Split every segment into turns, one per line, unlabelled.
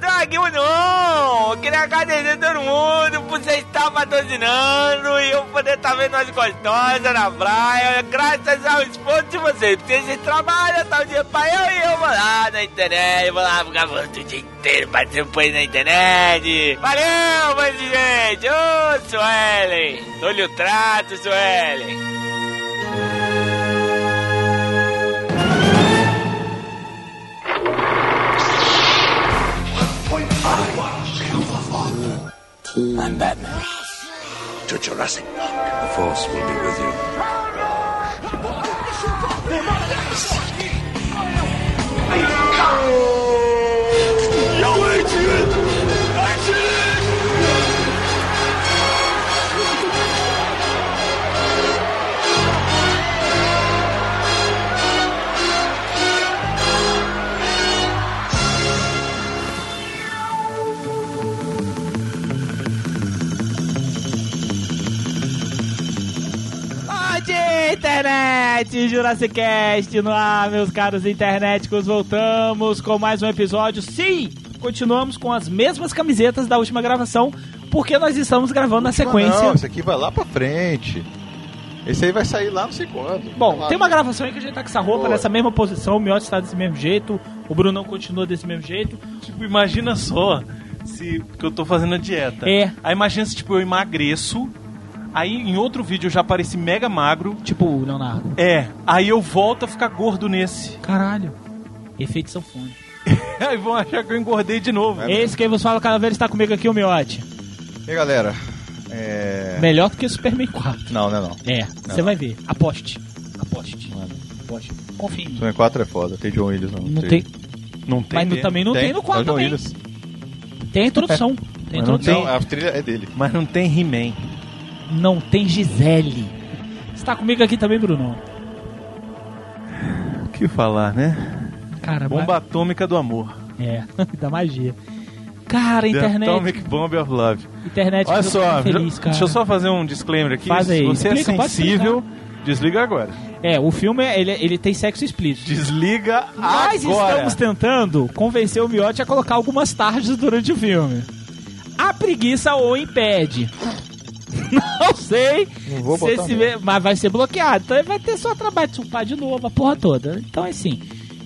conseguimos não! Eu queria agradecer todo mundo por você estar patrocinando e eu poder estar vendo as gostosas na praia, graças ao esforço de vocês, porque vocês trabalham tal um dia pra eu e eu vou lá na internet, vou lá ficar o dia inteiro batendo punho na internet. Valeu, mas gente! Ô, Suelen! Dou-lhe o trato, Suelen!
I'm Batman.
To Jurassic
The Force will be with you.
Hoje, internet! Jurassic Cast no ar, meus caros internéticos. Voltamos com mais um episódio. Sim, continuamos com as mesmas camisetas da última gravação, porque nós estamos gravando na sequência.
Não, isso aqui vai lá pra frente. Esse aí vai sair lá não sei quando.
Bom,
Sei lá.
tem uma gravação aí que a gente tá com essa roupa
Boa.
nessa mesma posição, o Miotti está desse mesmo jeito, o Brunão continua desse mesmo jeito.
Tipo, imagina só se que eu tô fazendo a dieta.
É.
Aí imagina se tipo eu emagreço, aí em outro vídeo eu já apareci mega magro.
Tipo o Leonardo.
É, aí eu volto a ficar gordo nesse.
Caralho. Efeito sanfone.
Aí vão achar que eu engordei de novo.
É.
Esse quem vos fala, Calaveira, está comigo aqui, o Miotti.
E aí, galera? É.
Melhor do que o Superman 4.
Não, não é não.
É, você vai ver. Aposte. Aposte. Aposte. Confia em mim.
Superman 4 é foda, tem John Williams não.
Não tem,
Não tem.
mas no-
mesmo.
também não tem, no 4
é o John
também.
Williams.
Tem a introdução. Tem a
Mas não
introdução.
tá Não, a trilha é dele.
Mas não tem He-Man.
Não tem Gisele. Está tá comigo aqui também, Bruno.
O que falar, né?
Cara,
Bomba atômica do amor.
É, da magia. Cara, internet.
The Atomic Bomb of Love.
Internet
Olha
eu tô
só,
feliz,
já-
cara.
deixa eu só fazer um disclaimer aqui.
Faz aí,
Se você
explica,
é
pode
sensível, desliga agora.
É, o filme ele, ele tem sexo explícito.
Desliga
Nós
agora.
estamos tentando convencer o Miotti a colocar algumas tardes durante o filme. A preguiça ou impede. Não sei.
Não vou
se
botar
esse
não.
ve- Mas vai ser bloqueado. Então ele vai ter só trabalho de surpar de novo, a porra toda. Então é assim.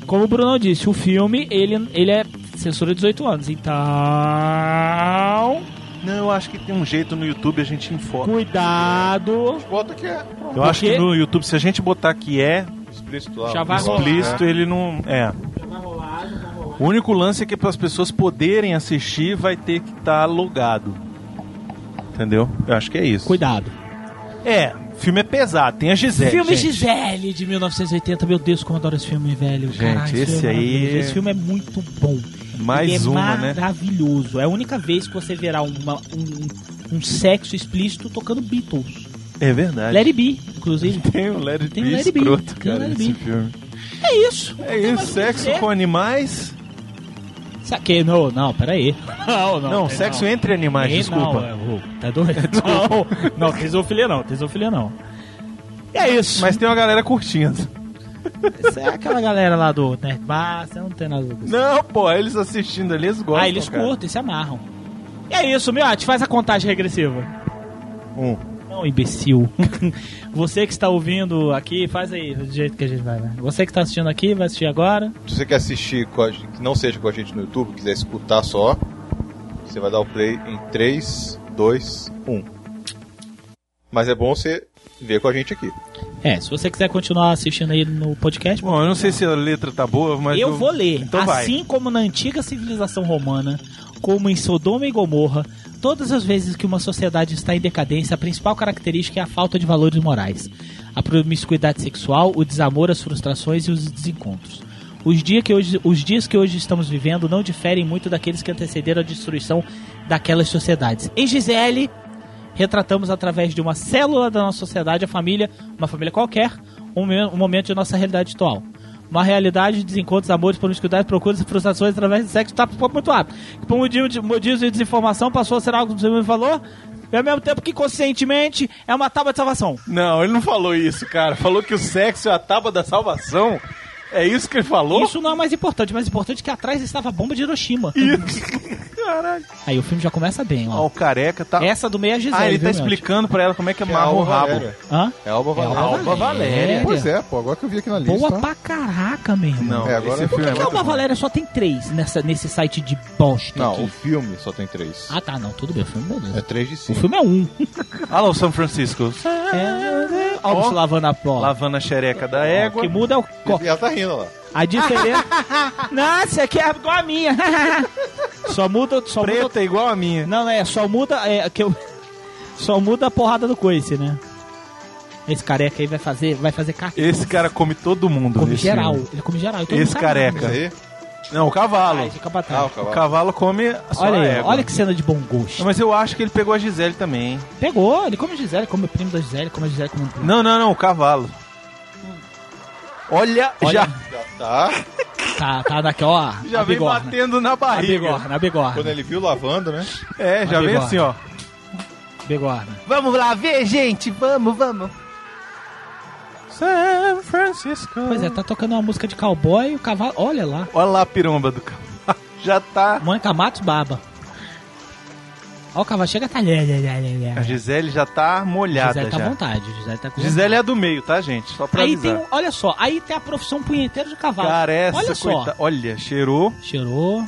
Como o Bruno disse, o filme ele, ele é censura de 18 anos. Então.
Não, eu acho que tem um jeito no YouTube a gente informa.
Cuidado.
Bota que é. Pronto.
Eu acho
quê?
que no YouTube, se a gente botar que é
Explícito lá.
Já vai rolar. né?
explícito, ele não. É. O único lance é que para as pessoas poderem assistir, vai ter que estar logado. Entendeu? Eu acho que é isso.
Cuidado.
É, o filme é pesado, tem a Gisele.
filme
É, gente.
Gisele de 1980, meu Deus, como eu adoro esse filme, velho.
Gente,
Caralho,
esse aí-
maravilhoso. Esse filme é muito bom.
Mais
Ele é
uma, né?
maravilhoso. É a única vez que você verá uma- um, um sexo explícito tocando Beatles.
É verdade.
Larry B, inclusive.
Tem o Larry
Tem
B
o Larry B,
escroto,
tem o
cara,
Larry B.
esse filme.
É isso.
É isso, sexo com animais.
Saquei, não, não, peraí. Não,
Não, sexo entre animais,
Ei,
desculpa.
Não, é, ô, tá doido? Não, não, tesofilia não, tesofilia não. É isso.
Mas tem uma galera curtindo.
Mas é aquela galera lá do Nerdmaster, não tem nada a ver com isso.
Não, pô, eles assistindo ali, eles gostam.
ah, eles
cara.
curtem, se amarram. E é isso, Miotti, faz a contagem regressiva.
Um.
Não, imbecil. Você que está ouvindo aqui, faz aí do jeito que a gente vai, né? Você que está assistindo aqui, vai assistir agora.
Se você quer assistir com a gente, que não seja com a gente no YouTube, quiser escutar só, você vai dar o play em 3, 2, 1. Mas é bom você ver com a gente aqui.
É, se você quiser continuar assistindo aí no podcast,
Bom, eu não sei se a letra tá boa, mas.
eu vou ler.
Então vai.
assim como na antiga civilização romana, como em Sodoma e Gomorra, todas as vezes que uma sociedade está em decadência, a principal característica é a falta de valores morais, a promiscuidade sexual, o desamor, as frustrações e os desencontros. Os, dia que hoje, os dias que hoje estamos vivendo não diferem muito daqueles que antecederam a destruição daquelas sociedades. Em Gisele, retratamos através de uma célula da nossa sociedade, a família, uma família qualquer, um, me- um momento de nossa realidade atual. Uma realidade de desencontros, amores, promiscuidade, procuras e frustrações através de sexo tá muito rápido. Que por modismo de, modismo de desinformação passou a ser algo que você me falou, e ao mesmo tempo que conscientemente é uma tábua de salvação.
Não, ele não falou isso, cara. Falou que o sexo é a tábua da salvação. É isso que ele falou?
Isso não é mais importante, mais importante é que atrás estava a bomba de Hiroshima.
Caralho.
Aí o filme já começa bem,
Ó,
ó.
o careca tá.
Essa do meio é a Gisele,
ah, ele
viu,
tá
meu?
explicando pra ela como é que amarra o
Alba
rabo.
Valéria.
Hã?
É Alba
É a
Valéria.
Alba Valéria.
Pois é, pô, agora que eu vi aqui na lista.
Boa pra caraca, meu irmão.
Não,
É, agora
esse
eu-
filme é
Por que a
muito
Alba Valéria só tem três nessa, nesse site de bosta
Não, o
aqui?
filme só tem três.
Ah, tá, não. Tudo bem, o filme beleza.
É três de
O
cinco.
filme é um.
Alô, São Francisco.
É... Olha
Ó.
o lavando a prova.
Lavando a xereca da
O
égua.
que muda é o copo.
E ela tá rindo lá.
A diferença... Nossa, aqui é igual a minha. só muda... Só muda...
Preta igual a minha.
Não, não, é. Só muda... É, que eu... Só muda a porrada do coice, né? Esse careca aí vai fazer, vai fazer caca.
Esse cara come todo mundo.
Come
nesse
geral.
filme.
Ele come geral. Então
Esse
não sabe nada.
Isso
careca.
aí?
Não, o cavalo.
Ah, ele fica pra
Ah, o
trás.
O
cavalo.
cavalo come só
Olha
a
aí, ó,
égua.
olha que cena de bom gosto.
Não, Mas eu acho que ele pegou a Gisele também, hein?
Pegou, ele come Gisele, come o primo da Gisele, come a Gisele, come o primo.
Não, não, não, o cavalo. Olha,
Olha,
já,
Já tá.
Tá, tá daqui, ó.
já
a
vem
bigorna.
batendo na
A
barriga.
bigorna, a bigorna,
Quando ele viu lavando, né?
É, já
A
vem
bigorna.
assim, ó. é-
bigorna.
Vamos lá ver, gente, vamos, vamos. San Francisco.
Pois é, tá tocando uma música de cowboy e o cavalo, olha lá.
Olha lá a piromba do cavalo. Já tá.
Mônica Matos baba. Ó, o cavalo chega, tá... lé, lé, lé, lé, lé.
A Gisele já tá molhada
Gisele tá à
já.
vontade, Gisele tá com
Gisele é a do meio, tá, gente? Só pra
Aí tem,
avisar.
um- olha só, aí tem a profissão punheteiro de cavalo.
Cara, essa
olha só.
coita- Olha, cheirou.
Cheirou.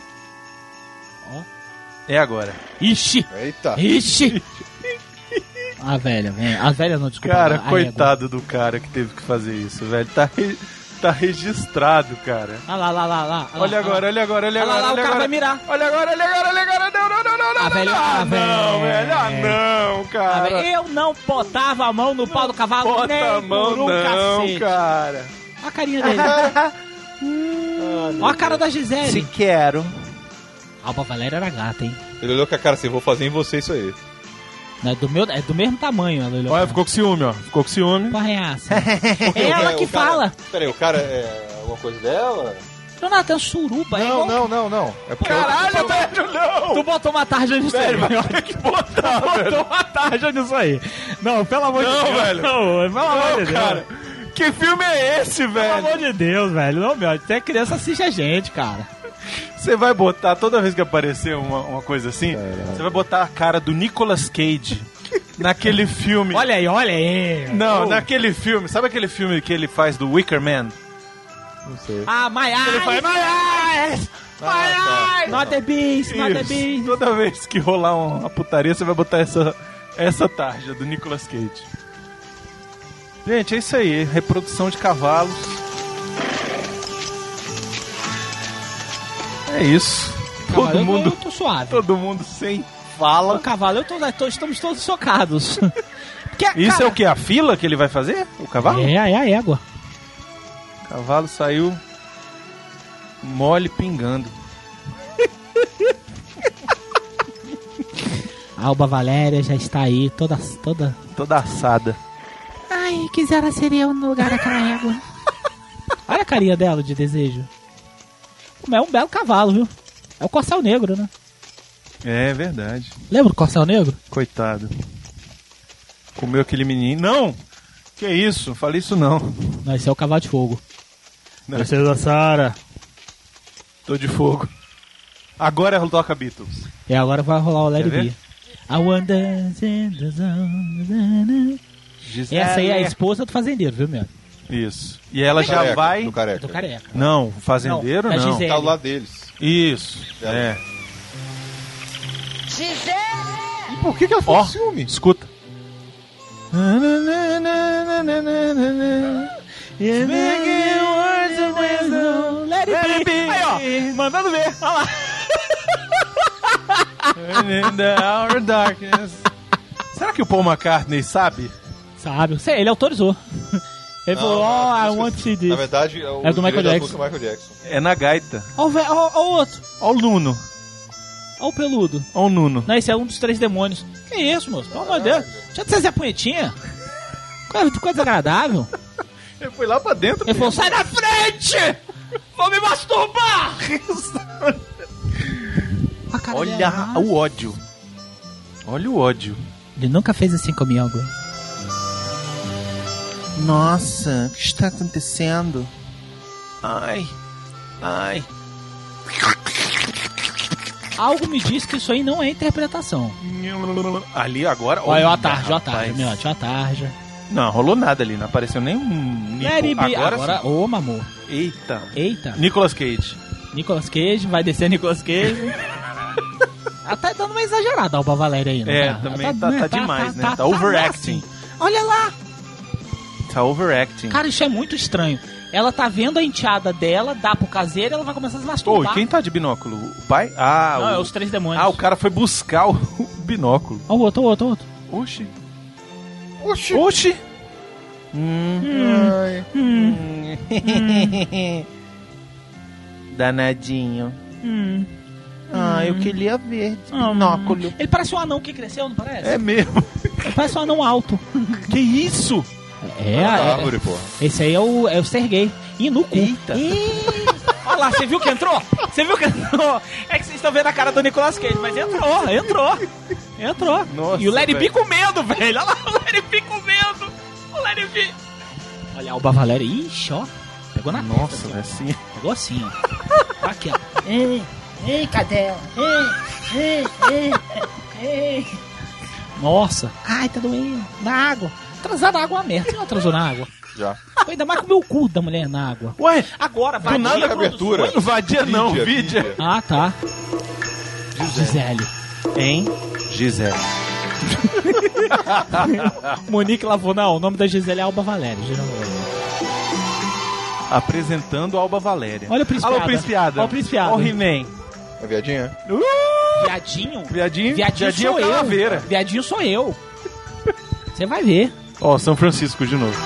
É agora.
Ixi,
Eita.
ixi. A velha, vem. A velha não, desculpa.
Cara,
a égua.
coitado do cara que teve que fazer isso, velho. Tá, re- tá registrado, cara.
Ah lá, lá, lá, lá.
Olha agora, olha agora, olha
Olha lá,
agora.
lá, o
olha
cara
agora.
vai mirar.
Olha agora, olha agora, olha agora. Não, não, não, não, não.
A
não,
velha-
não,
a
Ah,
velha-
não, velho. Ah, não,
Ah,
cara.
velho, Eu não botava a mão no pau do cavalo
Bota
nem
a mão,
por um
não,
cacete.
cara.
Olha a carinha dele. Hum, Olha a cara da Gisele.
quero.
A Alba Valéria era gata, hein?
Ele olhou com a cara assim, vou fazer em você isso aí.
Não, É do, meu, é do mesmo tamanho, ela olhou.
Olha, ficou com ciúme, ó. Ficou com ciúme.
Porra, é essa? É ela que fala.
Peraí, o cara é alguma coisa dela?
Jonathan, suruba. é igual-
não, não, não. É porque
Caralho, velho, não.
Tu botou uma tarja nisso aí.
que botar,
Botou uma tarja nisso aí. Não, pelo amor
Não,
de Deus.
velho.
Não, pelo amor de
Não,
Deus.
cara. Que filme é esse,
né? Pelo
velho?
amor de Deus, velho. Não, meu, até criança assiste a gente, cara.
Você vai botar, toda vez que aparecer uma, uma coisa assim, você vai botar a cara do Nicolas Cage naquele filme.
Olha aí, olha aí.
Não, né? naquele filme. Sabe aquele filme que ele faz do Wicker Man?
Ah, my
Ele faz
eyes,
My eyes! My eyes!
not the beast, not the
tá. Isso.
beast.
Toda vez que rolar uma putaria, você vai botar essa, essa tarja do Nicolas Cage. Gente, é isso aí. Reprodução de cavalos. É isso.
Cavalo,
Todo
eu tô-
mundo,
Eu tô suave.
todo mundo sem
O
fala.
cavalo, eu tô, né, tô- estamos todos socados. Porque,
Isso
cara,
é o que? A fila que ele vai fazer? O cavalo?
É, é a égua.
O cavalo saiu mole pingando.
A Alba Valéria já está aí, toda. toda...
Toda assada.
Ai, quisera ser eu no lugar daquela égua. Olha a carinha dela de desejo. Mas é um belo cavalo, viu? É o Corcel Negro, né?
É verdade.
Lembra do Corcel Negro?
Coitado. Comeu aquele menino. Não! Que isso? Falei isso não.
Não, esse é o cavalo de fogo.
Não. é
da Sara.
Tô de fogo. Agora toca Beatles.
E É, agora vai rolar o Larry
Quer
B.
ver?
I wonder in the zone.
Gisele.
Essa aí é a esposa do fazendeiro, viu, meu? É
Isso. E ela já
Careca,
vai.
Do
Do
careca.
careca.
Não, o fazendeiro
Não, da
não.
Gisele.
Tá do lado deles.
Isso. É.
E por que, que ela
Ó,
faz um ciúme?
assim? escuta.
Let it
Let it
be.
be.
Aí, ó, mandando ver. Olha lá.
In the hour of darkness. Será que o Paul McCartney sabe?
Sabe, sei, ele autorizou. Ele falou, "Ah, ó, I
as
want
músicas-
to see
Na
this.
verdade, é, o
É do
direito das
Michael Jackson.
músicas do Michael Jackson.
É na gaita.
Ó o ve- ó- ó o outro,
Ó o Nuno.
ó o peludo.
Ó o Nuno.
Não, esse é um dos três demônios. Que isso, moço? Pelo amor de Deus. Deixa de ser Zé Punhetinha. Coisa, coisa desagradável.
Ele foi lá pra dentro.
Ele falou, sai da frente! Vou me masturbar! A cara
Olha
dela, né? nossa.
o ódio. Olha o ódio.
Ele nunca fez assim comigo.
Nossa, o que está acontecendo? Ai, ai.
Algo me diz que isso aí não é interpretação.
Ali agora.
Olha, ó a
olha,
tarja, ó a tarja,
rapaz.
meu, ó a tarja.
Não, rolou nada ali, não apareceu nenhum. Nico.
Let it be.
Agora,
Né, Agora, ô, mamô.
sim. Eita.
Eita.
Nicolas Cage.
Nicolas Cage, vai descer Nicolas Cage. Ela tá dando uma exagerada, Alba Valéria aí, não
É,
tá?
também
Ela
tá- tá demais, né? Tá overacting.
assim. Olha lá!
Tá overacting.
Cara, isso é muito estranho. Ela tá vendo a enteada dela, dá pro caseiro, ela vai começar a se
Ô,
masturbar.
e quem tá de binóculo? O pai? Ah,
Não, é
o...
os três demônios.
ah o cara foi buscar o o binóculo.
Ó, o outro, o outro, o outro.
Oxi. Oxi. Oxi. Hum. Danadinho.
Hum.
Ah, eu queria ver. Binóculo.
Ele parece um anão que cresceu, não parece?
Ah, É mesmo.
Ele parece um anão alto.
Que isso? Ah,
É,
tá,
É,
é,
árvore, porra.
Esse aí é o, é o Sergei. E no cu.
Eita.
Ih, Olha lá, você viu que entrou? Você viu que entrou? É que vocês estão vendo a cara do Nicolas Cage, mas entrou, entrou. Entrou.
Nossa,
e o Larry B
velho.
com medo, velho. Olha lá, o Larry B com medo. O Larry B. Olha, o Bavalério. Ixi, ó. Pegou na
Nossa, é assim.
testa. Pegou assim, ó. Tá aqui, ó.
Ei, ei, cadela. Ei, ei, ei, ei.
Nossa. Ai, tá doendo. Na água. Transar na água é uma merda. Você não transou na água?
Já.
Ainda mais comer o cu da mulher na água.
Ué,
Agora, vai.
nada,
Diego,
abertura.
dos sonhos.
vadia não,
Vídeo,
vídeo.
vídeo.
Ah, tá. Gisele.
Hein? Gisele.
Monique Lavonal, o nome da Gisele é Alba Valéria. Gisele Alba Valéria.
Apresentando Alba Valéria.
Olha o Príncipe
Alô,
Adam.
Príncipe Adam.
Olha o Príncipe Adam.
Olha o He-Man.
É viadinha?
Viadinho?
Viadinho,
Viadinho,
é
sou
o
eu.
Calaveira.
Viadinho sou eu. Você vai ver.
Ó, São Francisco de novo.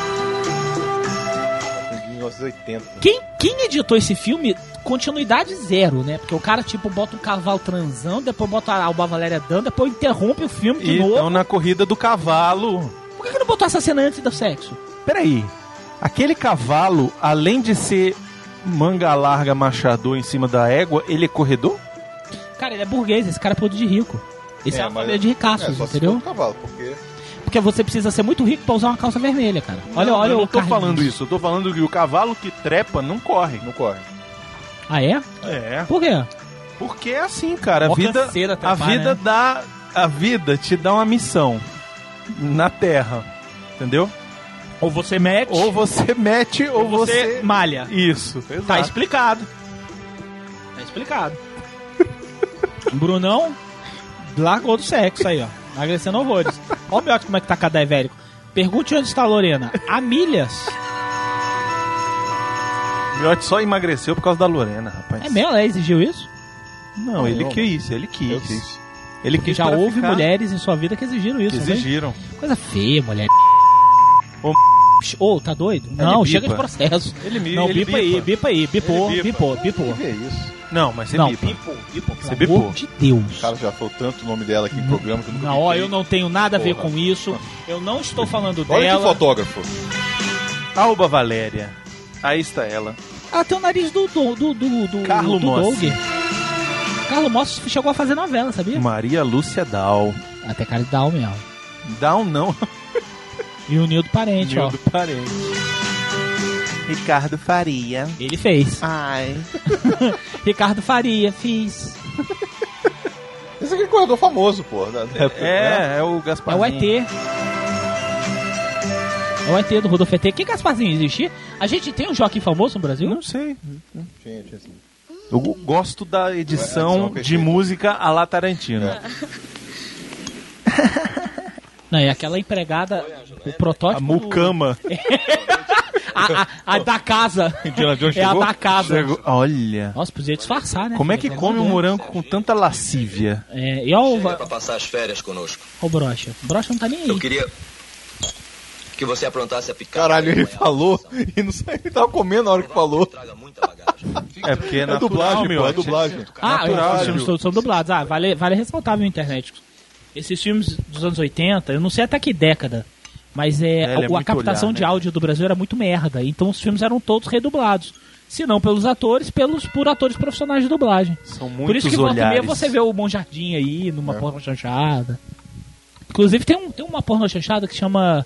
De 1980.
Quem, quem editou esse filme, continuidade zero, né? Porque o cara, tipo, bota um cavalo transando, depois bota a Alba Valéria dando, depois interrompe o filme de
E
novo.
então na corrida do cavalo.
Por que, que não botou essa cena antes do sexo?
Peraí. Aquele cavalo, além de ser manga larga machador em cima da égua, ele é corredor?
Cara, ele é burguês, esse cara é podre de rico. Esse é, a
mas-
família de ricaços,
É, só se for
entendeu?
um cavalo, porque...
Porque você precisa ser muito rico pra usar uma calça vermelha, cara. Olha,
Não,
olha
eu
o
não tô
Carlinhos.
falando isso. Eu tô falando que o cavalo que trepa não corre.
Não corre.
Ah, é?
É.
Por quê?
Porque é assim, cara. A
Mó
vida,
canseira
a
trepar,
vida
né?
dá, a vida te dá uma missão na Terra, entendeu?
Ou você mete,
Ou você mete ou você,
malha.
isso.
Tá
Exato.
explicado. Tá explicado. Brunão largou do sexo aí, ó. Emagrecendo horrores. Ó o Miotti como é que tá cadavérico. Pergunte onde está a Lorena. A milhas.
O Miotti só emagreceu por causa da Lorena, rapaz.
É mesmo? Ela exigiu isso?
Não, ele
Não,
quis, ele quis.
Eu quis.
Ele
Porque
quis
já
pra
houve
ficar-
mulheres em sua vida que exigiram
que
isso. não foi?
exigiram.
Coisa feia, mulher.
Ô,
Ô, tá doido? Não,
bipa.
chega de processo.
Ele me
Não,
ele
bipa aí, bipa aí, bipou,
Ele bipa.
bipou, bipou.
Que é isso?
Não, mas você
Não,
bipa. Você
Pelo amor
bipou.
de Deus.
Cara, já falou tanto o nome dela aqui em programa que eu nunca
Não, ó,
bipei.
eu não tenho nada a ver
Porra.
com isso. Eu não estou falando
Olha que
dela.
fotógrafo.
Alba Valéria. Aí está ela.
Ela tem o nariz do do do do, do
Carlo
do
Mossi.
Doug. Carlo Mossi chegou a fazer novela, sabia?
Maria Lúcia Dal.
Até cara de Down mesmo.
Dal não,
E o Nildo Parente,
Nil
ó.
do parente. Ricardo Faria.
Ele fez.
Ai.
Ricardo Faria, fiz.
Esse aqui é corredor famoso, pô. Né? da-
É, é o
É
Gaspar.
o ET. É o ET do Rodolfo ET. Que Gasparzinho existia? A gente tem um Joaquim famoso no Brasil?
Não sei.
Tinha, tinha assim.
Eu gosto da
É, edição
edição de
perfeita.
música a la Tarantino.
É. Não, é aquela empregada, o
é A
protótipo.
mucama.
É. A, a- a da casa.
Indiana Jones
é a
chegou?
da casa.
Chegou- Olha.
Nossa, podia disfarçar, né?
Como é
filho?
que come um morango com tanta lascívia?
É, e ó, o,
Chega
va-
pra passar as férias conosco.
ó o brocha. O brocha não tá nem
Eu
aí.
queria que você aprontasse a picada.
Caralho, ele falou e não sei. Ele tava comendo na hora que falou.
Traga muita bagagem.
É porque é
É
natural,
dublagem,
meu.
pô. É dublagem.
Ah,
Natural,
os filmes
Gil.
todos são dublados. Ah, vale, vale ressaltar, viu, internet. Esses filmes dos anos 80, eu não sei até que década, mas é,
É, ele é
o- a
muito
captação
olhar, né?
de áudio do Brasil era muito merda. Então os filmes eram todos redublados. Se não pelos atores, pelos por atores profissionais de dublagem.
São muitos
Por isso que volta e meia
olhares. É.
você vê o Bom Jardim aí, numa porno chanchada. Inclusive tem, um, tem uma porno chanchada que chama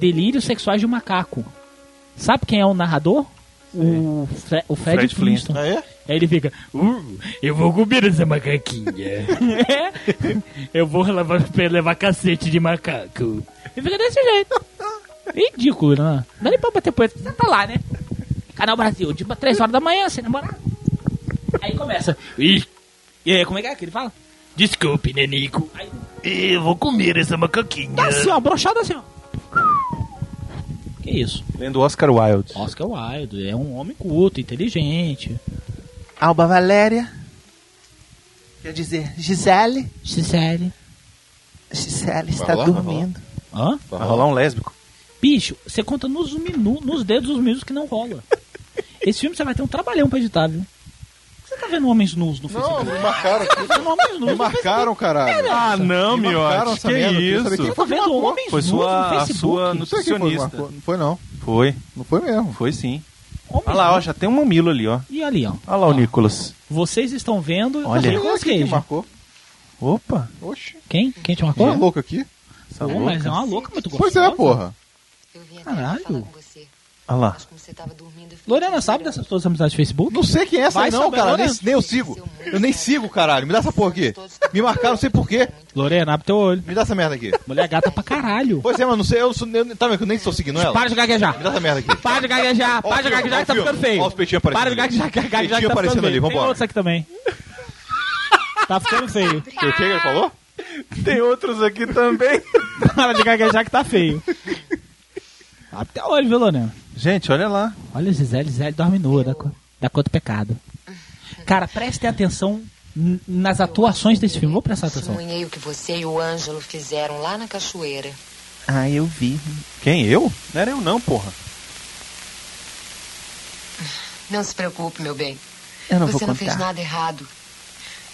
Delírios Sexuais de um Macaco. Sabe quem é o narrador? O, Fre- o Fred,
Fred
Flintstone.
Ah, é?
Aí ele fica, uh, eu vou comer essa macaquinha. É, eu vou levar, levar cacete de macaco. E fica desse jeito. Ridículo, né? Não dá nem pra bater poeta. Você tá lá, né? Canal Brasil, de 3 horas da manhã, sem namorar. Aí começa. "Ih, é, como é que é que ele fala? Desculpe, Nenico. Aí,
Eu vou comer essa macaquinha.
tá assim, ó, brochado assim, ó. Que isso?
Lendo Oscar Wilde.
Oscar Wilde é um homem culto, inteligente.
Alba Valéria. Quer dizer, Gisele.
Gisele. Tá
Gisele
está rolar, vai rolar. dormindo.
Hã?
Vai rolar um lésbico.
Bicho, você conta nos, minu, nos dedos os minutos que não rola. Esse filme você vai ter um trabalhão pra editar, viu? Você tá vendo homens nus no Facebook?
Não, me marcaram aqui.
Você vê homens nus
Me
no Facebook.
marcaram, caralho.
Ah, não,
Me marcaram
Miotti.
essa
Que
merda, eu queria saber
isso?
quem
Você tá vendo homens
Foi
nus
sua-
no Facebook?
sua-
Não sei quem foi que marcou. Não foi, não.
Foi,
Não foi mesmo.
foi sim.
Homens
Olha lá, ó,
nus.
já tem um mamilo ali, ó.
E ali, ó.
Olha lá o Nicolas.
Vocês estão vendo.
Olha.
eu
Quem é que
quem,
marcou?
Opa, tá
Oxi.
quem? Quem te marcou?
Quem é louco aqui?
essa
É,
louca.
mas é uma louca muito gostosa.
Pois é, porra.
Eu vim até
Caralho. Ah.
aqui falar com você,
Olha lá.
mas como você tava dormindo... eu fiquei
Lorena,
aqui
sabe
esperando.
dessas todas as amizades do Facebook?
Não sei quem é essa
Vai
aí, não,
saber,
cara. Nem,
Lorena.
nem eu sigo. Eu nem sigo, caralho. Me dá essa porra aqui. Me marcaram, não sei porquê.
Lorena, abre teu olho.
Me dá essa merda aqui.
Mulher gata pra caralho.
Pois é, mas não sei. Eu, sou, eu, tá, vendo que eu nem estou seguindo ela.
Para de gaguejar.
Me dá essa merda aqui.
Para de gaguejar. Para de gaguejar que tá ficando feio.
Olha os peitinhos aparecendo.
Para de gaguejar, gaguejar que tá
Peitinho
ficando
aparecendo
feio.
ali,
Tem
vambora.
outros aqui também. Tá ficando feio.
O que que ele falou?
Tem outros aqui também.
Para de gaguejar que tá feio. Até hoje, viu, Lorena?
Gente, olha lá.
Olha, Gisele, Gisele dorme nua, dá, co- dá conta do pecado. Cara, prestem atenção n- nas atuações desse filme. Vou prestar atenção.
Testemunhei o que você e o Ângelo fizeram lá na cachoeira.
Ah, eu vi. Quem, eu? Não era eu não, porra.
Não se preocupe, meu bem.
Eu
você não fez nada errado.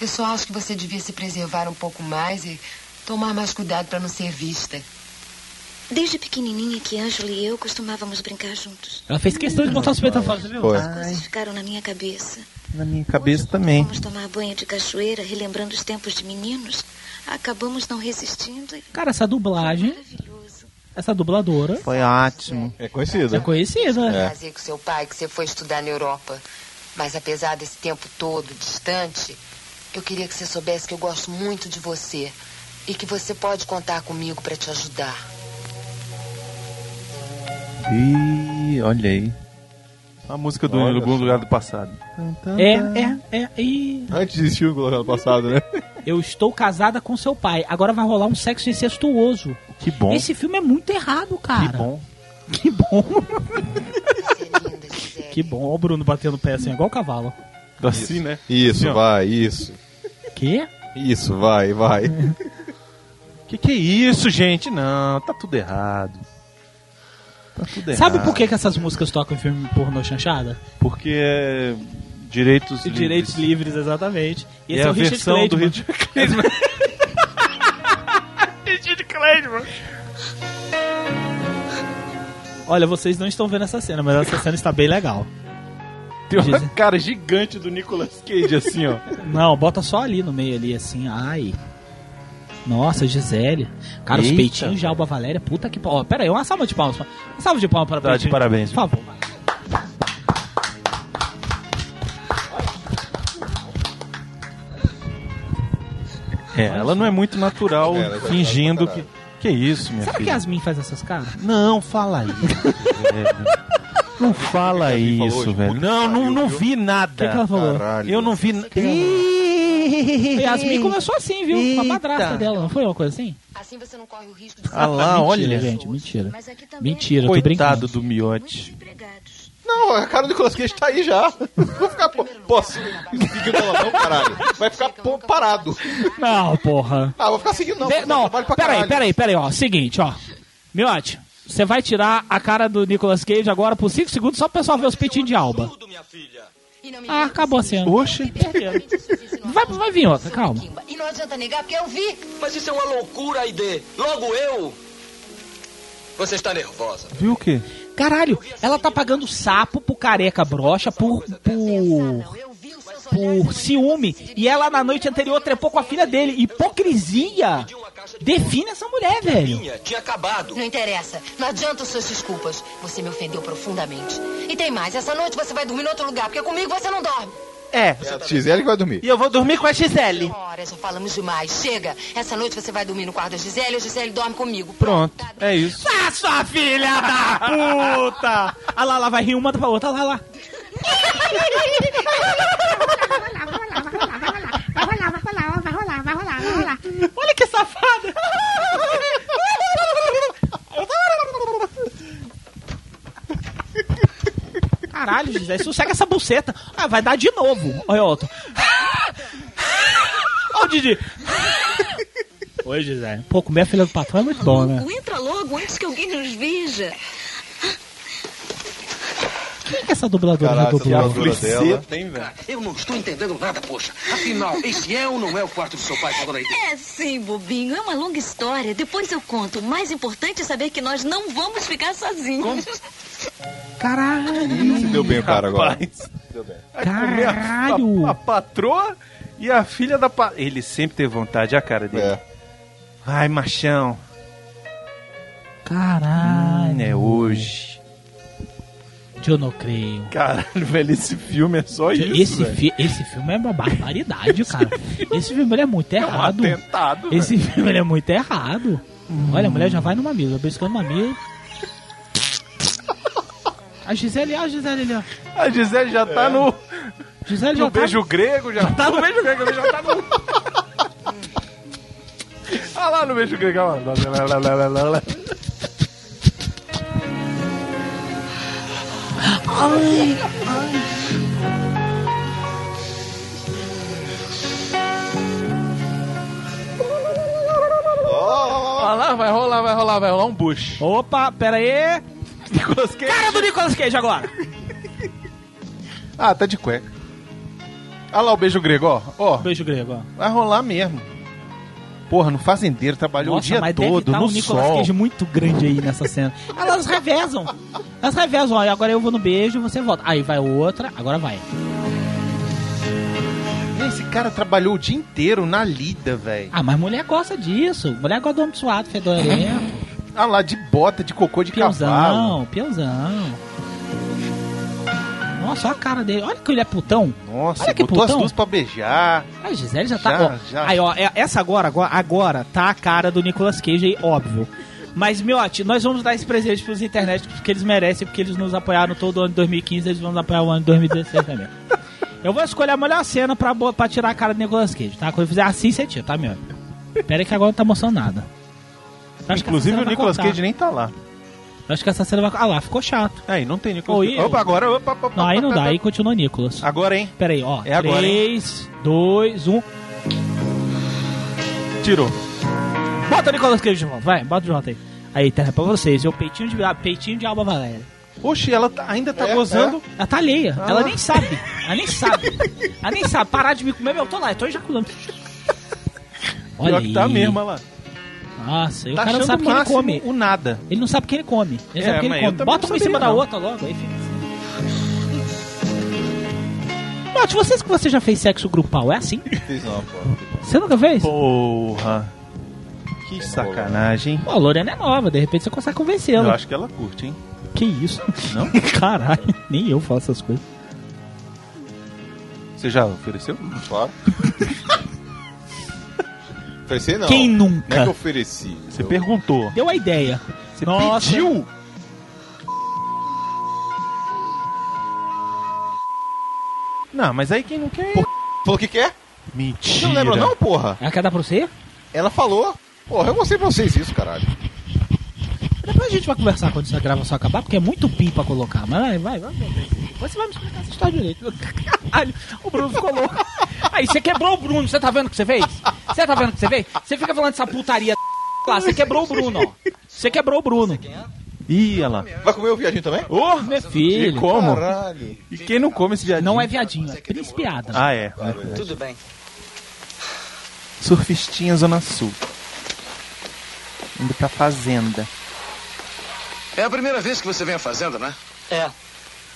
Eu só acho que você devia se preservar um pouco mais e tomar mais cuidado pra não ser vista.
Desde pequenininha que Ângelo e eu costumávamos brincar juntos.
Ela fez questão de botar os peitos fora, você viu?
Foi.
As coisas ficaram na minha cabeça.
Na minha
Hoje,
cabeça
quando
também.
Vamos tomar banho de cachoeira, relembrando os tempos de meninos. Acabamos não resistindo e
Cara, essa dublagem,
maravilhoso.
essa dubladora
Foi ótimo.
É conhecido.
é conhecida, né?
Fazer com seu pai que você foi estudar na Europa. Mas apesar desse tempo todo distante, eu queria que você soubesse que eu gosto muito de você e que você pode contar comigo pra te ajudar.
Ih, olha aí. A música do
Olha
Algum
só.
Lugar do Passado.
É, é, é. E
Antes de filme colocar no passado, né?
eu estou casada com seu pai. Agora vai rolar um sexo incestuoso.
Que bom.
Esse filme é muito errado, cara.
Que bom.
Que bom.
Você é linda, Gisele.
Que bom. Ó, o Bruno batendo o pé assim, igual o cavalo.
Assim, né?
Isso,
Assim, ó.
vai, isso.
Quê?
Isso, vai, vai.
Que que é isso, gente? Não, tá tudo errado. Tá tudo errado.
Sabe por que, que essas músicas tocam em filme pornô chanchada?
Porque é direitos
De
livres.
Direitos livres, exatamente. E
É a versão do
Clayton.
Richard né? Clayman.
Olha, vocês não estão vendo essa cena, mas essa cena está bem legal.
Tem uma
Diz-
cara gigante do Nicolas Cage, assim, ó.
Não, bota só ali no meio ali, assim. Ai. Nossa, Gisele. Cara, os
Eita.
peitinhos de Alba Valéria, puta que pau. Ó, Pera aí, uma salva de palmas. Uma salva de palmas para
Tá de
Peitinho.
parabéns.
Por favor.
É, ela não é muito natural
É, ela é
fingindo
pra
que.
caralho.
Que isso, minha
Será que
filha?
Yasmin faz essas caras?
Não, fala isso. velho. Não fala
Yasmin falou
isso,
hoje?
velho.
Puta
Não,
que
não,
pariu,
não
viu?
vi
O que, que ela
nada.
falou?
Caralho.
Eu não vi. na-
Yasmin começou assim, viu? Com a
Eita.
madrasta dela, não foi uma coisa assim?
Assim você não corre o risco de
Ah lá,
mentira,
olha.
gente, mentira.
Mas aqui também é
Mentira, eu tô
Coitado
brincando.
do
muitos
miote.
empregados.
Não, a cara do Nicolas Cage tá aí já. Vou ficar. po- Posso? Seguindo ela não, caralho. Vai ficar po- parado.
é
Não, porra.
Ah, vou ficar seguindo não.
De-
pô, dá
não,
trabalho pra
peraí,
caralho.
peraí, peraí, ó. Seguinte, ó. Miote, você vai tirar a cara do Nicolas Cage agora por 5 segundos só pro pessoal ver os peitinhos de alba.
Tudo, minha filha.
Ah, acabou a cena.
Oxe.
é
Perderam. Vai, vai vir outra, calma.
E não adianta negar, porque eu vi.
Mas isso é uma loucura, Aide. Logo eu. Você está nervosa.
Viu o quê?
Caralho, ela tá pagando sapo pro careca brocha por. por.
Eu vi os seus
por ciúme. E ela na noite anterior trepou com a filha dele. Hipocrisia! Define essa mulher, velho.
Minha, tinha acabado.
Não interessa. Não adianta suas desculpas. Você me ofendeu profundamente. E tem mais. Essa noite você vai dormir em outro lugar, porque comigo você não dorme.
É.
A Gisele vai dormir.
E eu vou dormir com a Gisele.
Ora, já falamos demais. Chega. Essa noite você vai dormir no quarto da Gisele e a Gisele dorme comigo.
Pronto. É isso.
Ah, sua filha da puta! Ah lá, lá vai rir uma pra outra. Ah lá, lá.
Vai rolar, vai rolar, ó, vai rolar, vai rolar, vai rolar.
Olha que safada! Caralho, José, sossega essa buceta. Ah, vai dar de novo. Olha, Otto. Ó, o Didi. Oi, José. Pô, comer a filha do patrão é muito bom, né?
Entra logo antes que alguém nos veja.
Quem que é essa dubladora
Caralho, essa
redoblou?
dubladora dela.
Buceta, hein, velho?
Eu não estou entendendo nada, poxa. Afinal, esse é ou não é o quarto do seu pai, sua dona Aide?
É sim, bobinho. É uma longa história. Depois eu conto. O mais importante é saber que nós não vamos ficar sozinhos.
Caralho.
Se deu bem o cara agora.
Rapaz.
Deu bem.
Vai comer a-
Caralho.
A, a patroa e a filha da pa... Ele sempre teve vontade, a cara dele.
É.
Ai, machão.
Caralho.
É hoje.
Eu não creio.
Caralho, velho, esse filme é só isso.
esse,
velho.
fi- esse filme é uma barbaridade, cara. Esse filme ele é muito
é um
errado.
atentado. velho.
Esse filme ele é muito errado.
Hum.
Olha, a mulher já vai no mamilo, beliscando o mamilo. A Gisele, ó, a Gisele ali, ó.
A Gisele já tá no,
Gisele
no
já tá...
beijo grego, já tá no beijo grego, já tá no. Ah lá no beijo grego, olha lá. lá, lá, lá, lá, lá, lá. Ah lá, vai rolar, vai rolar, vai rolar um bush.
Opa, pera aí.
Nicolas Cage.
Cara do Nicolas Cage agora.
Ah, tá de cueca. Ah lá o beijo grego, ó. Ó,
Beijo grego, ó.
Vai rolar mesmo. Porra, no fazendeiro, trabalhou o dia
mas deve
todo,
tá
no
um Nicolas
sol.
Cage muito grande aí nessa cena. Elas revezam. Elas revezam, ó. e Agora eu vou no beijo, você volta. Aí vai outra, agora vai.
Esse cara trabalhou o dia inteiro na lida, velho.
Ah, mas mulher gosta disso. Mulher gosta do homem suado, fedorento.
Ah lá, de bota, de cocô, de cavalo.
Piozão, piozão. Nossa, olha a cara dele. Olha que ele é putão.
Nossa,
Olha que
botou as
putão.
duas pra beijar.
A Gisele já tá.
Já,
ó,
já.
Aí, ó, é- essa agora, agora, agora tá a cara do Nicolas Cage aí, óbvio. Mas, miote, nós vamos dar esse presente pros internet porque eles merecem, porque eles nos apoiaram todo o ano de 2015, eles vão nos apoiar o ano de 2016 também. Eu vou escolher a melhor cena pra, bo- pra tirar a cara do Nicolas Cage, tá? Quando eu fizer assim, você tira, tá, miote? Pera aí que agora não tá mostrando nada. Eu acho que
Inclusive,
essa cena
o
vai
Nicolas
cortar.
Cage nem tá lá.
Eu acho que essa cena vai. Ah lá, ficou chato.
Aí, não tem Nicolas
Oi,
Cage.
eu.
Opa, agora... Opa, opa,
Não, aí não
opa,
dá,
opa.
aí continua o Nicolas.
Agora, hein?
Pera aí, ó.
Ah.
um.
É agora, hein?
3, 2, 1.
Tirou.
Bota o Nicolas Cage de volta, vai, bota de volta aí. Aí, terra é pra vocês, eu peitinho de, ah, peitinho de Alba Valéria.
Oxe, ela tá- ainda tá
É,
gozando.
Ela tá alheia,
Ah.
ela nem sabe, ela nem sabe, ela nem sabe, parar de me comer, meu, eu tô lá, eu tô ejaculando. Olha
Pior que tá
aí.
mesmo, olha lá.
Nossa, e o
tá
cara não
achando
sabe
o
quem ele
máximo
come.
o nada.
Ele não sabe quem ele come, ele
É,
sabe quem
mas
ele
eu
come.
também
Bota
não
uma em cima
sabia,
da
não.
outra logo, aí fica assim. Note, vocês que você já fez sexo grupal, é assim?
fiz não, pô.
Você nunca fez?
Porra. Que sacanagem.
Pô, a Lorena é nova, de repente você consegue convencê-la.
Eu acho que ela curte, hein?
Que isso?
Não?
Caralho, nem eu falo essas coisas.
Você já ofereceu?
Claro. Ofereci não.
Quem
Não é que
nunca?
eu ofereci.
Você
eu...
perguntou.
Deu a ideia.
Você
Nossa.
pediu? Não, mas aí quem não quer.
Por- Falou o que quer?
Mentira.
Você não lembra não, porra?
Ela quer dar pra você?
Ela falou. Porra, eu mostrei pra vocês isso, caralho.
Depois a gente vai conversar quando essa gravação acabar, porque é muito pim pra colocar. Mas vai, vai, vai. Depois você vai me explicar essa história direito. Caralho, o Bruno ficou louco. Aí, você quebrou o Bruno, você tá vendo o que você fez? Você tá vendo o que você fez? Você fica falando essa putaria lá, você quebrou o Bruno, ó. Você quebrou o Bruno.
Ih, olha lá.
Vai comer o viadinho também?
Oh,
Meu filho.
como?
Caralho.
E quem não come esse viadinho?
Não é viadinho, é príncipe Adam.
Ah, é.
Tudo bem.
Surfistinha Zona Sul. Indo pra fazenda.
É a primeira vez que você vem à fazenda, né?
É.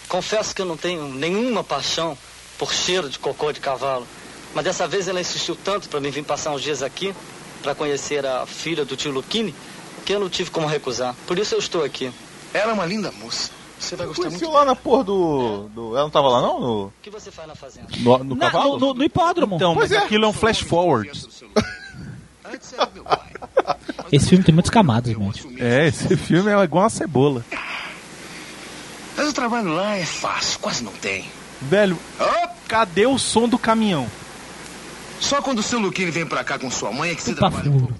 Confesso que eu não tenho nenhuma paixão por cheiro de cocô de cavalo. Mas dessa vez ela insistiu tanto para mim vir passar uns dias aqui, para conhecer a filha do tio Luquini, que eu não tive como recusar. Por isso eu estou aqui.
Ela é uma linda moça. Você vai gostar muito.
Conheceu lá na porra do, do- Ela não tava lá não? No,
O que você faz na fazenda?
no, no
Na-
cavalo?
no- no- no hipódromo.
Então,
Pois
mas
é.
aquilo é um flash forward.
Esse filme tem muitas camadas, gente.
É, esse filme é igual uma cebola.
Mas o trabalho lá é fácil, quase não tem.
Velho, cadê o som do caminhão?
Só quando o seu Luquinho vem pra cá com sua mãe é que você
Tá
trabalha.
furo.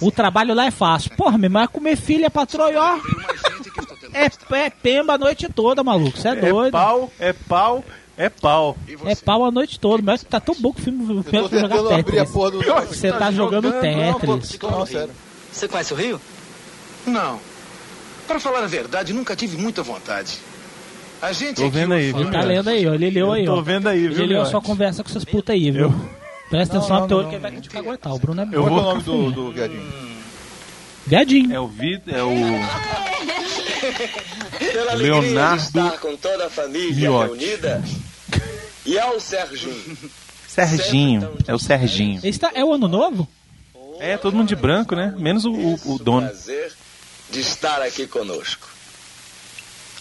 O trabalho lá é fácil. Porra, meu irmão, é comer filha, patroa, e ó.
tá
É, é pemba a noite toda, maluco. Você é doido. É
pau, é pau, é pau.
É pau a noite toda, mas tá tão bom que o filme o filme é pra jogar
tentando abrir a
Tetris.
porra do-
Você tá jogando Tetris.
Você conhece o Rio?
Não. Pra falar a verdade, nunca tive muita vontade. A gente é
Tô
aqui
vendo aí,
ufa,
viu,
Tá lendo aí, ó. Ele leu
Eu
aí, ó.
tô vendo aí, viu,
Ele leu a
Miotti?
sua conversa com essas putas aí, viu? Presta
Não,
atenção
não,
na teoria
não,
que ele vai te caguetar. O Bruno é
Eu
bom pra
vou o nome do,
cafeína.
do viadinho.
Viadinho.
É o Vitor, é o
Pela
Leonardo
Leonardo estar com toda a família
Miotti.
reunida. E ao Sérgio.
Serginho. É o Serginho.
Esse tá- é o ano novo?
É, todo mundo de branco, né? Menos o, o, o dono.
Prazer de estar aqui conosco.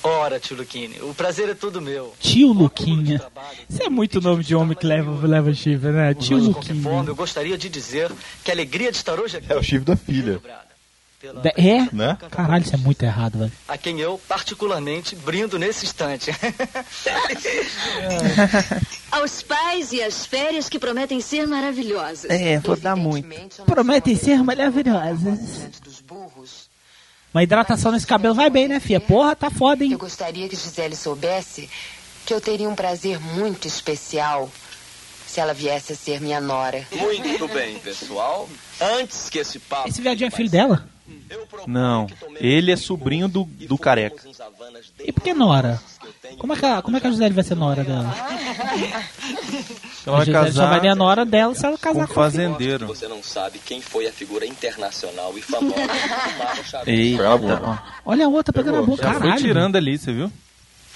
Ora, tio Luquini, o prazer é todo meu.
Tio Luquinha. Isso é muito nome de homem que leva, leva chifre, né? Tio
Mas, de qualquer
Luquinha.
forma, eu gostaria de dizer que a alegria de estar hoje aqui,
É o chifre da filha.
Da- É?
Né?
Caralho, isso é muito errado, velho.
a quem eu, particularmente, brindo nesse instante.
Aos pais e às férias que prometem ser maravilhosas.
É, vou dar muito. Prometem ser maravilhosas. Uma hidratação nesse cabelo vai bem, né, fia? Porra, tá foda, hein?
Eu gostaria que Gisele soubesse que eu teria um prazer muito especial se ela viesse a ser minha nora.
Muito bem, pessoal. Antes que esse papo.
Esse viadinho é filho dela?
Não, ele é sobrinho do, do careca.
E por que Nora? Como é que a, como é que a Gisele vai ser Nora dela?
Ela vai
a Gisele só
casar
vai ter a Nora dela se ela casar
com
com
o
o
fazendeiro.
Você não sabe quem foi a figura internacional e famosa que fumava charuto.
Eita.
Olha a outra pegando a boca,
Já foi
caralho.
tirando ali, você viu?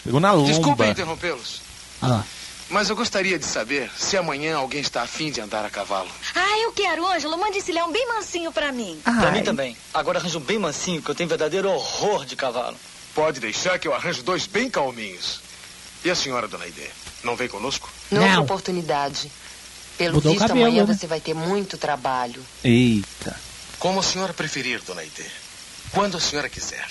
Pegou na lomba.
Desculpem interrompê-los,
Ah,
mas eu gostaria de saber se amanhã alguém está afim de andar a cavalo.
Ah, eu quero, Ângelo. Mande esse leão bem mansinho pra mim.
Ah.
Pra mim também. Agora arranjo um bem mansinho, que eu tenho verdadeiro horror de cavalo.
Pode deixar que eu arranjo dois bem calminhos. E a senhora, dona Ideia, não vem conosco?
Noutra oportunidade. Pelo
Mudou o
visto,
cabelo,
amanhã
né?
você vai ter muito trabalho.
Eita.
Como a senhora preferir, dona Ideia. Quando a senhora quiser.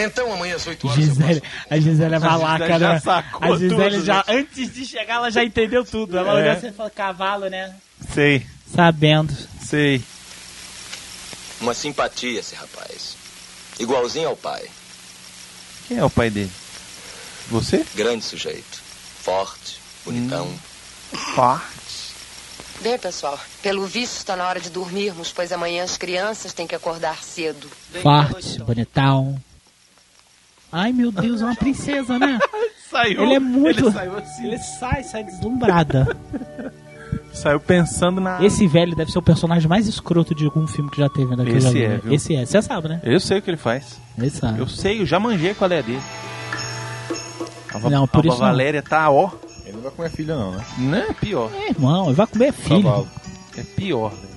Então, amanhã às 8 horas.
Hum. Gisele, a Gisele é malaca,
Gisele já
né?
sacou
A Gisele
tudo,
já,
né?
antes de chegar, ela já entendeu tudo. Ela
É.
olhou assim e falou, cavalo, né?
Sei,
Sabendo.
sei.
Uma simpatia esse rapaz. Igualzinho ao pai.
Quem é o pai dele? Você?
Grande sujeito. Forte, bonitão.
Bem, pessoal, pelo visto está na hora de dormirmos, pois amanhã as crianças têm que acordar cedo.
Forte, bonitão. Ai, meu Deus, é uma princesa, né?
Saiu.
Ele é muito...
Ele
Ele,
saiu assim.
sai, sai deslumbrada.
Saiu pensando na.
Esse velho deve ser o personagem mais escroto de algum filme que já teve. Né? que eu já
Esse
vi,
é,
né?
viu?
Esse é, você sabe, né?
Eu sei o que ele faz.
Ele sabe.
Eu sei, eu já manjei qual é a dele. A, Va-
Não, por
a Va-
isso não.
Valéria tá ó.
Ele não vai comer filha, não, né?
Não, é pior.
É, irmão, ele vai comer
Tá
Tá
filho.
Cavalo. É pior, velho.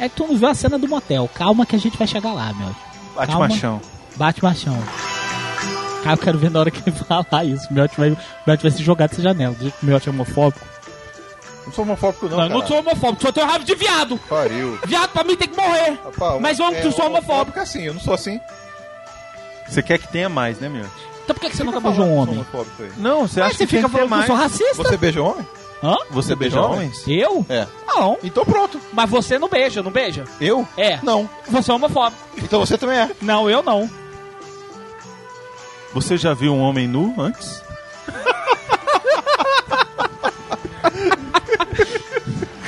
É que tu não viu a cena do motel. Calma que a gente vai chegar lá, meu.
Bate
Calma.
machão.
Bate machão. Cara, eu quero ver na hora que ele falar isso. O Miotti vai, o Miotti vai se jogar dessa janela. Diz que O Miotti é homofóbico.
Não sou homofóbico, não.
Não, eu não sou homofóbico, só tenho raiva de viado.
Pariu.
Viado pra mim tem que morrer.
Rapaz,
Mas eu
é
não sou homofóbico.
assim, eu não sou assim.
Você quer que tenha mais, né, meu?
Então por que, que você nunca beijou um homem?
Não, você
Mas
acha
você
que tem
fica falando
que ter
que eu
mais. é
sou racista?
Você beija homem?
Hã?
Você beija homens?
Eu?
É.
Não.
Então pronto.
Mas você não beija, não beija?
Eu?
É.
Não.
Você é homofóbico.
Então você também é.
Não, eu não.
Você já viu um homem nu antes?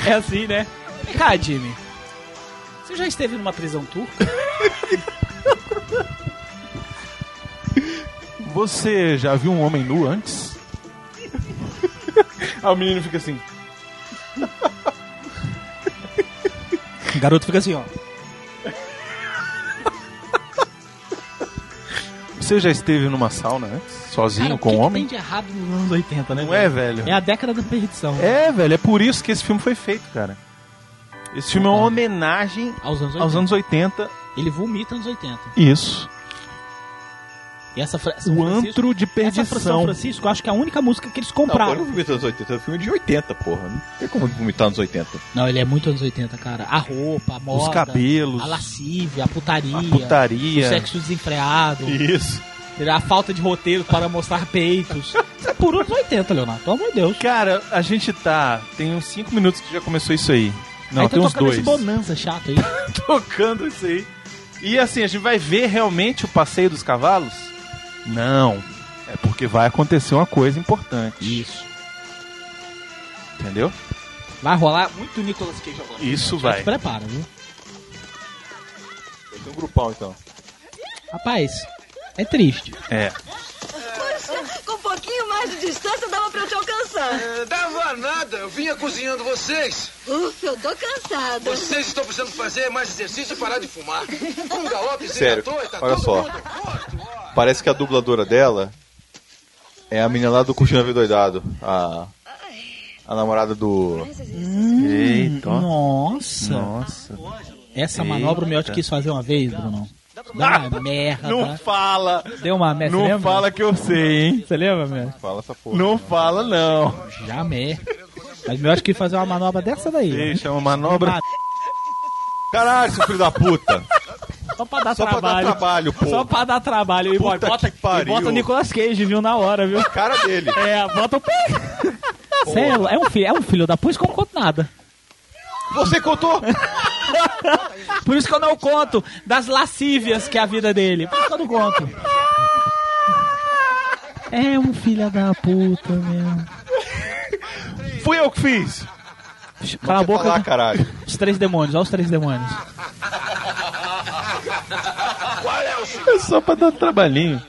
É assim, né? Vem cá, Jimmy. Você já esteve numa prisão turca?
Você já viu um homem nu antes? Aí o menino fica assim.
O garoto fica assim, ó.
Você já esteve numa sauna antes? Sozinho,
Cara, o
com
que
um
que
homem?
tem de errado nos anos 80, né?
Não é, velho?
É a década da perdição.
É, velho, é por isso que esse filme foi feito, cara. Esse filme é uma homenagem
Aos anos 80.
aos anos 80.
Ele vomita nos 80.
Isso.
E essa fra-
O antro de
Essa São
perdição.
Francisco, eu acho que é a única música que eles
Não,
compraram.
eu não vomitar nos 80, é um filme de 80, porra. Não tem como vomitar nos 80.
Não, ele é muito anos 80, cara. A roupa, a moda,
cabelos.
a lascívia, a putaria,
putaria.
o sexo desenfreado.
Isso.
A falta de roteiro para mostrar peitos. Isso é por anos 80, Leonardo. Pelo amor de Deus.
Cara, a gente tá. Tem uns 5 minutos que já começou isso aí. Não,
aí
tem
tá
uns
tocando
dois.
esse bonanza chato aí.
tocando isso aí. E assim, a gente vai ver realmente o passeio dos cavalos? Não. É porque vai acontecer uma coisa importante. Isso. Entendeu?
Vai rolar muito Nicolas Cage agora.
Isso
Já
vai.
Se prepara, viu?
Vai ter um grupal então.
Rapaz, é triste.
É.
Poxa, com um pouquinho mais de distância dava pra eu te alcançar.
Eh, dava nada, eu vinha cozinhando vocês.
Ufa, eu tô cansada.
Vocês estão precisando fazer mais exercício e parar de fumar. Um galopezinho
Sério,
à toa e tá
olha
todo
só.
mundo-
Parece que a dubladora dela é a menina lá do Curtindo a Vida Doidado. A, a namorada do.
Eita.
Hum.
Nossa.
Nossa.
Essa manobra o Miotti
Eita. Ah,
quis fazer uma vez, Bruno. Dá uma merda.
Não fala!
Deu uma merda.
Não
você lembra?
fala que eu sei, hein?
Você lembra, Miotti?
Fala essa porra.
Não fala, não.
Jamais. Mas o Miotti quis fazer uma manobra dessa daí. né?
Deixa é uma manobra.
Caralho, seu filho da puta!
Só pra dar
Só pra dar
trabalho.
trabalho, pô.
Só pra dar trabalho. E
Puta
bota,
que pariu.
e bota o Nicolas Cage, viu, na hora, viu?
cara dele.
É, bota o pé. Você é, é um filho, é um filho da puta, isso que eu não conto nada.
Você contou?
Por isso que eu não conto das lascívias que é a vida dele. Por isso que eu não conto. É um filho da puta mesmo.
Fui eu que fiz.
Cala a boca. né?
falar, caralho.
Os três demônios, olha os três demônios.
É só pra dar trabalhinho.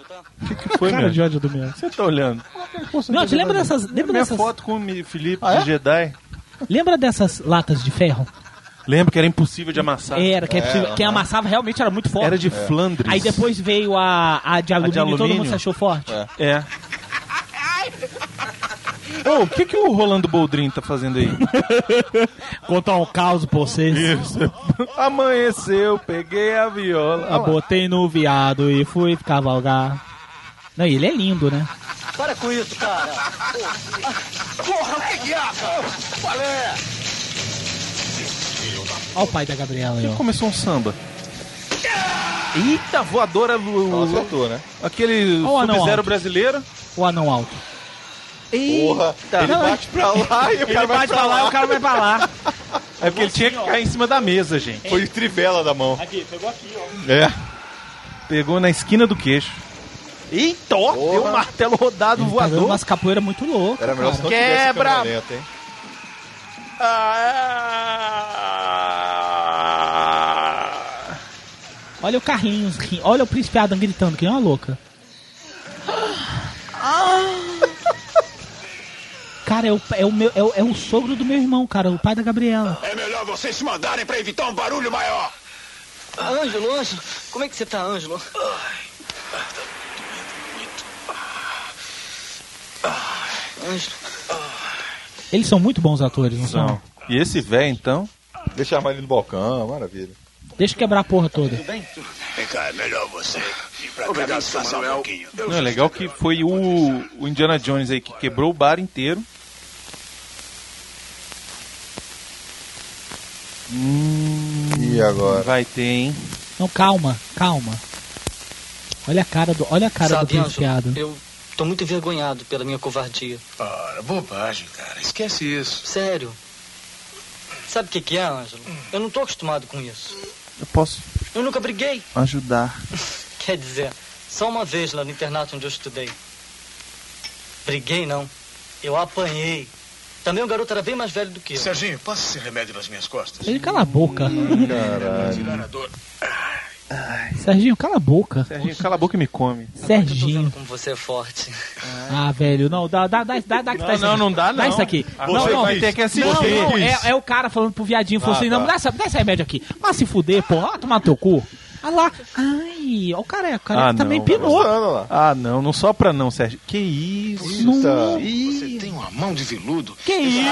O que, que foi,
Cara
meu?
de ódio do meu.
Você tá olhando?
Não, te lembra dessas.
É
Lembra
minha
dessas,
foto com o Mi- Felipe
Ah, é?
de Jedi.
lembra dessas latas de ferro?
Lembra que era impossível de amassar.
Era, que é possível. Quem amassava realmente era muito forte.
Era de É. Flandres.
Aí depois veio a, a de alumínio e todo
alumínio?
mundo se achou forte.
É. Ô, o que, que o Rolando Boldrin tá fazendo aí?
Contar um caos pra vocês.
Isso. Amanheceu, peguei a viola.
Ah, botei no viado e fui cavalgar. Não, e ele é lindo, né?
Para com isso, cara.
Porra, que diabo? Qual é?
Olha o pai da Gabriela aí,
Quem
ó.
começou um samba? Eita, voadora. Nossa,
acertou, né?
Aquele
Olha o anão
Sub-Zero
alto.
brasileiro.
O anão alto.
Porra, ele bate pra lá e o
Ele
cara vai
bate
pra
pra lá e
lá.
o cara vai pra lá. É porque ele tinha que cair em cima da mesa, gente.
Foi de trivela da mão.
Aqui, pegou aqui, ó.
É.
Pegou na esquina do queixo. Eita, ó, deu um martelo rodado
Ele Tá dando
voador.
umas capoeiras muito loucas.
Era melhor se não tivesse
Quebra!
câmera lenta, hein?
Olha o Carlinhos, ri- olha o Príncipe Adam gritando, que é uma louca. Cara, é o, é, o meu, é, o, é o sogro do meu irmão, cara, o pai da Gabriela.
É melhor vocês se mandarem pra evitar um barulho maior.
Ângelo, Ângelo, como é que você tá, Ângelo? Ângelo,
Eles são muito bons atores, não são?
São. E esse velho, então?
Deixa a arma ali no balcão, maravilha.
Deixa eu quebrar a porra toda.
Vem cá, é melhor você ir pra Obrigado, cá descansar um pouquinho.
Não, é legal que foi o, o Indiana Jones aí que quebrou o bar inteiro. Hum,
E agora?
Vai ter, hein?
Não, calma, calma. Olha a cara do, olha a cara
sabe,
do Príncipe Adam.
Ângelo, eu tô muito envergonhado pela minha covardia.
Ora, bobagem, cara. Esquece isso.
Sério. Sabe o que, que é, Ângelo? Eu não tô acostumado com isso.
Eu posso
Eu nunca briguei.
ajudar.
Quer dizer, só uma vez lá no internato onde eu estudei. Briguei, não. Eu apanhei. Também o garoto era bem mais velho do que eu.
Serginho, passa esse remédio nas minhas costas.
Ele cala a boca.
Caralho.
Tirar a dor.
Serginho, cala a boca.
Serginho, cala a boca e me come.
Serginho.
Como você é forte.
Ah, velho, não, dá, dá, dá, dá, dá que
Não,
tá isso
não,
aqui.
não dá,
Dá
não.
isso aqui.
Ah, Você
não, não,
vai ter que assistir. Ah,
Não, não,
Isso.
é, é o cara falando pro viadinho, falou
Ah,
assim,
tá.
não, dá essa, dá esse remédio aqui. Mas se fuder, porra, vai tomar no teu cu. Ah lá, ai, ó o careca, o careca
Ah,
Tá também
não,
pinou.
Gostando, lá.
Ah, não, não só pra não, Sérgio. Que isso?
Puta.
Você tem uma mão de veludo.
Que isso?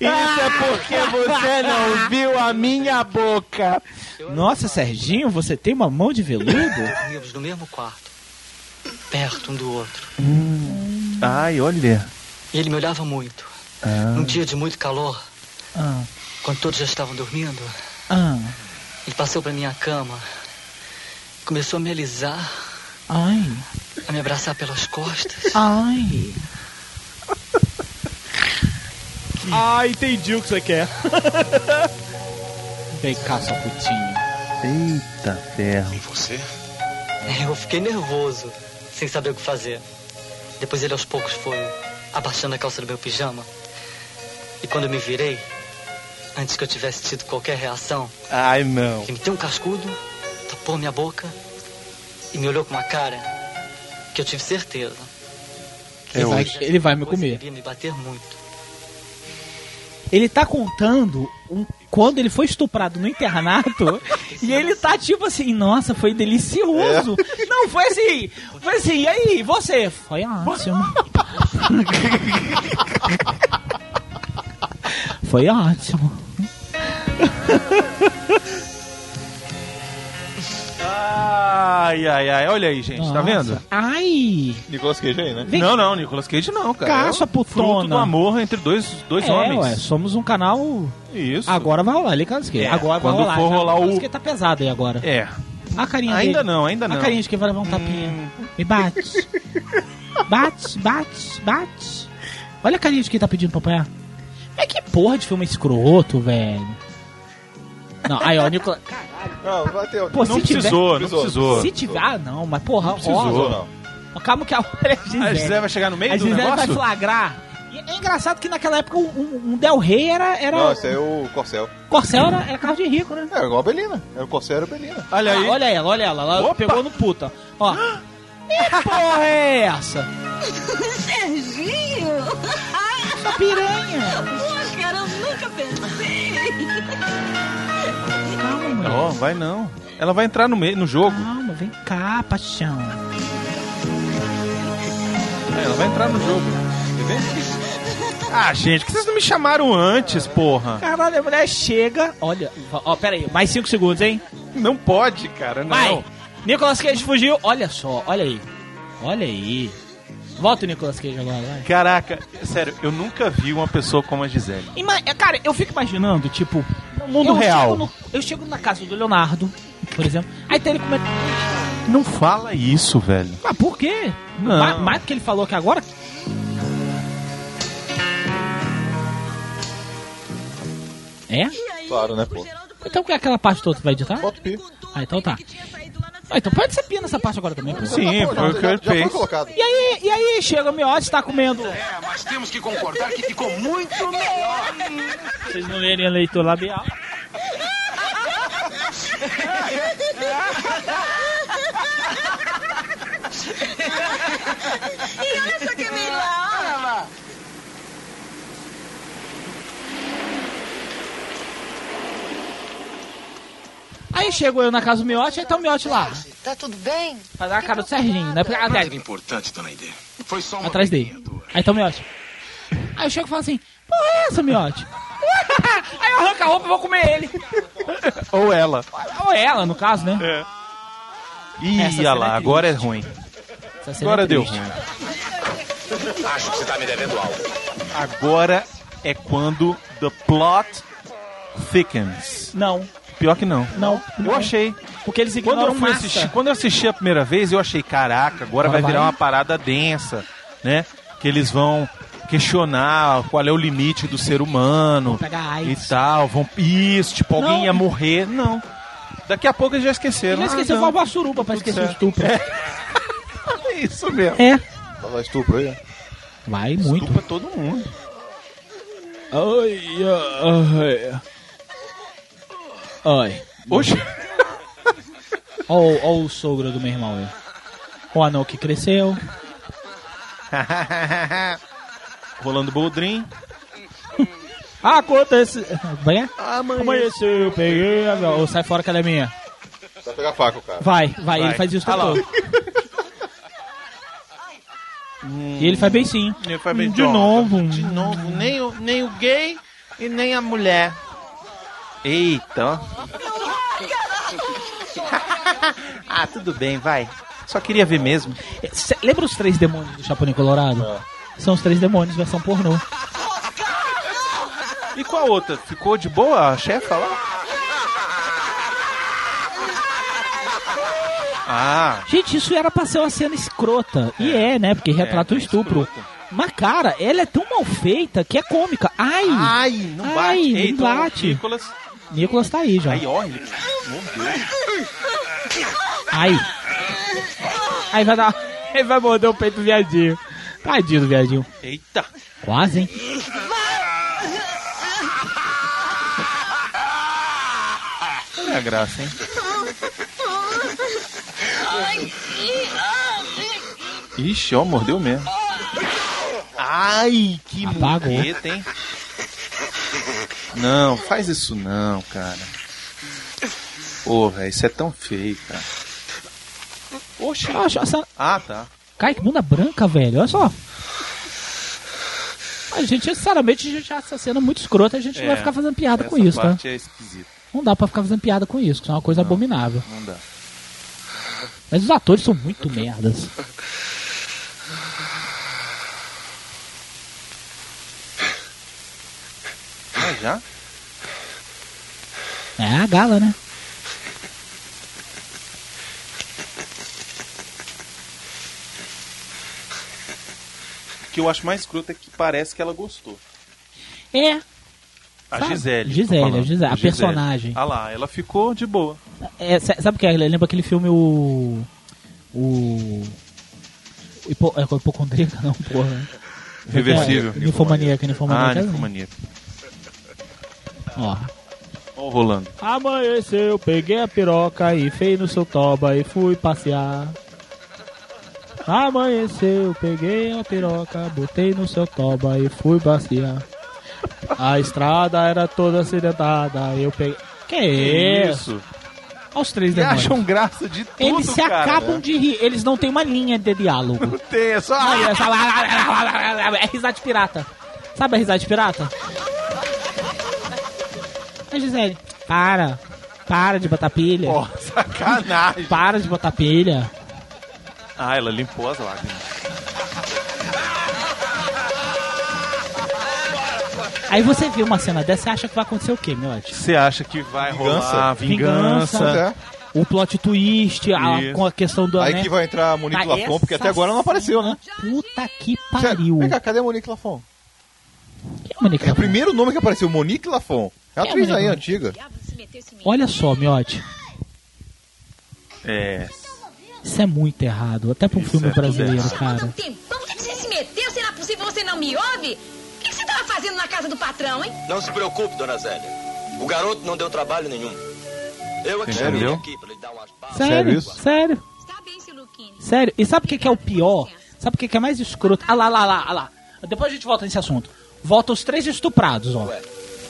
Isso é porque você não viu a minha boca.
Nossa, Serginho, você tem uma mão de veludo?
Amigos no mesmo quarto, perto um do outro.
Ai, olha.
E ele me olhava muito.
Ah.
Num dia de muito calor,
Ah,
quando todos já estavam dormindo,
ah,
ele passou pra minha cama, começou a me alisar,
ai,
a me abraçar pelas costas.
ai. Ah, entendi o que você quer. Vem cá, sua putinha.
Eita ferro.
Você?
Eu fiquei nervoso, sem saber o que fazer. Depois ele aos poucos foi abaixando a calça do meu pijama. E quando eu me virei, antes que eu tivesse tido qualquer reação,
Ai, não.
ele me deu um cascudo, tapou minha boca e me olhou com uma cara que eu tive certeza. que
Ele vai-
já-
ele vai me comer.
Ele iria me bater muito.
Ele tá contando um- quando ele foi estuprado no internato e ele tá tipo assim, nossa, foi delicioso. Não, foi assim, foi assim, e aí, você? Foi ótimo. foi ótimo.
Ai, ai, ai. Olha aí, gente. Tá
Nossa.
vendo?
Ai!
Nicolas Cage aí, né?
Vem-
Não, não, Nicolas Cage não, cara.
Cá,
É o
sua putona.
Fruto do amor entre dois, dois
é,
homens.
ué, somos um canal.
Isso.
Agora vai rolar, ele casque.
É,
Agora
quando
vai rolar.
for
já.
rolar o-
Porque tá pesado aí agora.
É.
A carinha
Ainda
dele.
não, ainda
A
Tá não. Hum.
carinha de quem vai levar um tapinha. Me bate. bate, bate, bate. Olha a carinha de quem tá pedindo pra apanhar. É que porra de filme escroto, velho. Não, aí ó, Nicolas.
Não, bateu.
Pô,
Não
se tiver-
precisou, não precisou.
Se tiver, ah, não, mas porra, não
precisou,
Calma que a hora é Gisele.
A Ah, Gisele vai chegar no meio
A
do
Gisele vai
negócio?
flagrar. E é engraçado que naquela época um, um Del Rey era. era
Não, esse é o Corcel.
Corcel era, era carro de rico, né?
É, igual a Belina. Era o Corcel era a Belina.
Olha aí. olha ela, olha ela. Ela pegou no puta. Ó. que porra é essa?
Serginho!
Essa piranha!
Pô, cara, eu nunca pensei!
Ó, vai não. Ela vai entrar no meio, no jogo.
Calma, vem cá, paixão.
É, ela vai entrar no jogo. Quer ver? Ah, gente, por que vocês não me chamaram antes, porra?
Caralho, a mulher chega. Olha, ó, pera aí, mais 5 segundos, hein?
Não pode, cara, não.
Vai! Nicolas Cage fugiu, olha só, olha aí. Olha aí. Volta o Nicolas Cage agora, vai.
Caraca, sério, eu nunca vi uma pessoa como a Gisele.
Ima- é, cara, eu fico imaginando, tipo, no
mundo
eu
real.
chego no- eu chego na casa do Leonardo, por exemplo. Aí tem ele comendo.
Não fala isso, velho.
Mas por quê?
Não.
Ma- mais do que ele falou aqui agora? É?
Claro, né, pô?
Então o que é aquela parte toda que vai editar?
Bota o pi.
Ah, então tá. Ah, então pode ser pia nessa parte agora também, pô.
Sim, foi o que eu
Já foi
fez.
colocado.
E aí, e aí, chega o Miotti, tá comendo.
É, mas temos que concordar que ficou muito melhor.
Vocês não lerem a leitura labial.
E olha só que vem lá, ó.
Aí chego eu na casa do Miotti, aí tá o Miotti
Ah.
lá.
Tá tudo bem?
Pra dar a cara do Serginho, né? Porque-
Não
atrás-
era é importante, dona Aide. Foi só uma...
Atrás dele. Aí tá o Miotti. Aí eu chego e falo assim, porra é essa, Miotti? aí eu arranco a roupa e vou comer ele.
Ou ela.
Ou ela, no caso, né?
É.
Essa
Ih, olha
cena
lá,
é
agora é ruim.
Essa cena é
Agora deu
triste.
ruim.
Acho que você tá me devendo algo.
Agora é quando the plot thickens.
Não,
Pior que não.
não.
Eu achei.
Porque eles
Quando
ignoram
eu, fui
massa.
assistir, quando eu assisti a primeira vez, eu achei, caraca, agora
Agora
vai virar
vai.
uma parada densa, né? Que eles vão questionar qual é o limite do ser humano
pegar
e
AIDS.
tal. Vão, isso, tipo, alguém
Não.
ia morrer. Não. Daqui a pouco eles já esqueceram.
Já esqueceu,
Ah,
vou
não.
a suruba pra esquecer o estupro.
É isso mesmo.
É.
Tava estupro aí, né?
Vai muito.
Culpa todo mundo.
Ai, ai. Ai.
Oxe.
Olha o sogro do meu irmão aí. O anão que cresceu.
Rolando Boldrin.
Acontece. Amanhã? Ah, Amanheceu, peguei a. Ou sai fora que ela é minha.
Vai pegar faca, o cara.
Vai, vai, ele faz isso
Ah lá.
todo. E ele faz bem sim. Hum.
Ele faz bem-
De novo. um-
De novo. Nem o, nem o gay,
E nem a mulher.
Eita, ó. ah, tudo bem, vai. Só queria ver mesmo.
Cê lembra os três demônios do Chapolin Colorado? São os três demônios, versão pornô.
E qual outra? Ficou de boa a chefa lá? Ah.
Gente, isso era pra ser uma cena escrota. E é, né? Porque retrata o estupro. Mas, cara, ela é tão mal feita que é cômica. Ai!
Ai, não bate.
Ai, não
Eita,
bate.
Nicolas.
Nicolas tá aí já.
Aí, ó, ele... Meu Deus.
Ai. Aí vai dar. Aí vai morder o peito do viadinho. Tadinho do viadinho.
Eita.
Quase, hein?
É a graça, hein? Ixi, ó, mordeu mesmo. Ai, que
Apagou.
murreta, hein? Não, faz isso não, cara. Pô, velho, isso é tão feio, cara. Oxi.
Nossa, essa-
Ah, tá.
Cai, que bunda branca, velho. Olha só. A gente, sinceramente, a gente acha essa cena muito escrota. A gente não vai ficar fazendo piada com isso,
É, Essa
tá?
parte é esquisita.
Não dá pra ficar fazendo piada com isso, que isso é uma coisa abominável.
Não dá.
Mas os atores são muito merdas.
Ah, já?
É a gala, né?
O que eu acho mais escroto é que parece que ela gostou.
É.
A
Sabe?
Gisele. tô
Gisele,
falando.
a Gisele, a personagem.
Ah lá, ela ficou de boa.
É, sa- sabe o que é? Lembra aquele filme o. O. o hipo, é, o hipocondríaca, não, porra. né?
Reversível.
É, Ninfomaníaca,
Ah,
ninfomaníaca.
ninfomaníaca.
Ó.
Ó, o rolando.
Amanheceu, peguei a piroca e fei no seu toba e fui passear. Amanheceu, peguei a piroca, botei no seu toba e fui passear. A estrada era toda acidentada, eu peguei. Que isso? Olha os três
Eles
demônios.
acham graça de tudo,
É. Eles se
cara.
acabam de rir, eles não têm uma linha de diálogo.
Tem, é só...
Aí, é só- É risada de pirata. Sabe a risada de pirata? Aí, Gisele, para. Para de botar pilha.
Pô, sacanagem.
Para de botar pilha.
Ah, ela limpou as lágrimas.
Aí você vê uma cena dessa e acha que vai acontecer o quê, meu ótimo?
Você acha que vai rolar vingança?
O plot twist, a,
Isso.
com a questão do.
É. Aí
né?
que vai entrar a Monique
Mas
Lafon, porque até agora ela não
essa
apareceu, né?
Puta que pariu.
Vem cá, cadê a Monique Lafon?
Quem é a Monique
É o primeiro nome que apareceu, Monique Lafon. É
Quem é a
atriz aí,
Monique
antiga.
Olha só, Miotti,
É.
isso é muito errado, até pra um filme
é tudo
brasileiro,
errado.
cara.
um Tempão, por que que você se meteu? Será possível você não me ouve? O que que você tava fazendo na casa do patrão, hein?
Não se preocupe, dona Zélia. O garoto não deu trabalho nenhum. Eu aqui
Entendeu?
chamei ele aqui pra lhe dar umas balas.
Sério, sério.
Tá
Sério. E sabe o que, que é o pior? Sabe o que, que é mais escroto? Ah lá, lá, lá, ah lá. Depois a gente volta nesse assunto. Volta os três estuprados, ó.
Ué,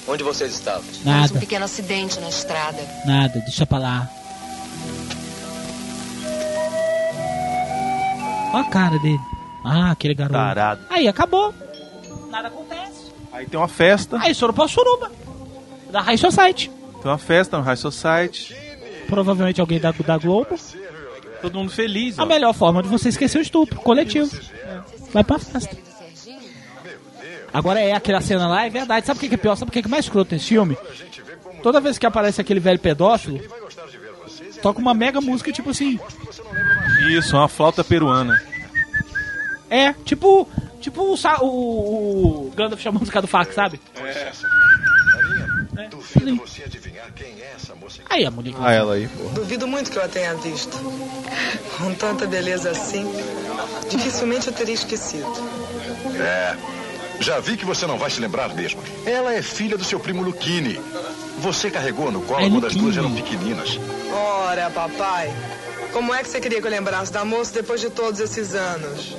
onde vocês estavam?
Tivemos um
Nada.
pequeno acidente na estrada.
Nada, deixa pra lá. Ó a cara dele. Ah, aquele garoto.
Tarado.
Aí, acabou. Nada acontece.
Aí tem uma festa.
Aí, Sorupau Suruba. Da High Society.
Tem uma festa no High Society.
Provavelmente alguém da, da Globo.
Todo mundo feliz,
A
ó.
melhor forma de você esquecer o estupro, coletivo. Vai pra festa. Agora é aquela cena lá, é verdade. Sabe o que que é pior? Sabe o que que é mais escroto nesse filme? Toda vez que aparece aquele velho pedófilo, toca uma mega música tipo assim.
Isso, uma flauta peruana.
É, tipo. Tipo o, sa- o, o Gandalf chamando música do fax, sabe? É. Duvido você adivinhar quem é essa moça. Aí a mulher.
Ah, ela aí, pô.
Duvido muito que eu a tenha visto. Com tanta beleza assim, dificilmente eu teria esquecido.
É. Já vi que você não vai se lembrar mesmo. Ela é filha do seu primo Luquini. Você carregou no colo quando as duas eram pequeninas.
Ora, papai, como é que você queria que eu lembrasse da moça depois de todos esses anos?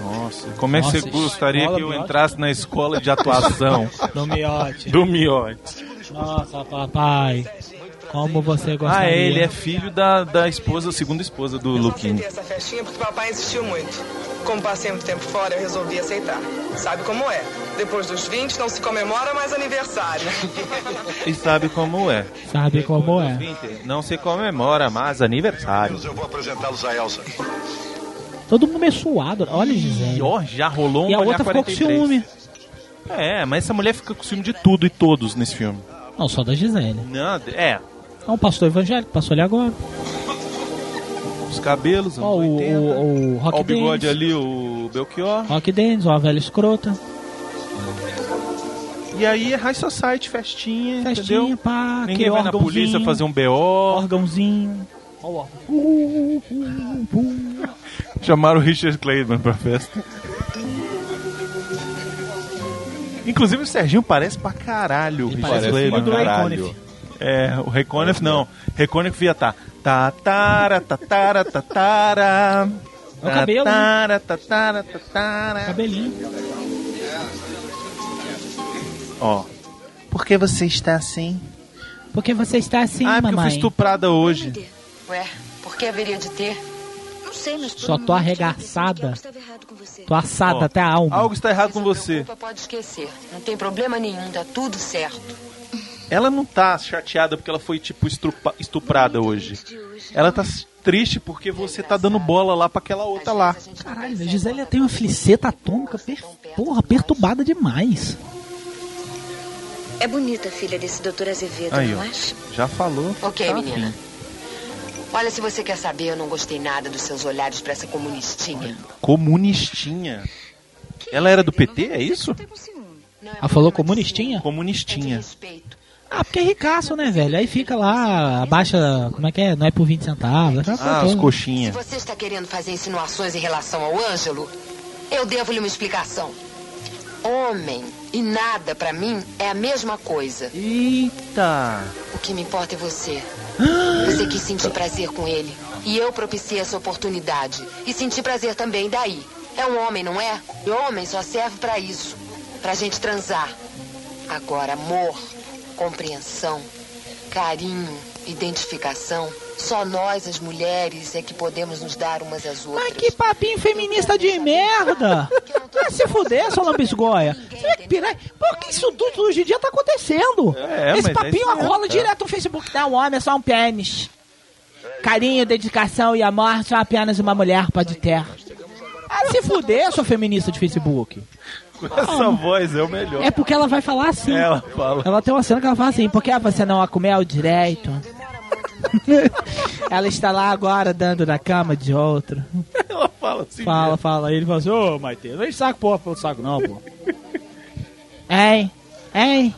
Nossa, como é que
Nossa,
você gostaria
escola
que eu
miote.
entrasse na escola de atuação
Do miote.
do miote?
Ah, Nossa, papai. Como você gostaria.
Ah, é, ele é filho da, da esposa, segunda esposa do
Eu só aceitei
Luquinho.
essa festinha porque papai insistiu muito. Como passei muito tempo fora, eu resolvi aceitar. Sabe como é? Depois dos 20 não se comemora mais aniversário.
E sabe como é.
Sabe como é.
Não se comemora mais aniversário.
Eu vou apresentá-los a Elsa.
Todo mundo meio suado. Olha, Gisele.
E ó, já rolou um
E a
olhar
outra ficou com
43.
ciúme.
É, mas essa mulher fica com ciúme de tudo e todos nesse filme.
Não, só da Gisele.
Não, é.
É um pastor evangélico, passou ali agora.
Os cabelos,
Ó, o, o, o Rock
Ó o bigode
Dennis.
ali, o Belchior.
Rock Dennis, uma velha escrota.
E aí é High Society, festinha,
Festinha,
entendeu?
pá,
Ninguém vai na polícia fazer um BO.
Órgãozinho.
Chamaram o Richard Clayman pra festa. Inclusive o Serginho parece pra caralho o Richard
parece
Clayman.
muito Caralho.
Caralho. É, o Reconif não. Reconif via tá. Tatara, tatara, tatara.
É o cabelo, né?
Tatara, tatara, tatara.
Cabelinho.
Ó. Por que você está assim?
Porque você está assim,
Ah, é porque eu fui
mamãe.
estuprada hoje.
Ué, por que haveria de ter?
Não sei, mas por
Só
um
tô
momento tive a
arregaçada.
impressão de que algo estava errado com você.
Tô assada
Ó,
até a alma.
Algo está errado com você.
Opa, pode esquecer. Não tem problema nenhum, tá tudo certo.
Ela não tá chateada porque ela foi, tipo, estrupa- estuprada hoje. Ela tá s- triste porque você tá dando bola lá pra aquela outra tá lá.
Caralho, a Gisele tem uma fliceta atômica, per... porra, perturbada demais. um-
É bonita a filha desse doutor Azevedo,
Aí,
não
ó.
acha?
Já falou.
Ok,
tá
menina.
afim.
Olha, se você quer saber, eu não gostei nada dos seus olhares pra essa comunistinha.
Comunistinha. Ela era do PT, é isso?
é
Ela falou comunistinha?
Comunistinha.
Ah, porque é ricaço, né, velho? Aí fica lá, abaixa, como é que é? Não é por 20 centavos. aquela coisa
Ah, as
toda.
Se
coxinhas.
você está querendo fazer insinuações em relação ao Ângelo, eu devo-lhe uma explicação. Homem e nada, pra mim, é a mesma coisa.
Eita!
O que me importa é você. Você quis sentir prazer com ele. E eu propiciei essa oportunidade. E senti prazer também daí. É um homem, não é? E homem só serve pra isso. Pra gente transar. Agora, amor, compreensão, carinho, identificação. Só nós, as mulheres, é que podemos nos dar umas às outras.
Mas que papinho feminista de merda! Vai se fuder, seu lambisgoia! Você vai pirar? Pô, que isso tudo hoje em dia tá acontecendo!
É, mas
Esse
é
papinho
isso mesmo,
rola
cara.
direto no Facebook. Não, homem, é só um pênis. Carinho, dedicação e amor só apenas uma mulher pode ter. Ah, se fuder, sua feminista de Facebook.
Com essa voz é o melhor.
É porque ela vai falar assim.
Ela fala.
Ela tem uma cena que ela fala assim, por que você não a comeu direito? ela está lá agora dando na cama de outro.
Ela fala assim.
um- Fala, fala. Aí ele fala assim, ô Maite, não enche saco, porra, pelo saco não, pô. Ei, ei.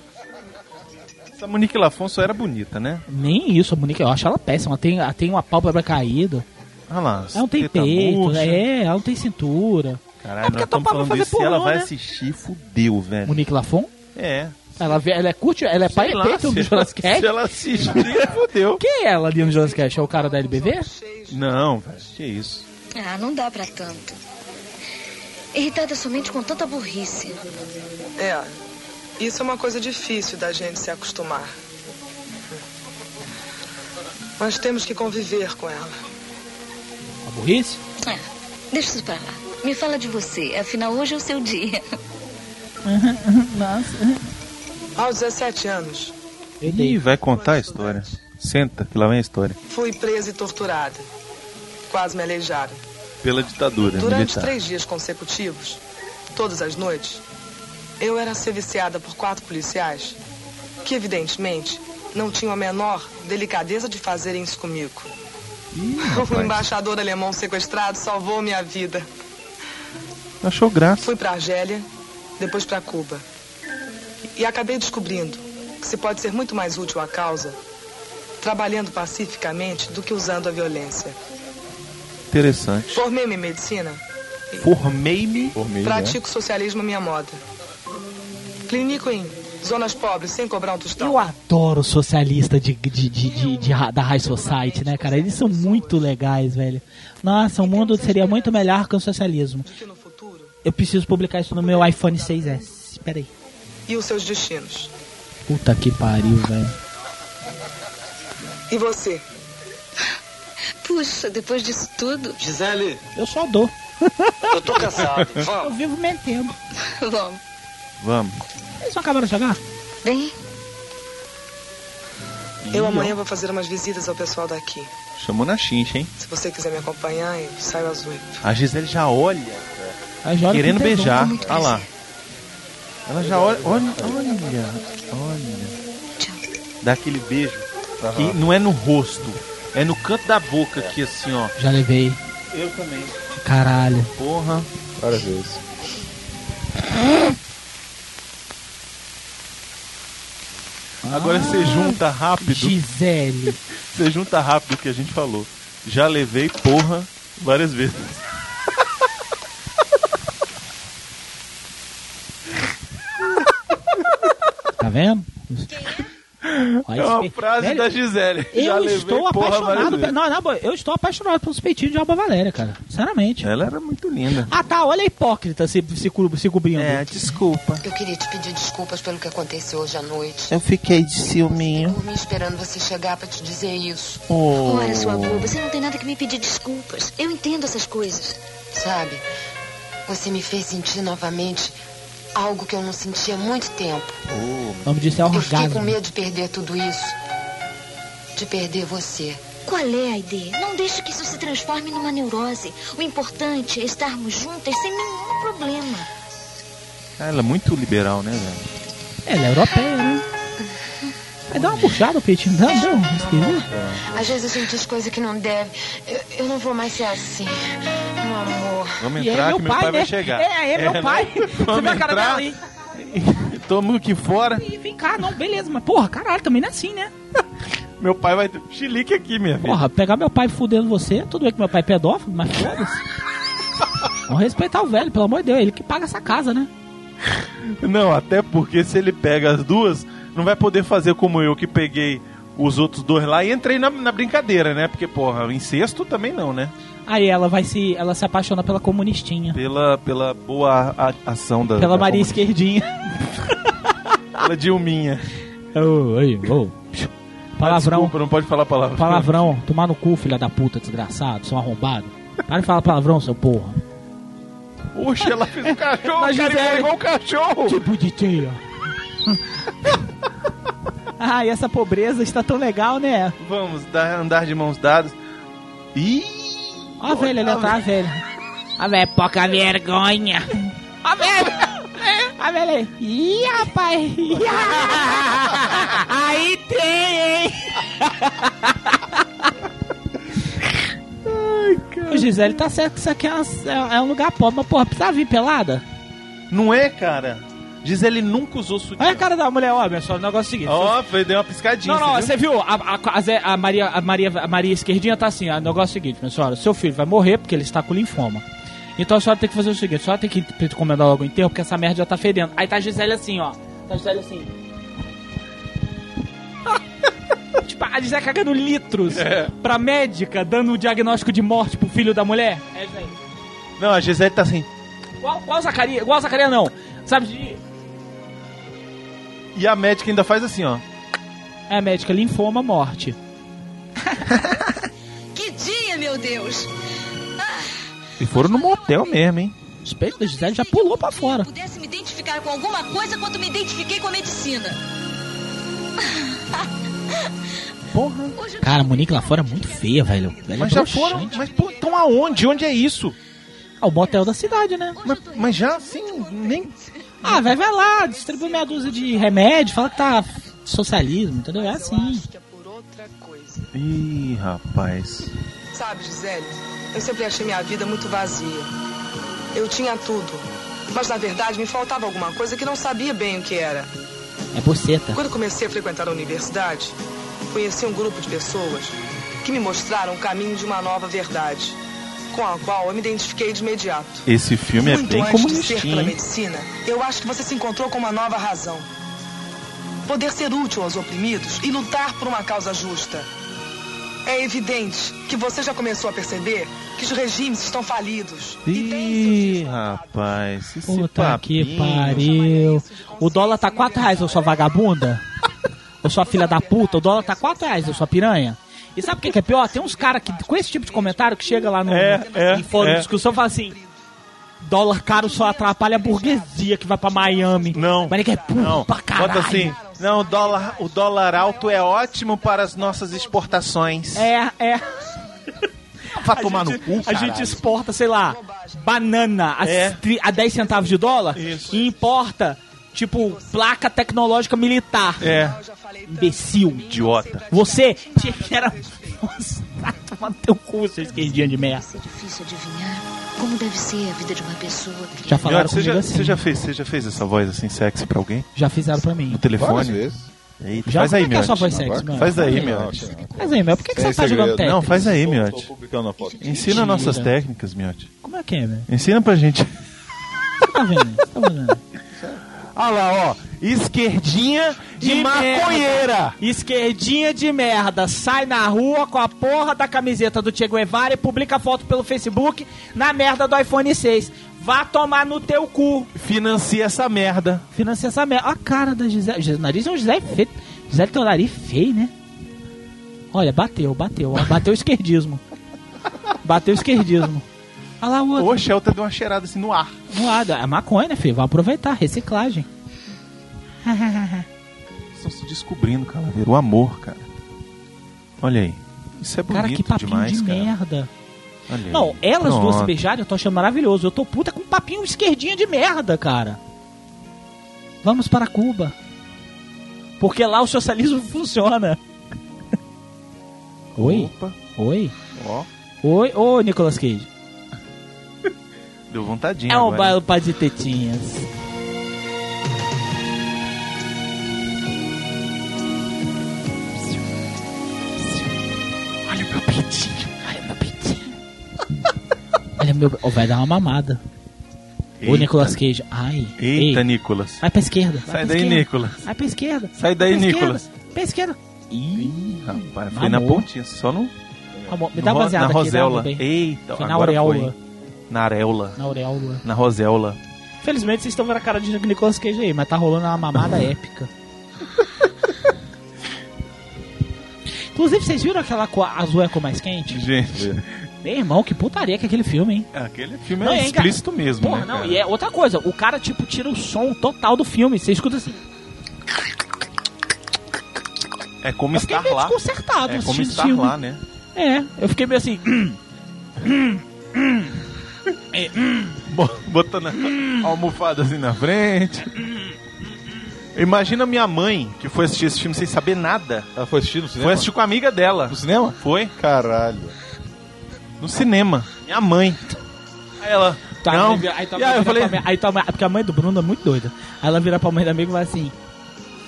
Essa Monique Lafonso era bonita, né?
Nem isso, a Monique, eu acho ela péssima. Ela tem, ela tem uma pálpebra caída.
Olha lá.
Ela não tem
teta
peito,
murcha.
é, ela não tem cintura. um É
Caralho,
porque
nós
eu tô
estamos
pra
falando
fazer
isso e ela
pornô,
vai
né?
assistir, fudeu, velho.
Monique Lafon?
É.
Ela, vê- ela é curte, ela é pai
Sei lá,
peito do
se
Jonas
ela-
Cash?
Se ela assistir, fudeu.
Quem é ela ali no Jonas Cash? É o cara da LBV?
Não, velho, que isso.
Ah, não dá pra tanto. Irritada somente com tanta burrice.
É, isso é uma coisa difícil da gente se acostumar. Mas temos que conviver com ela.
A burrice?
Ah, deixa isso pra lá. Me fala de você, afinal hoje é o seu dia.
Nossa.
Aos 17 anos,
Ih, vai contar a história. Senta, que lá vem a história.
fui presa e torturada. Quase me aleijaram.
Pela ditadura
Durante
É militar.
três dias consecutivos, todas as noites, eu era serviciada por quatro policiais que, evidentemente, não tinham a menor delicadeza de fazerem isso comigo. o embaixador alemão sequestrado salvou minha vida.
Achou graça.
Fui para Argélia, depois para Cuba. E acabei descobrindo que se pode ser muito mais útil à causa trabalhando pacificamente do que usando a violência.
Interessante.
Formei-me em medicina
Formei-me. é. Formei,
Pratico socialismo à minha moda. Clinico em zonas pobres, sem cobrar um tostão.
Eu adoro socialista de, de, de, de- de ra- da High Society, né, cara? Eles são muito legais, velho. Nossa, o mundo seria muito melhor com o socialismo. Eu preciso publicar isso no meu iPhone 6S. Pera aí.
E os seus destinos.
Puta que pariu, velho.
E você?
Puxa, depois disso tudo.
Eu só dou.
Eu tô cansado.
Eu vivo metendo.
Vamos.
Vamos.
Eles não acabaram de chegar?
Vem.
Eu amanhã vou fazer umas visitas ao pessoal daqui.
Chamou na chincha, hein?
Se você quiser me acompanhar, eu saio às oito.
A Gisele já olha.
Ela já olha
querendo
com tesão,
beijar.
com muito
Olha lá.
prazer.
Ela já olha. Olha, olha. olha. Dá aquele beijo. Que não é no rosto. É no canto da boca aqui, assim, ó.
Já levei.
Eu também.
Caralho.
Porra. Várias vezes. Agora você junta rápido.
Gisele.
Você junta rápido o que a gente falou. Já levei porra várias vezes.
Tá vendo?
É uma frase da Gisele.
Eu
Já levei
estou
porra várias
apaixonado.
vezes.
pe- Não, na boa, eu estou apaixonado pelos peitinhos de Alba Valéria, cara. Sinceramente.
Ela era muito linda.
Ah tá, olha a hipócrita se, se, cu- se cobrindo.
É, desculpa.
Eu queria te pedir desculpas pelo que aconteceu hoje à noite.
É.
Eu fiquei de ciúminho.
Dormi esperando você chegar pra te dizer isso.
Oh.
Ora, sua boba, você não tem nada que me pedir desculpas. Eu entendo essas coisas.
Sabe, você me fez sentir novamente algo que eu não sentia há muito tempo.
O nome disso é
Eu fiquei com
orgasmo.
medo de perder tudo isso. De perder você.
Qual é a ideia? Não deixe que isso se transforme numa neurose. O importante é estarmos juntas sem nenhum problema.
Ela é muito liberal, né, velho?
Ela é europeia, né? Vai dar uma puxada o peitinho dela, não? Esquisito.
Às vezes a gente diz coisa que não deve. Eu, eu não vou mais ser assim. Meu amor.
Vamos
E é
entrar
meu
que meu
pai,
pai vai
né?
chegar.
É, é meu
né?
pai. Você viu a cara dela aí?
Todo mundo aqui fora.
Ih, Vem cá, não, beleza, mas porra, caralho, também não é assim, né?
Meu pai vai ter um chilique aqui, minha filha.
Porra, pegar meu pai fudendo você, tudo bem que meu pai é pedófilo, mas foda-se. Vamos respeitar o velho, pelo amor de Deus, ele que paga essa casa, né?
Não, até porque se ele pega as duas, não vai poder fazer como eu que peguei os outros dois lá e entrei na, na brincadeira, né? Porque, porra, incesto também não, né?
Aí ela vai se. Ela se apaixona pela comunistinha.
Pela, pela boa a- ação da.
Pela
da
Maria
comunidade.
Esquerdinha.
Pela Dilminha.
Ô, Oi, ô. Palavrão.
Desculpa, não pode falar palavrão.
Palavrão, tomar no cu, filha da puta, desgraçado, seu arrombado. Para de falar palavrão, seu porra.
Oxe, ela fez um cachorro,
Mas,
cara,
Gisele-
ele igual um cachorro.
Que bonitinho. ah, e essa pobreza está tão legal, né?
Vamos dar, andar de mãos dadas. Ih!
Ó a velha ali atrás, a velha. A velha é pouca vergonha. A velha. A velha aí. Ih, rapaz. Ih, ah. Aí tem, hein? O Gisele tá certo que isso aqui é, uma- é- é um lugar pobre, mas porra, precisa vir pelada?
Não é, cara? Gisele nunca usou sutiã.
Olha a cara da mulher, ó, só o negócio é o seguinte.
Ó, foi, deu uma piscadinha.
Não, não,
você
você viu? A, a- a Zé- a Maria, a, Maria, a Maria Esquerdinha tá assim, ó, o negócio é o seguinte, minha senhora, seu filho vai morrer porque ele está com linfoma. Então a senhora tem que fazer o seguinte, a senhora tem que encomendar logo o enterro porque essa merda já tá fedendo. Aí tá a Gisele assim, ó. Tá a Gisele assim. tipo, a Gisele cagando litros pra médica dando o diagnóstico de morte pro filho da mulher. É isso aí.
viu? Não, a Gisele tá assim.
Igual, igual Zacaria, igual Zacaria não. Sabe de...
E a médica ainda faz assim, ó.
É médica, linfoma, morte.
Que dia, meu Deus! Ah,
E foram no motel mesmo, hein?
Os peitos da Gisele já pulou pra fora.
Pudesse me identificar com alguma coisa quanto me identifiquei com a medicina.
Porra. Cara, a Monique lá fora é muito feia, velho. Ela é
Mas já
broxante.
foram. Mas pô, então aonde? Onde é isso?
Ah, o motel da cidade, né?
Mas, mas já assim, nem.
Ah, vai, vai lá, distribui meia dúzia de remédio, fala que tá socialismo, entendeu? É assim.
Ih, rapaz.
Sabe, Gisele, eu sempre achei minha vida muito vazia. Eu tinha tudo, mas na verdade me faltava alguma coisa que não sabia bem o que era.
É boceta.
Quando comecei a frequentar a universidade, conheci um grupo de pessoas que me mostraram o caminho de uma nova verdade, com a qual eu me identifiquei de imediato.
Esse filme
Muito
é bem
antes de ser
comunistinho,
pela
hein?
medicina, eu acho que você se encontrou com uma nova razão. Poder ser útil aos oprimidos e lutar por uma causa justa. É evidente que você já começou a perceber que os regimes estão falidos.
Ih, rapaz. Esse
Puta que
papinho.
pariu. O dólar tá 4 reais, eu sou vagabunda? Eu sou a filha da puta, o dólar tá 4 reais, eu sou a piranha? E sabe o que que é pior? Tem uns caras que, com esse tipo de comentário que chega lá no,
É, é,
em fórum
é.
de discussão e fala assim: Dólar caro só atrapalha a burguesia que vai pra Miami.
Não.
Mas ele quer pum
Não,
pra caralho.
bota assim. Não, o dólar, o dólar alto é ótimo para as nossas exportações.
É, é.
Vai
A
tomar
gente-
no cu,
A
caralho. É.
gente exporta, sei lá, banana a, tri- a 10 centavos de dólar e importa, tipo, placa tecnológica militar.
É.
Imbecil.
Idiota.
Você tinha que era. Nossa, vai tomar teu cu, seu esquerdinha de merda.
Difícil adivinhar como deve ser a vida de uma pessoa que
Já falaram
você,
comigo
já,
assim.
você já fez, você já fez essa voz assim sexy pra alguém?
Já fizeram pra mim.
No telefone?
Várias vezes.
Eita,
Já,
faz
como
aí,
é que é
meu.
a sua voz sexy, mano?
Faz aí,
Fala aí,
meu.
Mas aí, meu, por que, que você
Sem
não tá jogando
É segredo.
Tetris?
Não, faz aí, meu.
publicando a foto.
Ensina nossas
Mentira.
técnicas, Miote.
Como é que é, velho?
Ensina pra gente.
Você tá vendo? Você tá vendo?
Olha lá, ó. Esquerdinha
de merda. Esquerdinha de merda. Sai na rua com a porra da camiseta do Che Guevara e publica foto pelo Facebook na merda do iPhone 6. Vá tomar no teu cu.
Financia essa merda.
Financia essa merda. Olha a cara da Gisele. Gisele- O nariz é um Gisele feio. Gisele tem um nariz feio, né? Olha, bateu, bateu. ó, Bateu o esquerdismo. Bateu o esquerdismo. Olha lá o outro.
O Shelter deu uma cheirada assim no ar.
Voado. É maconha, né, filho? Vai aproveitar. Reciclagem.
Estão se descobrindo, Calaveira. O amor, cara. Olha aí. Isso é bonito
Cara, que papinho
demais,
de
cara.
merda.
Olha aí.
Não, elas duas se
Pronto.
beijarem eu tô achando maravilhoso. Eu tô puta com um papinho esquerdinha de merda, cara. Vamos para Cuba. Porque lá o socialismo funciona. Oi?
Opa.
Oi?
Ó.
Oi, ô Nicolas Cage.
Deu vontadinha
É um
agora. hein?
baile pra de tetinhas. Olha o meu peitinho. Olha o meu peitinho. Olha meu... Ô, vai dar uma mamada. Ô,
Eita.
Nicolas Cage. Ai.
Eita,
ei.
Nicolas.
Vai pra esquerda. vai
Sai
pra
daí,
esquerda.
Nicolas.
Vai pra esquerda.
Sai daí,
Pra esquerda,
Nicolas.
Pra esquerda.
Ih, rapaz, foi na
Mamou.
pontinha, só no.
Amor, me
no
dá
ro-
baseada
Na
aqui, dá,
Roséola.
meu bem.
Eita,
Foi na
agora
auréola.
foi. Na areola.
Na auréola.
Na roséola.
Felizmente vocês estão vendo a cara de Nicolas Cage aí, mas tá rolando uma mamada épica. Inclusive, vocês viram aquela co- azul é com mais quente?
Gente,
Meu irmão, que putaria que é aquele filme, hein?
aquele filme
Não,
é
hein, cara?
explícito mesmo,
Porra,
né?
não,
cara?
e é outra coisa, o cara, tipo, tira o som total do filme, você escuta assim.
É como
Eu fiquei
estar
meio
lá.
desconcertado
É como
assistindo
estar
filme.
lá, né?
É, eu fiquei meio assim. hum, hum, hum. É, hum.
Bo- Botando a almofada assim na frente. Imagina minha mãe, que foi assistir esse filme sem saber nada.
Ela foi assistir no cinema?
Foi assistir com a amiga dela. No cinema? Foi. Caralho. No cinema. Minha mãe. Aí ela...
Tua
não.
mãe vira- Tá, aí tua
e
mãe
aí tá eu
vira
falei...
pra mãe- aí tua mãe- porque a mãe do Bruno é muito doida. Aí ela vira pra mãe da amiga e fala assim: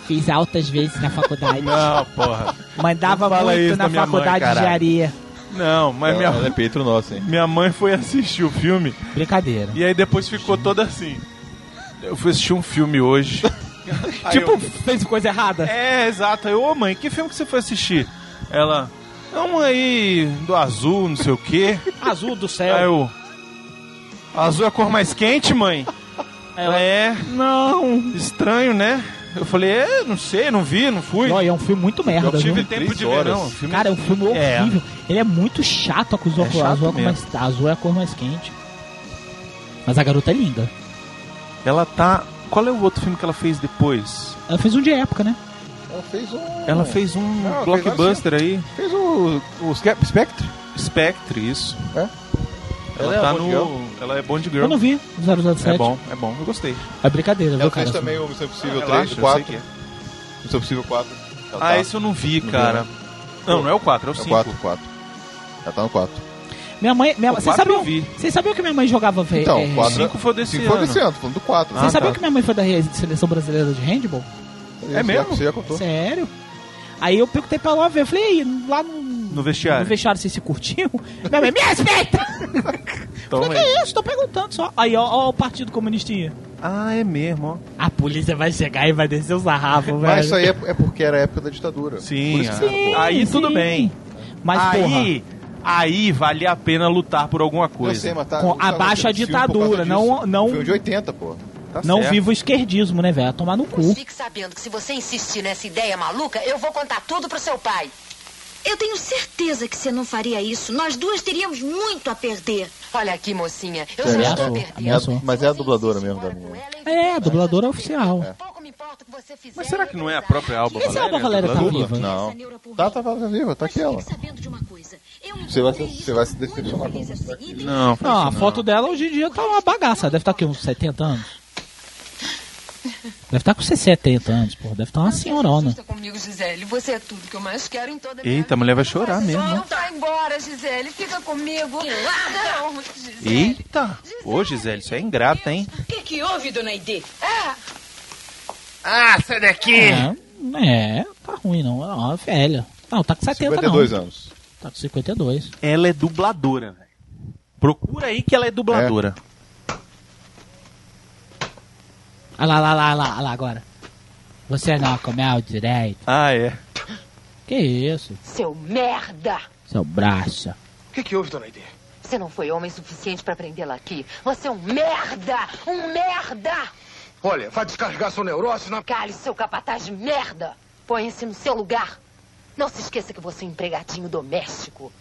Fiz altas vezes na faculdade.
Não, porra.
Mandava
Não fala
muito
isso
na
da minha mãe,
faculdade de
caralho.
engenharia.
Não, mas minha...
Ela é peito nosso, hein?
minha mãe foi assistir o filme.
Brincadeira.
E aí depois ficou toda assim. Eu fui assistir um filme hoje.
tipo,
um
fez coisa errada.
É, exato. Aí, ô mãe, que filme que você foi assistir? Ela, é um aí do azul, não sei o quê.
Azul do céu.
Aí eu, azul é a cor mais quente, mãe? Ela, é. Não. Estranho, né? Eu falei, é, não sei, não vi, não fui.
Olha, é um filme muito merda,
Eu tive
viu?
tempo de ver,
horas.
não. O filme-
Cara, é um filme
É.
horrível. Ele é muito chato com os óculos.
chato
azul, é a cor
mesmo.
mais, azul é a cor mais quente. Mas a garota é linda.
Ela tá... Qual é o outro filme que ela fez depois?
Ela fez um de época, né?
Ela fez um.
Ela fez um
Ela fez
blockbuster aí.
Fez o. o Spe- Spectre?
Spectre, isso.
É?
Ela,
Ela é
tá
Bond
no...
Girl?
Ela é Bond Girl.
Eu não vi 007.
É bom, é bom. Eu gostei.
É brincadeira,
Ela
viu,
fez
cara?
também o Missão Impossível
Ah,
3,
relaxa,
o
eu
4.
sei que é.
Missão Impossível 4. Ela
Ah,
tá-
esse eu não vi,
Não vi,
cara.
né?
Não, não é o 4, é
É
o 5.
o 4, 4. Ela tá no 4.
Minha mãe. Minha,
O
vocês,
quatro
sabiam,
eu vi.
vocês sabiam que minha mãe jogava ve-
Então,
é,
o 4.
cinco foi desse
Cinco foi
ano.
desse ano, tô falando do Ah, tá. 4.
Ah,
Vocês
tá.
sabiam que minha mãe foi da re- seleção brasileira de handball?
É
mesmo?
Você já contou.
Sério? Aí eu perguntei pra ela, eu falei, "E aí, lá no,
No vestiário.
no vestiário vocês se curtiam? Minha mãe, me respeita!
Então,
Falei,
é-
que isso? Tô perguntando só. Aí, ó, ó o Partido Comunistinha.
Ah, é mesmo, ó.
A polícia vai chegar e vai descer os sarrafos, velho.
Mas isso aí é, é porque era a época da ditadura. Por
Sim,
isso que
ah,
você contou.
aí
sim.
tudo bem.
Mas,
aí, aí vale a pena lutar por alguma
Eu
coisa.
sei, mas tá,
Com-
não tá
abaixa a
acontecendo filme por
ditadura,
causa
não-
disso.
não-
Filme de 80, pô.
Tá
Não
certo.
viva o esquerdismo, né, velho? Vai Tomar no cu.
Fique sabendo que se você insistir nessa ideia maluca, eu vou contar tudo pro seu pai.
Eu tenho certeza que você não faria isso. Nós duas teríamos muito a perder.
Olha aqui, mocinha. Eu já estou
Ameaçou,
perdida.
ameaçou. Mas é a dubladora mesmo da minha.
É, a dubladora oficial.
Mas será que não é a própria Alba
Esse é a Alba
Valéria
Valéria tá
Dubla?
viva.
Não. Tá, tá, tá viva, tá aqui ela. Você vai, se- você vai se decepcionar com isso daqui.
Não,
Não, a foto dela hoje em dia tá uma bagaça. Deve estar tá, aqui uns 70 anos. Deve estar com 70 anos, porra. Deve estar uma senhorona.
Comigo, Gisele. Você é tudo que eu mais quero em toda a minha
Eita, a mulher vai chorar mesmo.
vida.
ó.
Não vai embora, Gisele. Fica comigo. Não, Gisele.
Eita! Ô, Gisele, isso é ingrato, hein?
O que, que houve, dona Aide?
Ah, sai daqui!
É, é, tá ruim não. É uma velha. Não, tá com 70
52
não.
anos.
Tá com 52.
Ela é dubladora, velho. Procura aí que ela é dubladora.
Olha lá, lá, lá, lá, lá, agora. Você não comeu direito.
Ah, é.
Que isso,
Seu merda!
seu braço.
O que, houve, dona Aide? Você não foi homem suficiente pra prendê-la aqui. Você é um merda! Um merda!
Olha, vai descarregar seu neurose na...
Cale seu capataz de merda! Põe-se no seu lugar. Não se esqueça que você é um empregadinho doméstico.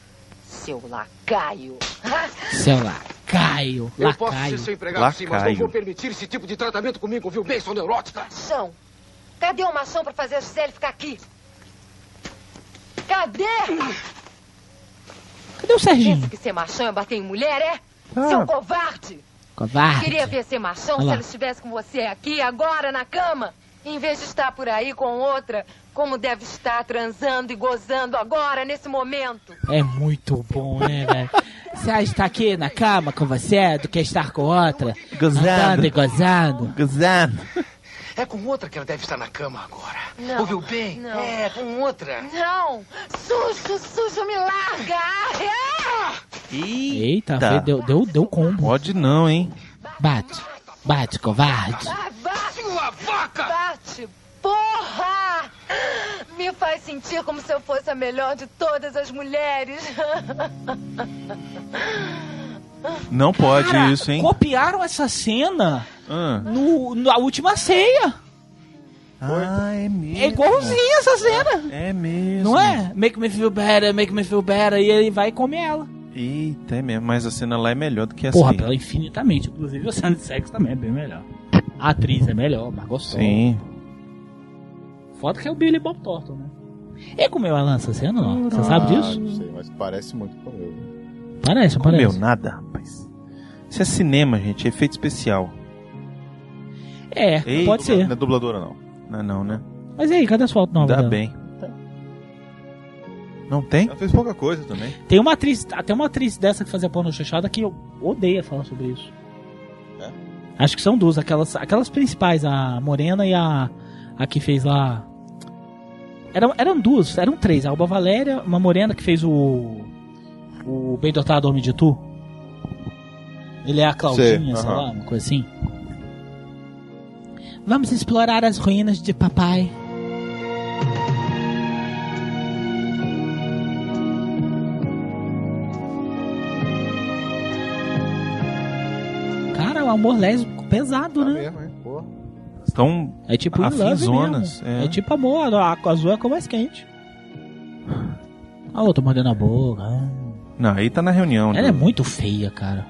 Seu lacaio. Ah!
Seu lacaio,
Eu posso ser
lacaio.
seu empregado, sim, mas não vou permitir esse tipo de tratamento comigo, viu bem, sou neurótica?
Machão! Cadê o machão pra fazer a Gisele ficar aqui? Cadê?
Cadê o Serginho?
Que ser machão é bater em mulher, é?
Ah.
Seu covarde!
Covarde.
Queria ver ser machão
Olha
se
lá.
ela estivesse com você aqui, agora, na cama. Em vez de estar por aí com outra, como deve estar transando e gozando agora, nesse momento.
É muito bom, né, velho? Você está aqui na cama com você do que estar com outra.
Gozando.
Andando e gozando.
Gozando.
É com outra que ela deve estar na cama agora.
Não.
Ouviu bem?
Não.
É, com outra.
Não! Sujo, sujo, me larga! Ah!
Eita, foi- deu, deu, deu combo.
Pode não, hein?
Bate, bate, covarde.
Ah, bate! Sua vaca! Bate! Porra! Me faz sentir como se eu fosse a melhor de todas as mulheres.
Não pode
Cara,
isso, hein?
Copiaram essa cena
Ah.
no, na última ceia.
Ah, é mesmo.
É igualzinha essa cena.
É mesmo.
Não é? Make me feel better, make me feel better. E ele vai e come ela.
Eita, é mesmo. Mas a cena lá é melhor do que essa.
Porra,
aí.
pela infinitamente. Inclusive, a cena de sexo também é bem melhor. A atriz é melhor, Margot Robbie.
Sim.
Foda que é o Billy Bob Thornton, né? Ele comeu a lança essa cena, não? Você sabe disso?
Ah, Não sei, mas parece muito com eu.
Parece,
Comeu
parece.
nada, rapaz. Isso é cinema, gente. É efeito especial.
É,
Ei,
pode ser.
Não é dubladora, não.
Não, é não, né?
Mas e aí, cadê as fotos novas?
Dá
dela?
bem. Não tem?
Ela fez pouca coisa também.
Tem uma atriz, até uma atriz dessa que fazia porno chanchada que eu odeia falar sobre isso. Acho que são duas, aquelas, aquelas principais, a Morena e a, a que fez lá. Eram, eram duas, eram três. A Alba Valéria, uma Morena que fez o. O Bem Dotado Homem de Tu. Ele é a Claudinha,
Sei,
sei
aham.
lá, uma coisa assim. Vamos explorar as ruínas de papai. Cara, o amor lésbico
Tá
pesado, né?
Estão
É tipo in love
afinzonas.
mesmo. É. tipo amor, a água azul é a cor mais quente. Ah, eu tô mordendo a boca. ah.
Não, aí tá na reunião.
Ela é muito feia, cara.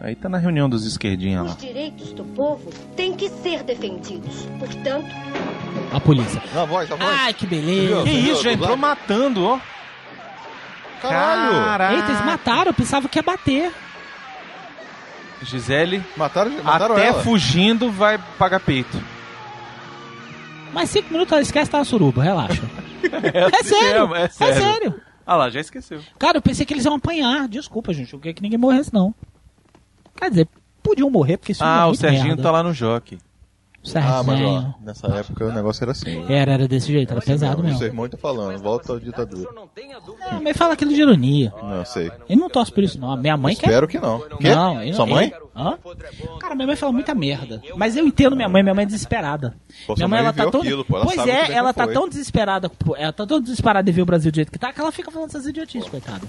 Aí tá na reunião dos esquerdinhos lá.
Os direitos do povo têm que ser defendidos. Portanto,
A polícia.
Na voz, na voz.
Ai, que beleza.
Que isso, já entrou matando, ó. Ah, Caralho.
Eita, eles mataram, eu pensava que ia bater.
Gisele.
Mataram,
mataram
até
ela.
fugindo vai pagar peito.
Mas cinco minutos, ela esquece tá na suruba, relaxa. É sério,
mesmo,
é
sério.
sério. um
Ah lá, já esqueceu.
Cara, eu pensei que eles iam apanhar. Desculpa, gente. Eu queria que ninguém morresse, não. Quer dizer, podiam morrer, porque isso é
ah, o
muito
Serginho
merda.
tá lá no jockey.
Serginho.
Ah, mas ó, nessa época o negócio era assim.
Era, era desse jeito, era pesado
Seu
mesmo.
irmão tá falando, volta ao ditadura.
Ah, mas fala aquilo de ironia.
Não, sei.
Ele não torce por isso, não. A minha mãe quer.
Espero que não. Quê?
Não, eu-
Sua mãe?
eu- Hã? Cara, minha mãe fala muita merda. Mas eu entendo minha mãe, minha mãe é desesperada.
Pô,
minha
sua
mãe,
mãe
ela tá
viveu
tão.
aquilo, pô, ela
pois
sabe muito
é,
bem
ela
como
tá
foi.
tão desesperada. pô, Ela tá tão desesperada de ver o Brasil do jeito que tá, que ela fica falando essas idiotices, coitada.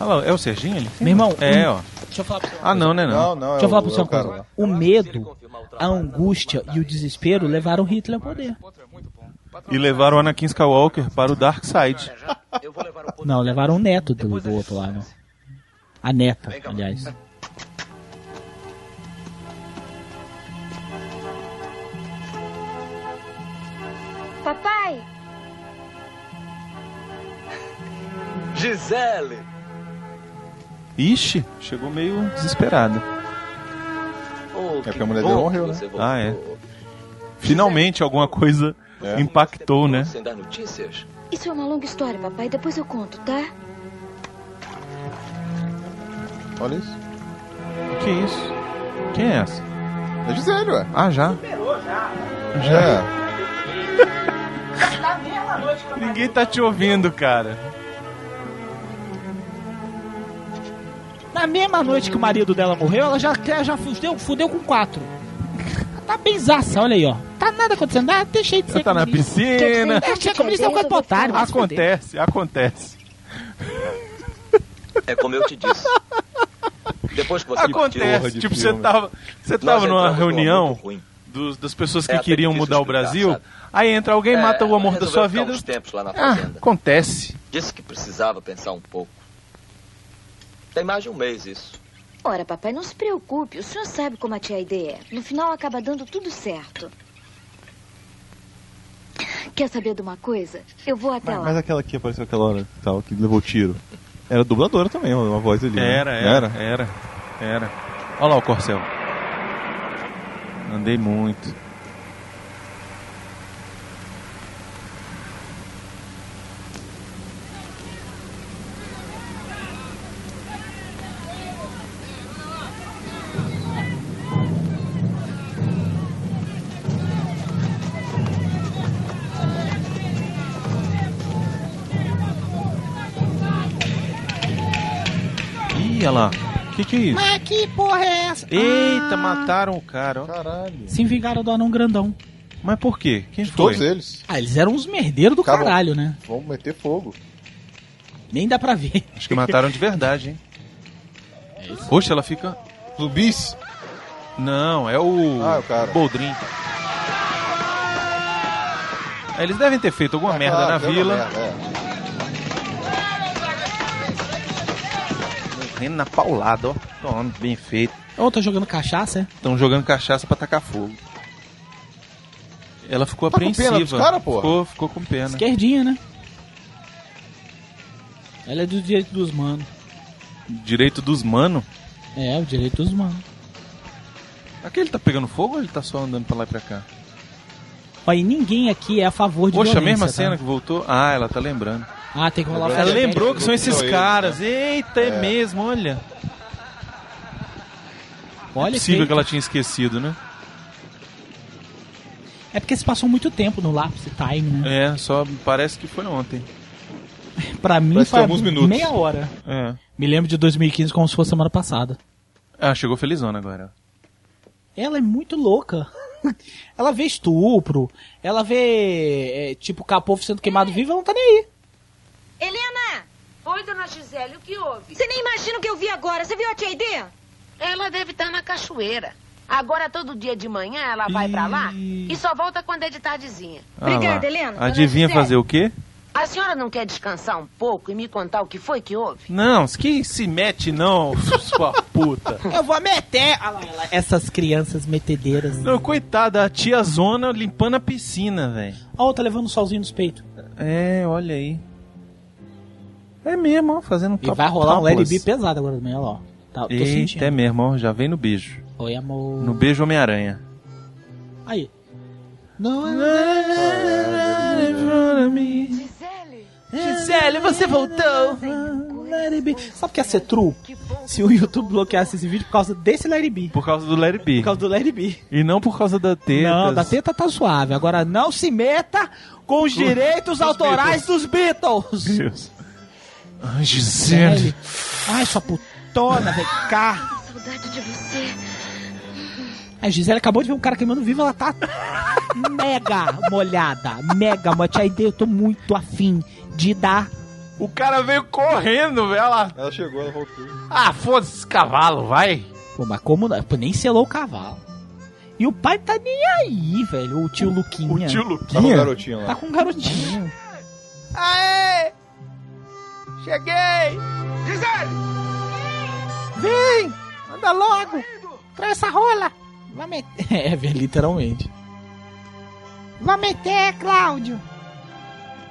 Ah lá, é o Serginho ali?
Meu irmão,
É,
um-
ó.
Deixa eu falar pra você.
Ah, não, né, não.
Não,
é
Deixa eu falar pra você uma coisa. O medo, a angústia e o desespero levaram Hitler ao poder.
E levaram o Anakin Skywalker para o Dark Side.
Não, levaram o neto do, do outro lá, não. A neta, aliás.
Papai,
Gisele!
Ixi, chegou meio desesperado.
Oh, que
porque a mulher
bom
dele morreu,
que
né?
você voltou.
Ah, é. Finalmente alguma coisa
É.
impactou, né?
Sem dar notícias?
Isso é uma longa história, papai. Depois eu conto, tá?
Olha isso.
Que isso? Quem é essa?
É Gisele, ué. É.
Ah, já?
Já.
Ninguém tá te ouvindo, cara.
Na mesma noite que o marido dela morreu, ela já, já fudeu, fudeu com quatro. Tá benzaça, olha aí, ó. Tá nada acontecendo. Ah, deixei de ser.
Tá na
comunista.
piscina.
É, ser comunista é uma coisa pra otário, vai se fuder.
Acontece, acontece.
É como eu te disse. Depois que você
Acontece. Tipo, você tava, você tava numa reunião dos- das pessoas que
É até
queriam
difícil
mudar o
explicar,
Brasil.
sabe?
Aí entra alguém,
É,
mata o amor
ela
da sua
resolveu ficar
vida.
uns tempos lá na
Ah,
fazenda.
acontece.
Disse que precisava pensar um pouco. Tem mais de um mês isso.
Ora, papai, não se preocupe. O senhor sabe como a tia Aide é. No final acaba dando tudo certo. Quer saber de uma coisa? Eu vou até
Mas,
lá.
mas aquela que apareceu aquela hora que tal, que levou tiro. Era dubladora também, uma voz ali. né?
Era, era, era, era. Olha lá o corcel. Andei muito. Ih, olha lá. Que que é isso?
Mas que porra é essa?
Eita,
Ah,
mataram o cara. Caralho.
Se vingaram do anão grandão.
Mas por quê? Quem foi?
Todos eles.
Ah, eles eram uns merdeiros
Tá
do
Acabam.
caralho, né?
Vamos meter fogo.
Nem dá pra ver.
Acho que mataram de verdade, hein?
É
Poxa, ela fica. Zumbis? Não, é o.
Ah, é o cara.
Boldrin. Ah, Eles devem ter feito alguma merda
claro,
na
Ah, deu uma
vila.
merda, é.
Morrendo na paulada, ó. Toma, bem feito.
Ou tá jogando cachaça, é?
Estão jogando cachaça pra tacar fogo. Ela ficou
Tá com pena dos
apreensiva.
cara, porra?
Ficou, ficou com pena.
Esquerdinha, né? Ela é do direito dos manos.
Direito dos mano.
É, o direito dos manos.
Aquele tá pegando fogo ou ele tá só andando pra lá e pra cá?
Olha, e ninguém aqui é a favor de
Poxa, a
violência,
mesma
tá?
cena que voltou. Ah, ela tá lembrando.
Ah, tem que rolar
Ela
flashback.
lembrou que são esses caras. Eita, é,
É.
mesmo, olha.
Olha
é possível
que-
que ela tinha esquecido, né?
É porque se passou muito tempo no lapse time, né?
É, só parece que foi ontem.
Pra mim
É, Parece
foi
ter alguns minutos.
meia hora.
É.
Me lembro de 2015 como se fosse semana passada.
Ah, chegou felizona agora.
Ela é muito louca. ela vê estupro, ela vê, é, tipo, capofo sendo queimado vivo, ela não tá nem aí.
Helena! Oi, dona Gisele, o que houve?
Você nem imagina o que eu vi agora. Você viu a tia Aide?
Ela deve estar na cachoeira. Agora, todo dia de manhã, ela vai pra lá e só volta quando é de tardezinha.
Ah lá. Adivinha fazer o quê?
A senhora não quer descansar um pouco e me contar o que foi que houve?
Não, que se mete não, sua puta.
Eu vou meter. Ah lá, ela- Essas crianças metedeiras.
Não, coitada, a tia Zona limpando a piscina, velho.
Ó, tá levando um solzinho nos peitos.
É, olha aí. É mesmo, ó, fazendo
E
top-
vai rolar um
topless.
LB pesado agora também, olha lá. ó. Tá, tô
Eita,
sentindo.
é mesmo, ó, já vem no beijo.
Oi, amor.
No beijo Homem-Aranha.
Aí. Não é Gisele, você voltou! Sabe o que ia ser true? Se o YouTube bloqueasse esse vídeo por causa desse Larry B.
Por causa do Larry B. Por
causa do Larry B.
E não por causa da teta.
Não, da teta tá suave. Agora não se meta com os
Do-
direitos
dos
autorais dos Beatles.
Deus. Ai, Gisele.
Ai, sua putona, vem cá.
Saudade de você.
A Gisele acabou de ver um cara queimando vivo, ela tá mega molhada. Mega molhada. Tia Aide, eu tô muito afim de dar.
O cara veio correndo, velho. Ela...
ela chegou, ela voltou.
Ah, foda-se esse cavalo, vai.
Pô, mas como não? Pô, nem selou o cavalo. E o pai tá nem aí, velho. O tio Luquinha.
Tá
um
tio Luquinha? Tá com o garotinho lá.
Tá com o garotinho.
Aê!
Cheguei! Gisele! Vem! Anda logo! Traz essa rola! Vai meter,
É, velho, literalmente.
vai meter Cláudio!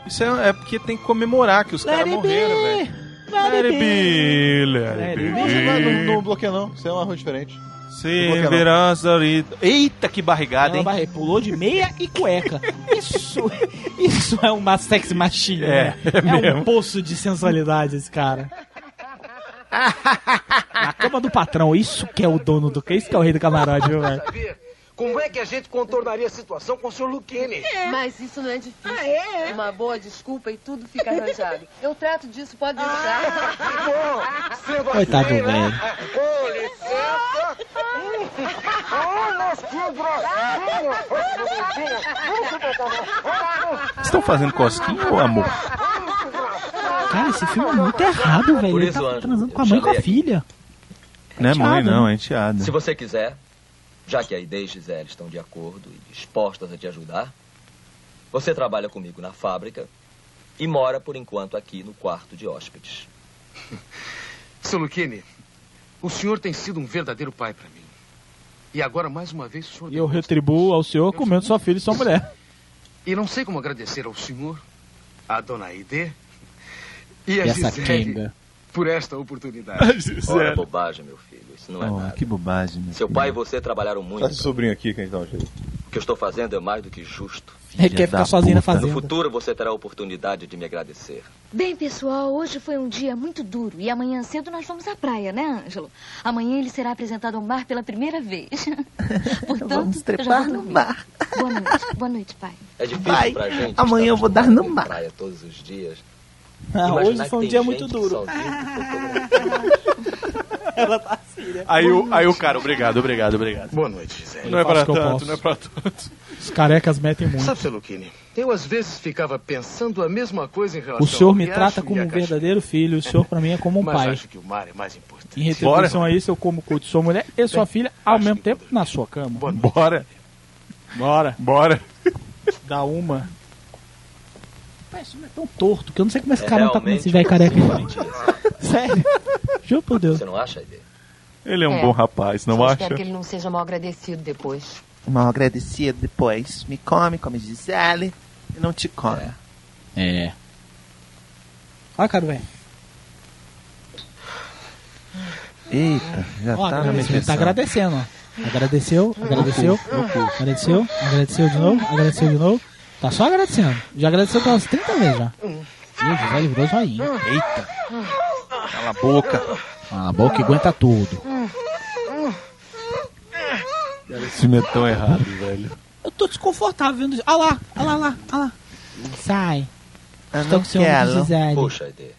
Isso é, é porque tem que comemorar que os caras morreram, velho.
Let it
be, let
Let
it
it
be.
be. Não, não, não bloqueia não, isso é uma arroz diferente.
Sim, verá, Sarita. Eita, que barrigada,
Ela
hein?
barre- pulou de meia e cueca. Isso, isso é uma sex machine.
É,
né?
é
é um
mesmo.
poço de sensualidade esse cara. Na cama do patrão, isso que é o dono do. Isso que é o rei do camarote, viu, velho?
Como é que a gente contornaria a situação com o Sr. Luquini?
Mas isso não é difícil. Uma boa desculpa e tudo fica arranjado. Eu trato disso, pode deixar.
Coitado do velho.
Com licença.
Vocês estão fazendo cosquinha ou amor?
Cara, esse filme é muito errado, velho.
Por
Ele
isso,
tá
Anjo,
transando com a mãe e com a
chamei aqui.
filha.
Não é mãe,
Enteada,
não,
né?
é enteada.
Se você quiser, já que a Ida e Gisele estão de acordo e dispostas a te ajudar, você trabalha comigo na fábrica e mora por enquanto aqui no quarto de hóspedes.
Sr. Luquini, o senhor tem sido um verdadeiro pai para mim. E agora, mais uma vez, o senhor...
E eu retribuo ao senhor comendo sua filha e sua mulher.
E não sei como agradecer ao senhor, à dona Aide e a
E essa
Gisele
Kenga.
por esta oportunidade.
Ora, bobagem, meu filho. Isso não é
Oh,
nada.
que bobagem. né?
Seu pai e você trabalharam muito.
Traz esse sobrinho aqui que a gente dá um jeito.
O que eu estou fazendo é mais do que justo.
Ele quer ficar sozinho na fazenda.
No futuro você terá a oportunidade de me agradecer.
Bem, pessoal, hoje foi um dia muito duro e amanhã cedo nós vamos à praia, né, Ângelo? Amanhã ele será apresentado ao mar pela primeira vez. Portanto,
Vamos
eu já
trepar
vou
no
dormir.
mar.
Boa noite, boa noite, pai.
É difícil
Pai,
pra gente.
amanhã
estar
eu vou dar no
acostumado a ir
mar.
praia todos os dias.
Ah,
Imaginar
hoje
que
foi um
tem
dia
gente
muito
que
duro.
só
Ela tá assim, né?
Aí o, aí o cara, obrigado, obrigado, obrigado.
Boa noite, Gisele.
Não é
Eu faço
pra
o que eu
tanto,
posso.
não é pra tanto.
Os carecas metem muito.
Sabe, Sr. Luquini, eu às vezes ficava pensando a mesma coisa em relação
O senhor
ao
me
riacho
trata
e
como
à
um
cachoeira.
verdadeiro filho, o senhor pra mim é como um
Mas
pai.
acho que É, o mar é mais importante.
Em retribuição a isso, eu como o cu de sua mulher e sua filha ao mesmo tempo na sua cama.
Bora.
Bora.
Bora.
Dá uma. Pai, isso não é tão torto que eu não sei como esse
É
cara não tá com
realmente
esse velho careca.
uma valentia.
tá.
Sério? Juro por Deus.
Você não acha, Ide?
Ele é um
É.
bom rapaz, não
Só
acha?
Espero que ele não seja mal agradecido depois.
Mal agradecido depois. Me come, come Gisele. E não te come.
É. Olha, cara, velho.
Eita, já
Ó,
tá na
agradeceu,
minha
tá agradecendo, ó. Agradeceu, agradeceu, agradeceu, agradeceu de novo, agradeceu de novo. Tá só agradecendo. Já agradeceu umas 30 vezes já. Ih, o José livrou o joinha. Hum. Eita.
Cala a boca.
Cala a boca e aguenta tudo.
Esse filme é tão errado, velho.
Eu tô desconfortável vendo. Ah lá, ah lá, ah lá, ah lá. Sai.
Eu
Estou
não
com ciúme de
quero.
Gisele.
Poxa, Ide.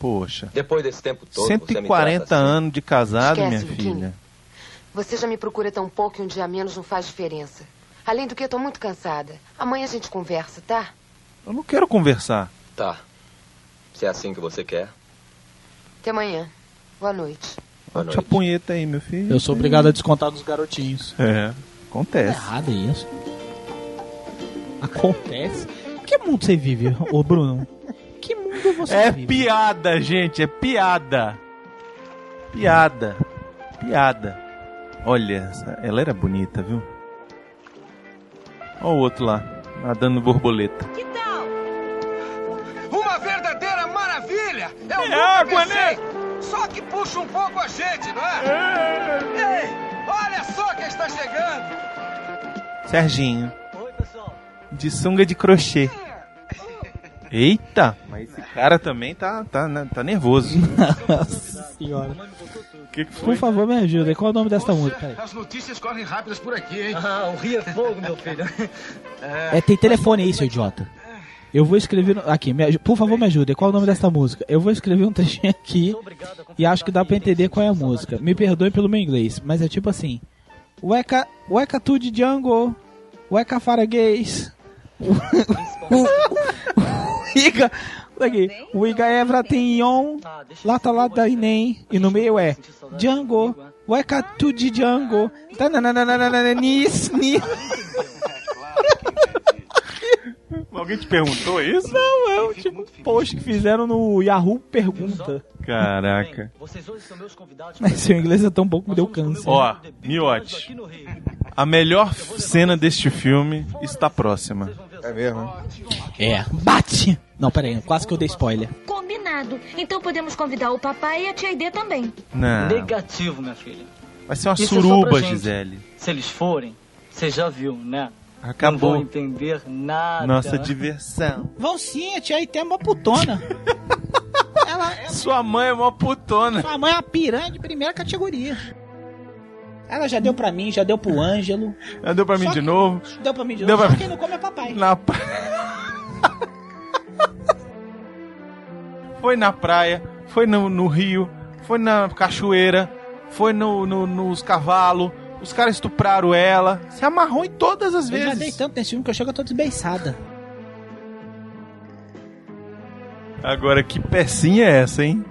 Poxa.
Depois desse tempo todo, você me trata assim.
140 anos de casado,
Esquece,
minha
Luquinho.
filha.
Você já me procura tão pouco e um dia a menos não faz diferença. Além do que, eu tô muito cansada. Amanhã a gente conversa, tá?
Eu não quero conversar.
Tá. Se é assim que você quer.
Até amanhã. Boa noite.
Boa
Deixa a
noite.
punheta aí, meu filho.
Eu sou obrigado a descontar dos garotinhos.
É,
Tá
acontece.
errado isso. Acontece. Que mundo você vive, ô Bruno? Que mundo você
é
vive?
piada, gente, é piada. Piada. Piada. Olha, essa- ela era bonita, viu? Olha o outro lá, nadando borboleta.
Uma verdadeira maravilha! É, o
É
que eu
água,
pensei. Só que puxa um pouco a gente, não é? Ei, olha só quem está chegando!
Serginho. De sunga de crochê. Eita, mas esse cara também tá, tá, né, tá nervoso.
Nossa senhora.
que, que
Por favor, me ajuda. Qual é o nome dessa música? Peraí.
As notícias correm rápidas por aqui, hein? Ah, o rio é fogo, meu filho.
É, tem telefone aí, seu idiota.
É.
Eu vou escrever. no- Aqui, me aj- por favor, me ajuda. Qual é o nome dessa música? Eu vou escrever um trechinho aqui e acho que dá pra entender qual é a música. Me perdoe pelo meu inglês, mas é tipo assim: Weka, Weka tu de Django, Weka Faragays, Iga, aqui, Iga Everything
Ah,
On, Lata Lata tá Inem, e no meio é Django, Weka tu de Django, tananana, nis, nis.
Alguém te perguntou isso?
Não, é o tipo um post que fizeram no Yahoo Pergunta.
Caraca.
Mas seu inglês é tão bom que me deu câncer.
é um
Ó, Miote. A melhor f- cena deste filme está próxima.
É mesmo?
É. Bate! Não, pera aí, quase que eu dei spoiler.
Combinado. Então podemos convidar o papai e a tia Aidê também.
Não.
Negativo, minha filha.
Vai ser uma
Isso é só pra
suruba,
gente.
Gisele.
Se eles forem, você já viu, né? Não
Acabou.
vão entender nada.
Nossa diversão.
Vão sim, a tia Aitê é uma putona.
Sua mãe é uma putona.
Sua mãe é uma piranha de primeira categoria. Ela já deu pra mim, já deu pro Ângelo.
Ela Deu pra mim
Só
de
que-
novo.
Deu pra mim de
Deu
novo.
pra
Só
mim.
quem não come é papai.
Na pra- foi na praia, foi no, no rio, foi na cachoeira, foi no, no- nos cavalos. Os caras estupraram ela. Se amarrou em todas as
Eu já dei
vezes.
tanto nesse filme que eu chego, eu tô desbeiçada.
Agora, que pecinha é essa, hein?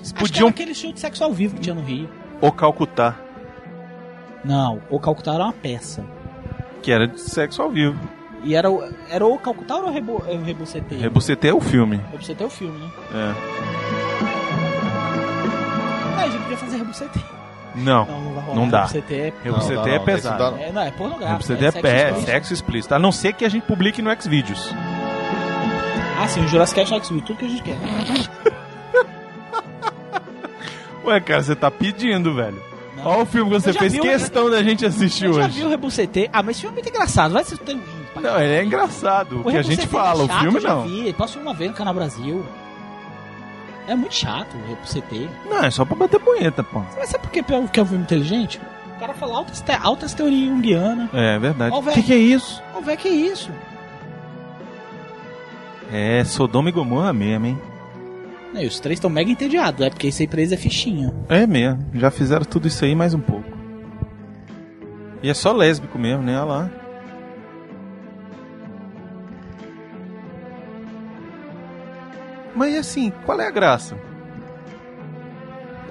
Acho que
Podiam
era aquele show de sexo ao vivo que tinha no Rio.
o Calcutá,
Não, o Calcutá era uma peça.
que era de sexo ao vivo.
E era o, era o Calcutá ou era o Rebu, é o Rebucetei?
Rebucetei é o filme.
Rebucetei é o filme, né?
É.
Ah, a gente podia fazer Rebucetei.
Não,
Não, não vai
não,
rolar.
dá.
Rebucetei é-
Rebucetei
Não,
é
não, não,
pesado.
isso não dá, não. É, não, é pornográfico,
Rebucetei
é
é,
sexo
pé-
explícito.
sexo explícito. A não ser que a gente publique no Xvideos.
Ah, sim, o Jurassic Cast X tudo que a gente quer.
Ué, cara, você tá pedindo, velho. Olha o filme que
Eu
você
já
fez
vi o-
questão da gente assistir
Eu já
hoje.
vi o Rebucetei. Ah, mas esse filme é muito engraçado. Vai se tem um
Não, ele é engraçado. O que a gente fala, o filme
é Eu já
não.
vi, passou uma vez no Canal Brasil. É muito chato o Rebucetei.
Não, é só pra bater punheta, pô.
Mas sabe por que é um- que é um filme inteligente? O cara fala altas, te- altas teorias junguianas.
É, é verdade.
Ó,
O
velho.
que, que é isso?
Ô, velho, que isso?
É Sodoma e Gomorra mesmo, hein?
Não, E os três estão mega entediados, é porque isso aí pra eles é fichinha.
É mesmo. Já fizeram tudo isso aí mais um pouco. E é só lésbico mesmo, né? Olha lá. Mas assim, qual é a graça?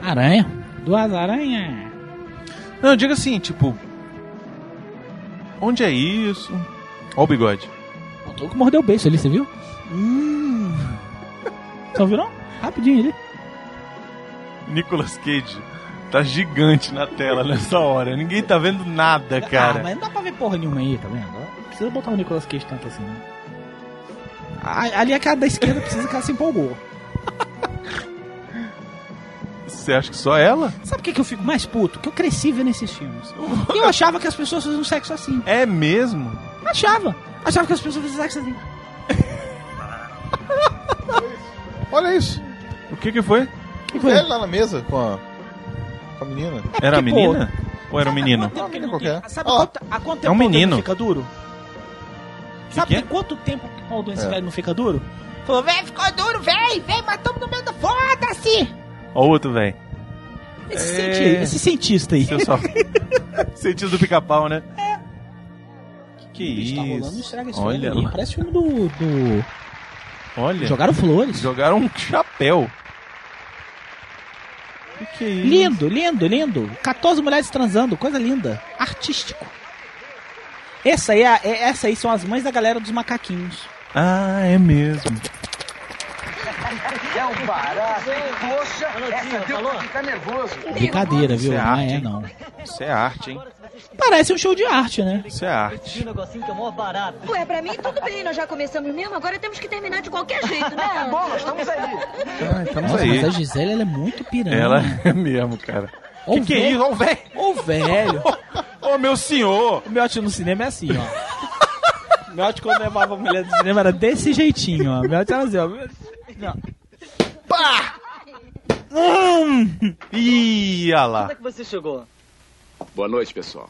Aranha? Duas aranhas.
Não, diga assim, tipo. Onde é isso? Ó o bigode.
Faltou que mordeu o beijo ali, você viu? Hum. Só viu não? Rapidinho ali.
Nicolas Cage tá gigante na tela nessa hora. Ninguém tá vendo nada, cara.
Ah, mas não dá pra ver porra nenhuma aí, tá vendo? Não precisa botar o Nicolas Cage tanto assim, né? A- Ali é a cara da esquerda precisa que ela se empolgou.
Você acha que só ela?
Sabe o que, que eu fico mais puto? Que eu cresci vendo esses filmes. E eu achava que as pessoas faziam sexo assim.
É mesmo?
Achava. Achava que as pessoas faziam sexo assim.
Olha isso.
O que que
É
foi?
Que
foi?
é
Ele lá na mesa com a, com a menina.
Era a
porque,
menina? Ou era um menino?
Não, menina qualquer.
Sabe quanto, há quanto tempo
É um
o dedo
menino.
fica duro? Sabe
que é?
por quanto tempo que o pau desse
É.
velho não fica duro?
Falou, vem, ficou duro, vem, vem, matamos no meio da foda-se.
Ó o outro, velho.
Esse,
É.
cienti- esse cientista aí.
Seu só... Cientista do pica-pau, né? Que é
Bicho, tá rolando um
isso?
estraga esse
Olha É.
filme aí.
lá.
Parece filme do, do.
Olha.
Jogaram flores.
Jogaram um chapéu. Que que é isso?
Lindo, lindo, lindo. 14 mulheres transando, coisa linda. Artístico. Essa aí, é, a- é- essa aí são as mães da galera dos macaquinhos.
Ah, é mesmo.
É um barato. Poxa, essa deu pra ficar nervoso.
Brincadeira,
Isso
viu?
é
Não
arte,
é,
hein?
não.
Isso é arte, hein?
Parece um show de arte, né?
Isso é arte.
Um negocinho que é mó barato.
Ué, pra mim tudo bem, nós já começamos mesmo, agora temos que terminar de qualquer jeito, né?
Bom, nós estamos aí.
Estamos
Nossa,
aí.
mas a Gisele ela Ah, então é muito piranha.
Ela é mesmo, cara.
Ô,
que que é
velho.
isso? Ó o velho.
Ô, velho.
Ô, meu senhor.
O meu tio no cinema é assim, ó. Meu tio, quando levava a mulher do cinema, era desse jeitinho, ó. Meu tio era assim, ó.
Pá! Hum! Ih, olha lá.
Como é que você chegou?
Boa noite, pessoal.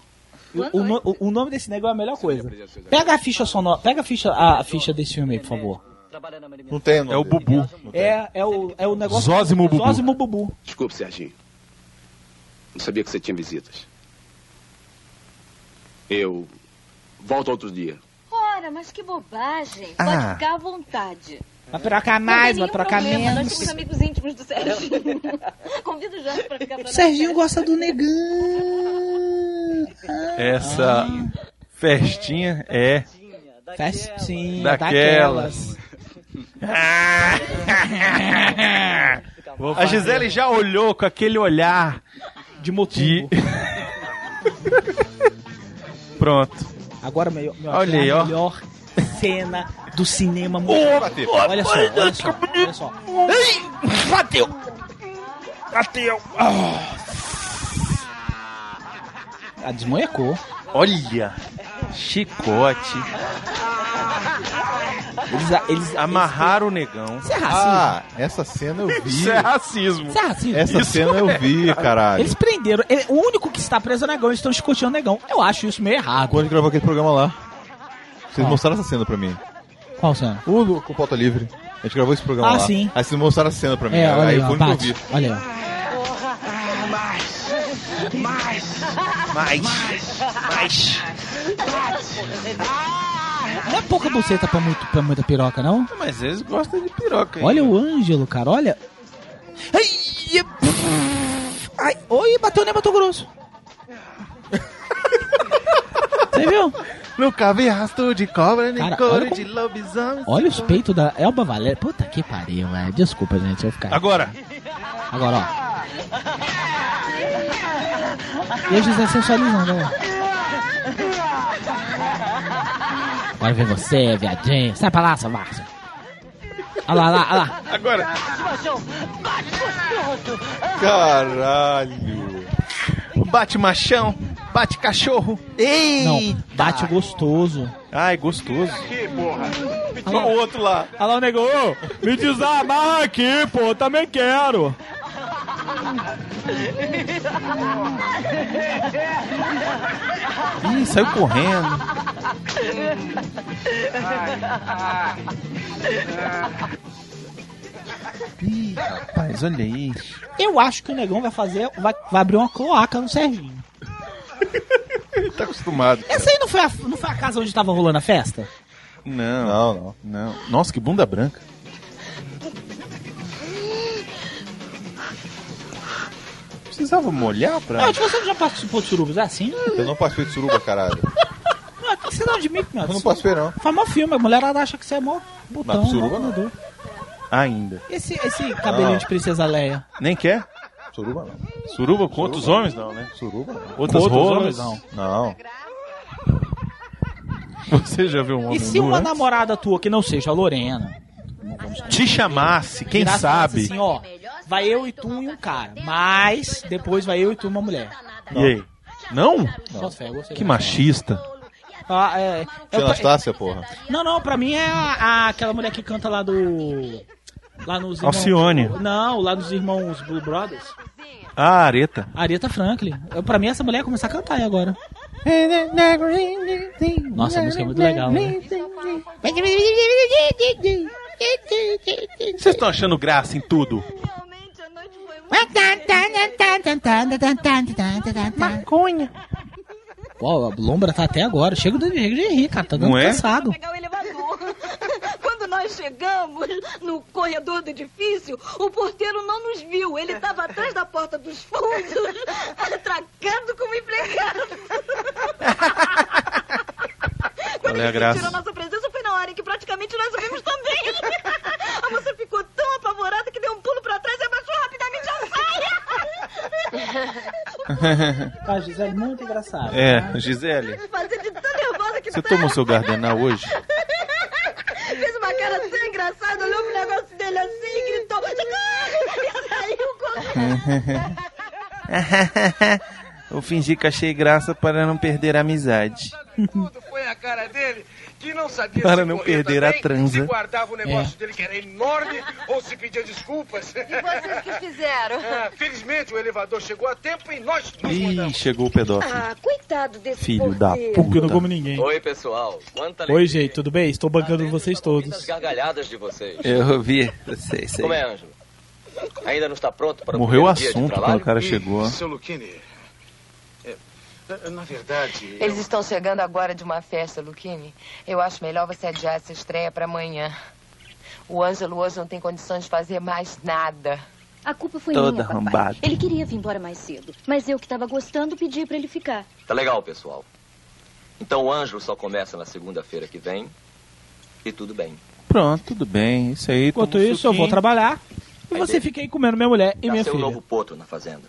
O, o no- o- o nome desse negócio é a melhor coisa. Pega a ficha sonora, pega a ficha, a ficha desse filme aí, por favor.
Não tem, É
o Bubu.
É, é o, é o negócio.
Zózimo Bubu.
Zózimo Bubu.
Desculpe, Serginho. Não sabia que você tinha visitas. Eu volto outro dia.
Ora, mas que bobagem.
Ah.
Pode ficar à vontade.
Vai trocar mais, vai trocar
né? Nós
menos.
somos amigos íntimos do Serginho. Convido o Jorge pra ficar pra
O Serginho gosta do negão. Ah.
Essa festinha é
Festinha daquelas.
Daquelas. Vou A Gisele já olhou com aquele olhar
de motivo.
Pronto.
Agora, meu, meu
Olha aí,
a
ó.
melhor cena do cinema
Ô,
mundial.
bateu.
olha só, olha só, olha só.
Bateu! Bateu!
A Ah, desmonhecou.
Olha! Chicote.
Eles,
amarraram o negão.
Isso é
Ah, essa cena eu vi.
Isso é racismo.
Isso é racismo.
Essa
Isso
cena
é.
eu vi, caralho.
Eles prenderam. ele- o único que está preso é o negão, eles estão escoteando o negão. Eu acho isso meio errado.
Quando a gente gravou aquele programa lá, vocês
Ah.
mostraram essa cena pra mim.
Qual cena?
O do- com pauta livre. A gente gravou esse programa
Ah,
lá.
sim.
Aí vocês mostraram a cena pra mim.
É, olha
aí
aí,
eu
ó,
fui
bate.
ouvir.
Olha aí, ó.
Mais!
Mais!
Mais!
Não é pouca buceta pra, muito, pra muita piroca, não?
Mas eles gostam de piroca. hein?
Olha o Ângelo, cara, olha. Ai, e- Ai, oi, bateu no Mato Grosso. Você viu?
Nunca vi rastro de cobra,
nem Cara,
couro
olha como-
de lobisomem.
Olha os peitos da Elba Valéria. Puta que pariu, velho. Desculpa, gente, eu vou ficar.
Agora.
Agora, ó. E a José sensualizando, ó. Agora vem você, viadinho. Sai pra lá, sua Márcia. Olha lá, olha lá, olha lá.
Agora.
Caralho.
Bate machão, bate cachorro. Ei!
Não, bate gostoso.
Ai, gostoso.
Que porra!
Olha o outro lá.
Olha lá o negão. Me desamarra aqui, pô. Também quero.
Ih, saiu correndo.
Ih, rapaz, olha aí.
Eu acho que o negão vai fazer. Vai, vai abrir uma cloaca no Serginho.
Ele tá acostumado.
Essa aí não foi, a, não foi a casa onde tava rolando a festa?
Não. Não, não. Não. Nossa, que bunda branca. Precisava molhar
É.
pra.
Não, tipo, você já participou de surubas é assim?
Eu não participei de suruba, caralho.
Não, que você não admite, meu.
Eu não participei, não.
Faz mal filme, a mulherada acha que você é mó botão,
Mas suruba
mó
não. Ah.
comedor.
Ainda.
Esse, esse cabelinho
Não.
de princesa Leia.
Nem quer?
Suruba não.
Suruba com outros homens não, né?
Suruba não.
Outras
Com
rolas?
homens, Não.
Você já viu um homem
E se uma
nu antes?
namorada tua, que não seja a Lorena,
te chamasse, quem
virasse e falasse
sabe?
assim, ó, vai eu e tu e um cara, mas depois vai eu e tu e uma mulher.
E aí? Não?
Só fé, eu gostei
Que
dela.
machista.
Ah, é,
Tia
eu-
Anastácia, porra.
Não, não, pra mim é a- a- aquela mulher que canta lá do. Lá nos irmãos-
Alcione.
Não, lá dos irmãos Blue Brothers.
Ah, areta.
Areta Franklin. Eu, pra mim, essa mulher ia começar a cantar aí agora. Nossa, a música é muito legal, né?
Vocês estão achando graça em tudo?
Maconha.
Uau, a lombra tá até agora. Chega do jeito de rir, cara. Tá dando
Não é?
cansado.
pegar o elevador. Quando nós chegamos no corredor do edifício, o porteiro não nos viu. Ele estava atrás da porta dos fundos, atracando como empregado.
É,
Quando
Olha é a
ele
graça.
sentiram a nossa presença, foi na hora em que praticamente nós ouvimos também. A moça ficou tão apavorada que deu um pulo pra trás e abaixou rapidamente a saia.
Tá, Gisele, muito engraçado.
É, Gisele,
Fazia de
tá
tão nervosa que
você
é?"
tomou seu gardenal hoje?
Fez uma cara tão engraçada, olhou pro negócio dele assim e gritou. "Socorro!" E saiu correndo.
Eu fingi que achei graça para não perder a amizade.
Foi a cara dele que não sabia
Para
se
não
corria
perder a
também,
transa.
Se guardava o negócio
É.
dele que era enorme ou se pedia desculpas. E
vocês que fizeram?
felizmente o elevador chegou a tempo e nós nos
Ih, chegou o pedófilo.
Ah, coitado desse
Filho da
Porque eu não
puta.
como ninguém.
Oi, pessoal. Quanta
Oi, gente, tudo bem? Estou
Tá
bancando vocês
das
todos.
gargalhadas de vocês.
Eu ouvi, eu sei, sei.
Como é, Ângelo? Ainda não está pronto para
Morreu o
primeiro é? dia de
assunto
trabalho?
quando o cara chegou.
Seu Luquini, é, na- na verdade...
Eles estão chegando agora de uma festa, Luquini. Eu acho melhor você adiar essa estreia pra amanhã. O Ângelo hoje não tem condições de fazer mais nada.
A culpa foi
Toda
minha, papai.
arrombada.
Ele queria vir embora mais cedo, mas eu que tava gostando pedi pra ele ficar.
Tá legal, pessoal. Então o Ângelo só começa na segunda-feira que vem. E tudo bem.
Pronto, tudo bem. Isso aí. um
Enquanto isso, eu vou trabalhar. E você fica aí comendo minha mulher e minha
Nasceu um
filha.
novo potro na fazenda.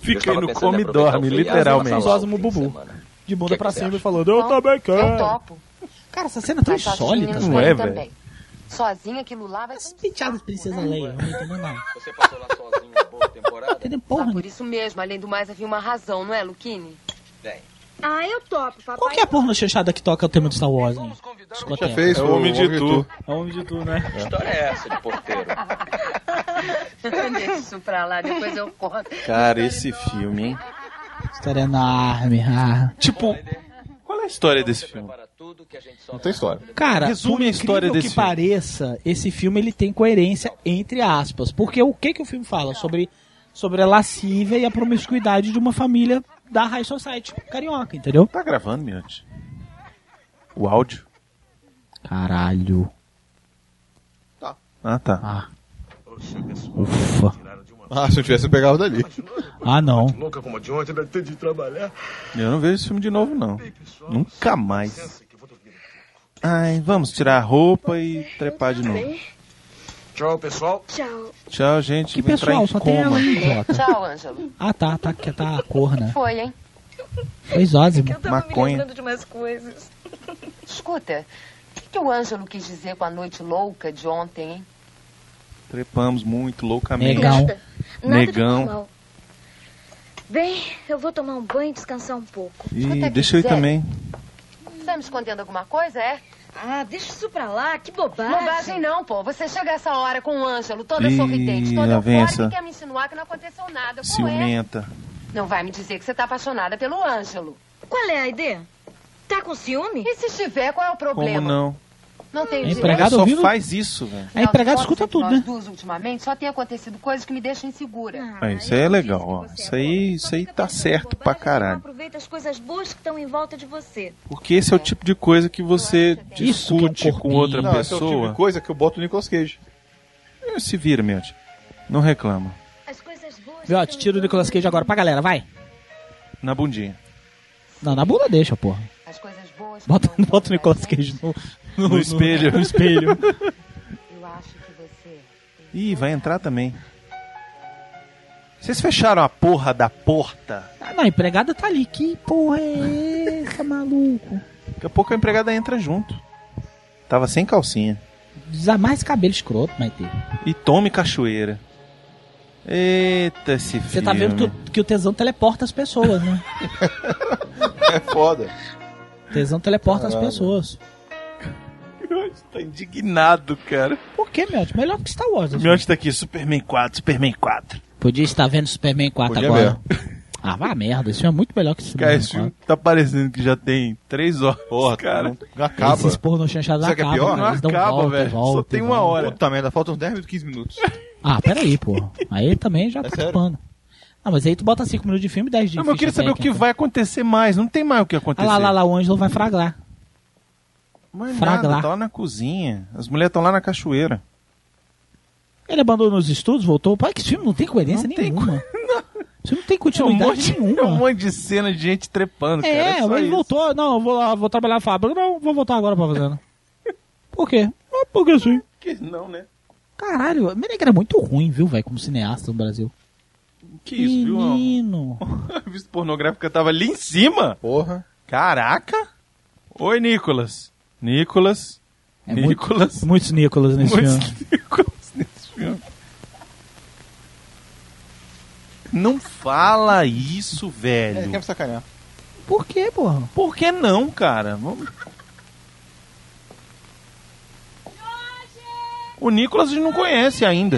Fica
Eu estava
aí no
pensando em
come e
aproveitar
dorme,
o feriado e
literalmente.
passar lá um
Sosmo
fim de
Bubu.
semana.
De bunda pra
você
cima e falando, eu também quero.
Então, Eu topo.
Cara, essa cena é tão
Mas só que os
insólita,
meninos
né?
vão ir também. Sozinha aquilo lá vai ser um
Penteadas Princesa Leia, não entendo nada.
Você passou lá sozinho uma boa temporada?
Entendeu porra.
Ah, por isso mesmo, além do mais, havia uma razão, não é, Luquini?
Bem.
Ah, eu topo, papai.
Qual que é a porno chanchada que toca o tema do Star Wars? Né? Discoteca.
fez, É o o Homem de Homem de Tu. Tu.
É o Homem de Tu, né?
Que história é essa de porteiro?
Deixa isso pra lá, depois eu conto.
Cara, esse filme, hein?
História enorme. Ah.
Tipo, qual é a história desse filme?
Não tem história.
Cara, por
resume a
incrível
história
que
desse filme.
pareça, esse filme ele tem coerência entre aspas, porque o que que o filme fala sobre sobre a lascívia e a promiscuidade de uma família da High Society carioca, entendeu?
Tá gravando, Miante? O áudio?
Caralho.
Ah, tá.
Ufa.
Ah, se eu tivesse, eu pegava dali.
Ah, não.
Louca como a de ontem, deve ter de trabalhar.
Eu não vejo esse filme de novo, não. Nunca mais. Ai, vamos tirar a roupa e trepar de novo.
Tchau, pessoal.
Tchau.
Tchau, gente.
Que
Vou entrar
pessoal,
em
só
coma.
tem ela, hein, Jota?
Tchau, Ângelo.
Ah, tá, tá, que tá a cor, né?
Foi, hein?
Pois ótimo.
Eu tava me lembrando de umas coisas. Escuta, o que, que o Ângelo quis dizer com a noite louca de ontem, hein?
Trepamos muito loucamente.
Negão.
Nada
Negão.
de normal.
Bem, eu vou tomar um banho e descansar um pouco.
Ih, deixa eu ir também.
Tá me escondendo alguma coisa, é?
Ah, deixa isso pra lá, que bobagem.
Bobagem não, pô. Você chega essa hora com o Ângelo, toda
Ih,
sorridente, toda
lá vem
eufórica,
essa.
e quer me insinuar que não aconteceu nada com ele.
Ciumenta.
Não vai me dizer que você tá apaixonada pelo Ângelo.
Qual é a ideia? Tá com ciúme?
E se estiver, qual é o
Como
problema?
não?
Não tem
É
direito.
empregado
Ela só
ouvindo-
faz isso, velho.
A empregada escuta
Entre
tudo,
nós
né?
duas, ultimamente, só tem acontecido coisas que me deixam insegura.
Ah, isso aí é legal, ó. Isso aí, isso aí tá certo pra caralho.
Aproveita as coisas boas que estão em volta de você.
Porque esse é o tipo de coisa que você
é
discute com outra
Não, esse é o tipo
pessoa.
de coisa que eu boto o Nicolas Cage.
Eh, Se vira, Miante. Não reclama.
As coisas boas.
Viote, tira o Nicolas Cage agora pra galera, vai.
Na bundinha.
Não, na bunda deixa, porra.
As coisas boas que
Bota,
não
bota o Nicolas Cage no,
No espelho.
No espelho.
Eu acho que você...
Ih, vai entrar também. Vocês fecharam a porra da porta.
Ah, não, a empregada tá ali. Que porra é essa, maluco?
Daqui a pouco a empregada entra junto. Tava sem calcinha.
Desamar esse cabelo escroto, Maite.
E tome cachoeira. Eita, esse filme.
Você tá vendo que, o- que o tesão teleporta as pessoas, né?
É foda.
O tesão teleporta as
Caralho.
pessoas.
tá indignado, cara.
Por que, Miotti? Melhor que Star Wars. assim.
Miotti tá aqui, Superman 4, Superman 4.
Podia estar vendo Superman 4
Podia
agora. Ah, vá merda. Esse filme é muito melhor que
Cara,
Superman
esse filme
4.
tá parecendo que já tem 3 horas,
Porra,
cara.
Não acaba.
Esses porno chanchados
Sabe o que é
acabam,
pior?
cara.
Não
né? Eles dão
acaba,
volta, e
velho. Só
volta e
tem uma
volta.
hora.
Puta merda, faltam uns 10 minutos, 15 minutos.
Ah, peraí, pô. Aí também já tá
sério?
acabando. Ah, mas aí tu bota 5 minutos de filme e 10 de
É Não, mas eu
ficha
queria saber o que
técnica.
vai acontecer mais. Não tem mais o que
Ah
acontecer.
lá, lá, lá, o Ângelo vai fraglar.
Mas
Fraga
nada,
lá.
tá lá na cozinha. As mulheres estão lá na cachoeira.
Ele abandonou os estudos, voltou. Pai, que esse filme não tem coerência
Não tem
nenhuma. Isso não tem
É um,
continuidade
monte, é um
nenhuma.
monte de cena de gente trepando,
É,
cara. só
ele
isso.
voltou. Não, eu vou lá, vou trabalhar na fábrica. Não, vou voltar agora pra fazenda. Por quê? Ah, porque sim.
Que não, né?
Caralho, Menegra é muito ruim, viu, velho, como cineasta no Brasil.
Que isso, viu? Uma-
Menino.
A revista pornográfica tava ali em cima.
Porra.
Caraca. Oi, Nicolas. Nicolas.
É
Nicolas.
muito- muitos Nicolas nesse
Muitos
filme.
Nicolas nesse filme. Não fala isso,
É, quer
velho.
me sacanear.
Por quê, porra?
Por que não, cara? Vamos- O Nicolas a gente não conhece ainda.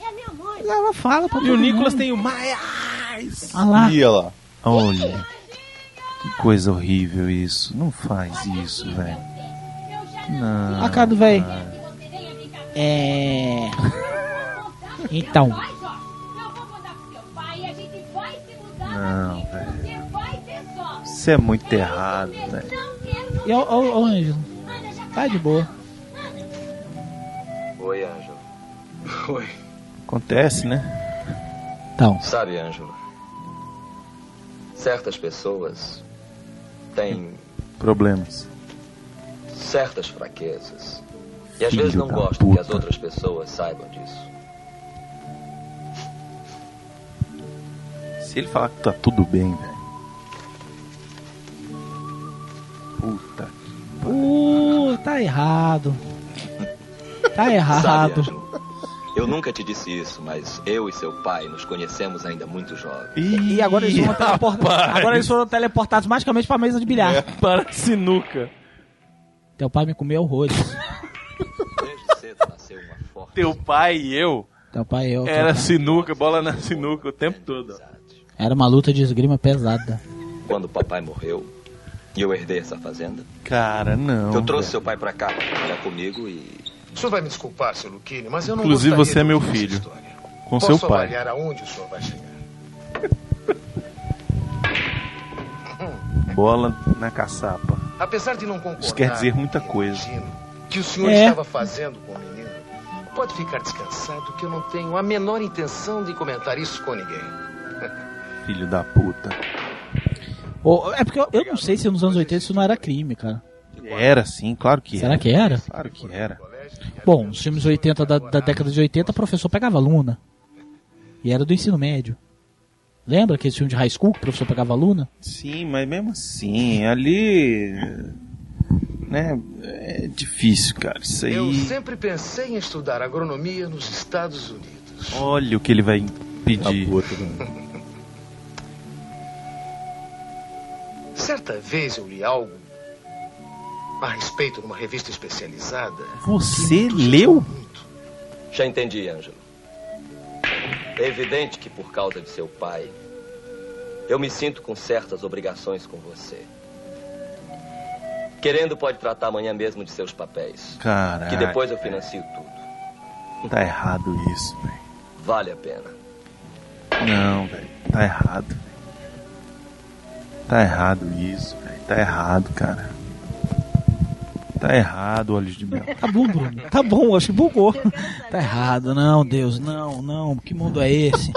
é
Mas Ela fala pra
E o
todo
Nicolas
mundo.
tem o My Eyes.
Ah lá.
Ih, olha lá.
Olha, que coisa horrível isso. Não faz isso, velho. Não.
A cara do velho. É. Então.
Não, velho. Isso é muito errado, velho.
E ó, ó, ó, o Ângelo. Tá de boa.
Oi, Ângelo.
Oi.
Acontece, né?
Então.
Sabe, Ângelo, certas pessoas têm
problemas.
certas fraquezas. E às
Filho
vezes não
da
gosto que as
puta.
outras pessoas saibam disso.
Se ele falar que tá tudo bem, velho. Puta.
Uh, tá errado. Tá
Sabe,
errado.
Ângelo, eu nunca te disse isso, mas eu e seu pai nos conhecemos ainda muito jovens.
E agora eles, foram teleporta-
rapaz.
agora eles foram teleportados magicamente pra mesa de bilhar.
É,
para sinuca. Teu pai me comeu horrores.
Teu pai e eu
Teu pai é e eu.
era
teu pai.
sinuca, bola na sinuca o tempo todo.
Era uma luta de esgrima pesada.
Quando o papai morreu e eu herdei essa fazenda,
Cara, não.
eu trouxe seu pai pra cá, pra ficar comigo e
O senhor vai me desculpar, seu Luquini, mas eu não
Inclusive
gostaria
você é
de
meu
ouvir essa
filho.
história.
Com
Posso
seu pai.
avaliar aonde o senhor vai chegar?
Bola na caçapa.
Apesar de não concordar
Isso quer dizer muita coisa.
que o senhor
É.
estava fazendo com o menino, pode ficar descansado que eu não tenho a menor intenção de comentar isso com ninguém.
Filho da puta.
Ô, é porque eu, eu não sei se nos anos 80 isso não era crime, cara.
Era sim, claro que
Será
era.
que é? era?
Claro que era.
Bom, nos filmes 80 da, da década de 80, o professor pegava aluna. E era do ensino médio. Lembra aquele filme de high school que o professor pegava aluna?
Sim, mas mesmo assim, ali. Né? É difícil, cara. Isso
Eu
aí.
sempre pensei em estudar agronomia nos Estados Unidos.
Olha o que ele vai pedir.
Certa vez eu li algo a respeito numa revista especializada.
Você leu?
Já entendi, Ângelo. É evidente que por causa de seu pai, eu me sinto com certas obrigações com você. Querendo, pode tratar amanhã mesmo de seus papéis.
Caraca.
Que depois eu né? financio tudo.
Tá errado isso, velho.
Vale a pena.
Não, velho. Tá errado. velho. Tá errado isso, velho. Tá errado, cara. Tá errado, olhos de mel.
Tá bom, Bruno. Tá bom, acho que bugou. Tá errado, não, Deus, não, não. Que mundo é esse?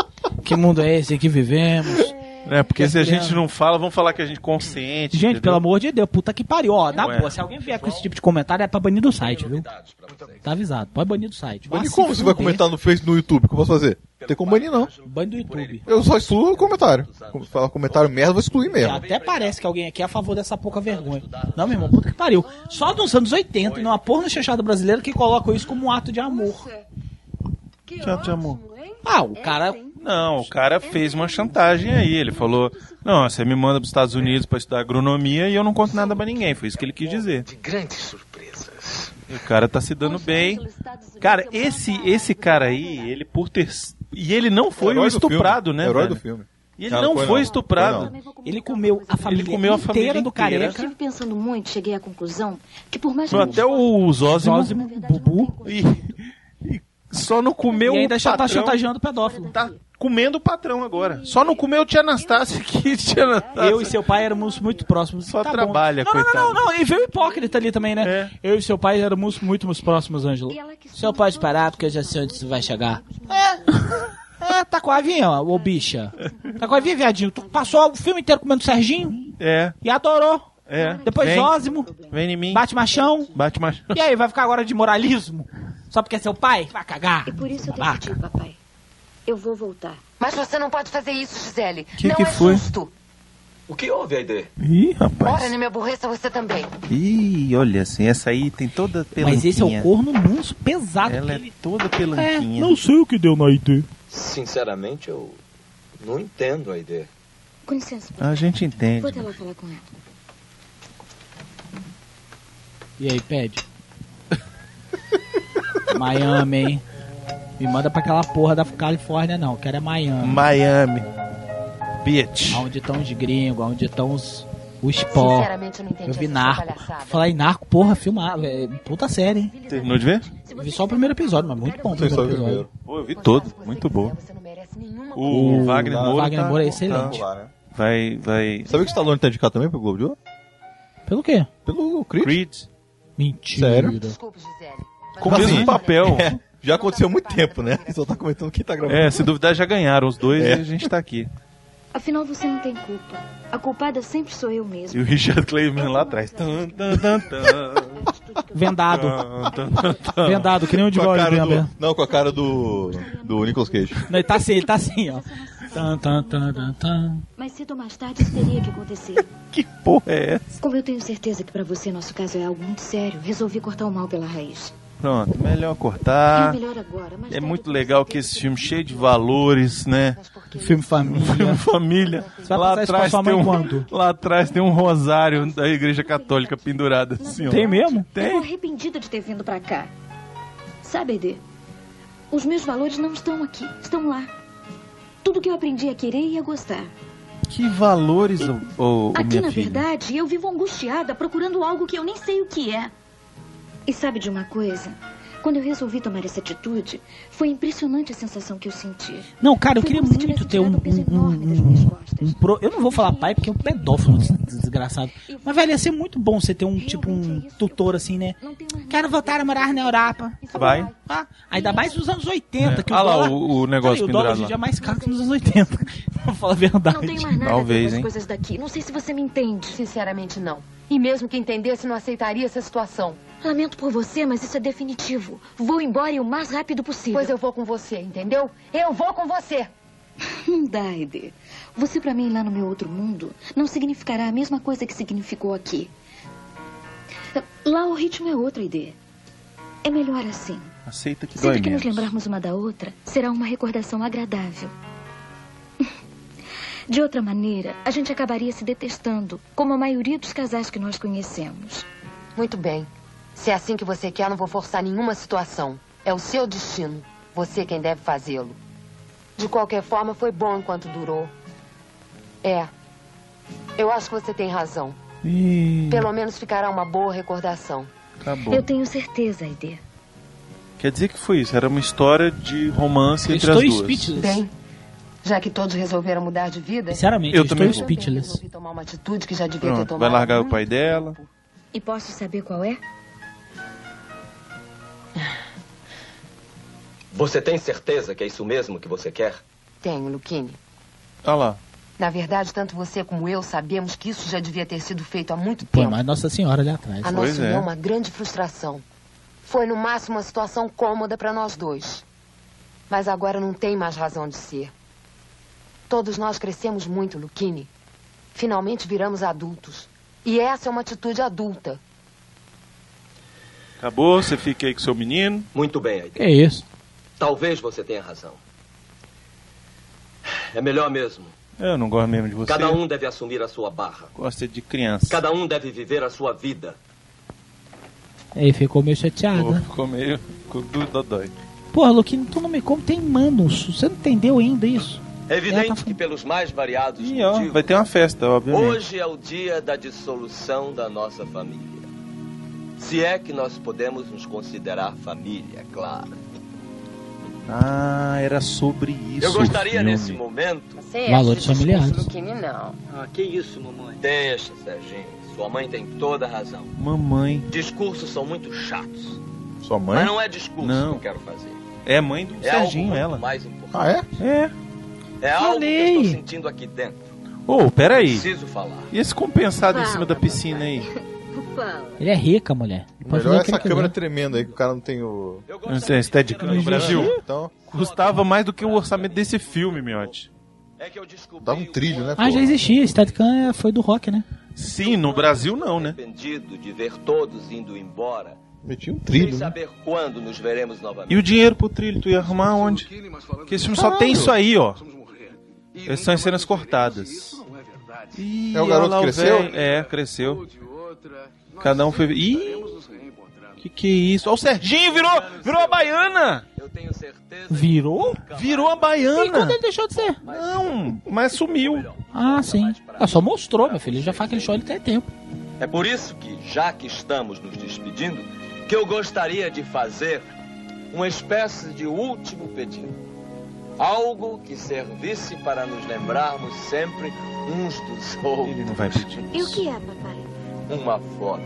Que mundo é esse que vivemos?
É, porque se a
Criando.
gente não fala, vamos falar que a gente é consciente.
Gente,
entendeu?
pelo amor de Deus, puta que pariu. Ó, na
Ué.
boa, se alguém vier com esse tipo de comentário, é pra banir do site, viu? Tá avisado, pode banir do site.
Mas como você vai comentar no Facebook, no YouTube? O que eu posso fazer? Não tem como banir, não.
Banho do YouTube.
Eu só excluo o comentário. Como se falar comentário merda, eu vou excluir
Já
mesmo.
até parece que alguém aqui é a favor dessa pouca vergonha. Não, meu irmão, puta que pariu. Só nos anos 80, e numa porno chechada brasileira que colocam isso como um ato de amor.
Tchau, tchau, amor.
Ah, o cara.
Não, o cara fez uma chantagem aí. Ele falou: Não, você me manda para os Estados Unidos para estudar agronomia e eu não conto nada para ninguém. Foi isso que ele quis dizer.
Grandes surpresas.
E o cara tá se dando bem. Cara, esse esse cara aí, ele por ter. E ele não foi
Herói
um
do filme.
estuprado, né?
Herói
velho?
do filme.
E ele
Cara,
não,
foi
foi,
não.
estuprado.
Foi
Ele comeu a
família comeu a família
inteira do
inteira.
careca. Eu estive pensando muito, cheguei à conclusão que por mais que
Não, Até o Zózimo,
Zózimo,
Bubu, e, e só não comeu
E ainda
o
já tá
patrão.
chantageando o pedófilo.
Tá comendo o patrão agora. Só não comeu o Tia Anastácia que Tia Anastácia.
Eu e seu pai éramos muito próximos.
tá, Só
Tá bom.
trabalha,
não, não,
coitado.
Não,
É.
não, não, E veio o hipócrita ali também, né? Eu e seu pai éramos muito, muito próximos, Ângelo. Seu pai pode parar, porque eu já sei onde isso vai chegar. É. É, tá com a vinha, ó, ô bicha. Tá com a vinha, viadinho. Tu passou o filme inteiro comendo Serginho
É,
e adorou.
é.
Depois
Vem.
Zózimo,
Vem em mim.
bate machão.
Bate mais.
E aí, vai ficar agora de moralismo? Só porque é seu pai? Vai cagar.
E por isso eu
Babaca.
decidi, papai. Eu vou voltar.
Mas você não pode fazer isso, Gisele.
Que
não
que
é
foi?
justo.
O que houve, Aide?
Ih, rapaz.
Ora, nem me aborreça você também.
Ih, olha assim, essa aí tem toda pelanquinha.
Mas esse é o corno manso pesado.
Ela é toda
pelanquinha.
não
sei o que deu na ID.
Sinceramente, eu não entendo a ideia.
Com licença.
A gente entende.
Vou até lá falar com ela.
E aí, pede. Miami, hein? Me manda pra aquela porra da Califórnia, não. Quero é Miami.
Miami. Bitch.
Onde estão os gringos, onde estão os, os pó.
Sinceramente, eu não entendi
Eu vi
essa
narco.
palhaçada.
Falar em narco, porra, filmar. É, puta série, hein?
Terminou de ver?
Vi só o primeiro episódio, mas muito bom o
Vocês só viram
primeiro
o
episódio.
primeiro.
Pô, eu vi todo. Muito bom. O, Wagner
O
Moura.
Wagner
tá-
Moura é excelente.
Tá lá, né?
Vai, vai.
Sabe que o Stallone tá indicado também pro Globo de Ouro?
Pelo quê?
Pelo Creed.
Creed.
Mentira.
Sério?
Com o mesmo papel.
É, já aconteceu há muito tempo, né? Só tá comentando quem tá gravando.
É, se duvidar, já ganharam os dois
É.
e a gente tá aqui.
Afinal, você não tem culpa. A culpada sempre sou eu mesmo.
E o Richard Clayman lá atrás. Tan, tan, tan, tan.
Vendado.
Tan, tan, tan.
Vendado, que nem o de
Com a
Gold,
cara
lembra?
do- Não, com a cara do. do Nicolas Cage.
Não, ele tá assim, ele tá assim, ó. Tan, tan, tan, tan, tan.
Mas cedo ou mais tarde isso teria que acontecer.
Porra, é essa?
Como eu tenho certeza que pra você nosso caso é algo muito sério, resolvi cortar o mal pela raiz.
Pronto, melhor cortar.
É melhor agora, mas
É muito legal que esse filme cheio de valores, né?
Filme família.
Filme família.
vai
Lá
passar isso pra
atrás,
sua
tem
mãe
um,
quando?
lá atrás tem um rosário da igreja católica pendurado assim, ó.
Tem mesmo?
Eu tô arrependida de ter vindo pra cá. Sabe, Edê, os meus valores não estão aqui, estão lá. Tudo que eu aprendi a querer e a gostar.
Que valores, ô, ô, ô,
Aqui,
minha
na
filha.
verdade, eu vivo angustiada procurando algo que eu nem sei o que é. E sabe de uma coisa? Quando eu resolvi tomar essa atitude, foi impressionante a sensação que eu senti.
Não, cara, eu queria muito ter um. um- um- um pro- eu não vou falar pai porque é um pedófilo des- desgraçado. Mas, velho, ia ser muito bom você ter um, tipo, um tutor assim, né? Quero voltar a morar na Europa.
Vai.
Ah, ainda mais nos anos 80, que o
Ah lá,
dólar-
o- o negócio
Cara, e o dólar
pendurado
hoje em
lá.
dia é mais caro que nos anos 80. Vou falar a verdade.
Não tenho
mais
nada
Talvez,
a ver com as
hein?
coisas
daqui. Não sei se você me entende.
Sinceramente, não. E mesmo que entendesse, não aceitaria essa situação.
Lamento por você, mas isso é definitivo. Vou embora e o mais rápido possível.
Pois eu vou com você, entendeu? Eu vou com você.
Não dá, Eder. Você pra mim lá no meu outro mundo não significará a mesma coisa que significou aqui. Lá o ritmo é outro, Eder. É melhor assim.
Aceita que dói
Sempre que nos
mesmo.
lembrarmos uma da outra, será uma recordação agradável. De outra maneira, a gente acabaria se detestando, como a maioria dos casais que nós conhecemos.
Muito bem. Se é assim que você quer, não vou forçar nenhuma situação. É o seu destino. Você é quem deve fazê-lo. De qualquer forma, foi bom enquanto durou. É. Eu acho que você tem razão.
Ih,
Pelo menos ficará uma boa recordação.
acabou.
tenho certeza, Aide.
Quer dizer que foi isso? Era uma história de romance entre as
Estou
duas.
speechless.
Bem, já que todos resolveram mudar de vida.
Sinceramente,
Eu
eu estou
também vou.
é speechless.
Resolvi tomar uma atitude que já devia ter
Pronto,
tomado.
vai largar o pai dela.
E posso saber qual é?
Você tem certeza que é isso mesmo que você quer?
Tenho, Luquini.
Olha Tá lá.
Na verdade, tanto você como eu sabemos que isso já devia ter sido feito há muito tempo.
Pô, mas Nossa Senhora ali atrás.
A nossa união é uma grande frustração. Foi no máximo uma situação cômoda para nós dois. Mas agora não tem mais razão de ser. Todos nós crescemos muito, Luquini. Finalmente viramos adultos. E essa é uma atitude adulta.
Acabou, você fica aí com seu menino.
Muito bem, Aide.
É isso.
Talvez você tenha razão. É melhor mesmo.
Eu não gosto mesmo de você.
Cada um deve assumir a sua barra.
Gosta de criança.
Cada um deve viver a sua vida.
Ele ficou meio chateado.
um,
Pô,
né?
ficou meio... Ficou do dodói.
Porra, Luquinho, tu não me como tem manos. Você não entendeu ainda isso?
É evidente que pelos mais variados
E tá ó, vai ter uma festa, obviamente.
né? Hoje é o dia da dissolução da nossa família. Se é que nós podemos nos considerar família, é claro.
Ah, era sobre isso
Eu gostaria
o filme.
nesse momento.
acha Valores esse discurso familiares. do
não.
Ah, que isso, mamãe? Deixa, Serginho. Sua mãe tem toda a razão.
Mamãe.
Discursos são muito chatos.
Sua mãe?
Mas não é discurso
Não.
que eu quero fazer.
É mãe do
É
Serginho,
algo muito
ela.
mais importante.
Ah, é? É.
É algo que eu estou sentindo aqui dentro.
Ô, peraí.
Preciso falar.
E esse compensado em
Fala,
cima da piscina aí?
Ele é rica, mulher.
O Melhor
Pode fazer
é
o
essa
que ele
câmera
quiser.
tremenda aí, que o cara não tem o.
Não tem Steadicam no
um
Imagina.
Brasil.
Então.
Custava mais do que o orçamento desse filme, miote.
É
Dava um trilho, né?
Ah, já existia. Steadicam é- foi do rock, né?
Sim, no Brasil não, né?
Arrependido de ver todos indo embora.
Meti um
Sem
né?
saber quando nos veremos novamente.
E o dinheiro pro trilho, tu ia arrumar onde? Porque esse filme só tem isso aí, ó. Essas São as cenas cortadas. Ih,
É o garoto
olha lá
que cresceu?
velho. É, cresceu. Cada um foi. Ih! Que que é isso? Ó, o Serginho virou, virou a baiana!
Virou?
Virou a
E quando
baiana!
ele deixou de ser?
Não, mas sumiu.
Ah, sim. Ah, só mostrou, meu filho. Ele já faz aquele show, ele tem tempo.
É por isso que, já que estamos nos despedindo, que eu gostaria de fazer uma espécie de último pedido. Algo que servisse para nos lembrarmos sempre uns dos outros.
Ele não vai pedir.
E o que é, papai?
Uma foto.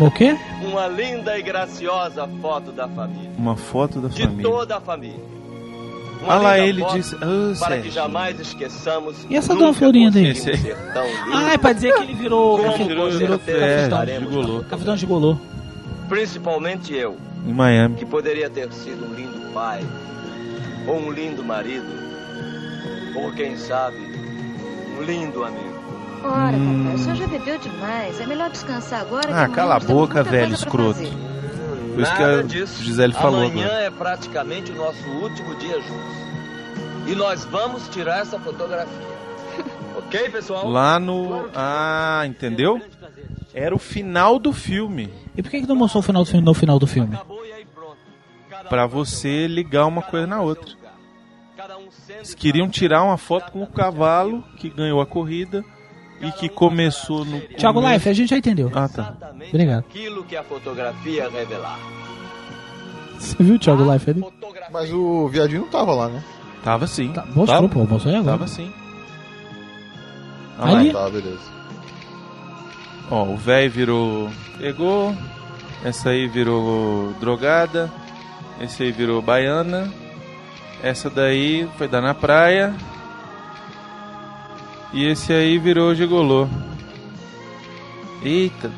O quê?
uma linda e graciosa foto da família.
Uma foto da
De
família.
toda a família. Uma
Ah lá,
linda
ele
foto
disse- Ah,
para que
Sérgio.
jamais esqueçamos.
E essa
nunca
dona Florinda aí?
conseguimos ser tão lindos.
Ah, é pra dizer que ele virou.
Como
cafu-
com
virou
certeza
cafetão.
estaremos
Cafetão de golô.
é
Principalmente eu,
Em Miami.
que poderia ter sido um lindo pai, ou um lindo marido, ou quem sabe, um lindo amigo.
Ora, papai, o senhor já bebeu demais. É melhor descansar agora. que
Ah,
amanhã
cala a
nós temos
boca,
muita coisa
velho
pra
escroto.
fazer.
Por isso que a Gisele falou
Amanhã
agora.
é praticamente o nosso último dia juntos. E nós vamos tirar essa fotografia. ok, pessoal?
Lá no. Ah, entendeu? Era o final do filme.
E por que, que não mostrou o final do filme no final do filme?
um
Pra você ligar uma coisa na outra.
um
Eles queriam tirar uma foto com o cavalo que ganhou a corrida e que começou no.
Thiago
começo-
Life, a gente já entendeu.
Hum. Ah, tá.
Obrigado.
Aquilo que a fotografia revelar.
Você viu o
Ah.
Thiago Life ali?
Mas o viadinho não tava lá, né?
Tava sim.
Tá, Mostrou, pô, mostrou aí agora.
Tava sim. Ah,
Ali.
é?
Tá, beleza.
Ó, o velho virou. Pegou. Essa aí virou drogada. Esse aí virou baiana. Essa daí foi dar na praia. E esse aí virou gigolô. Eita.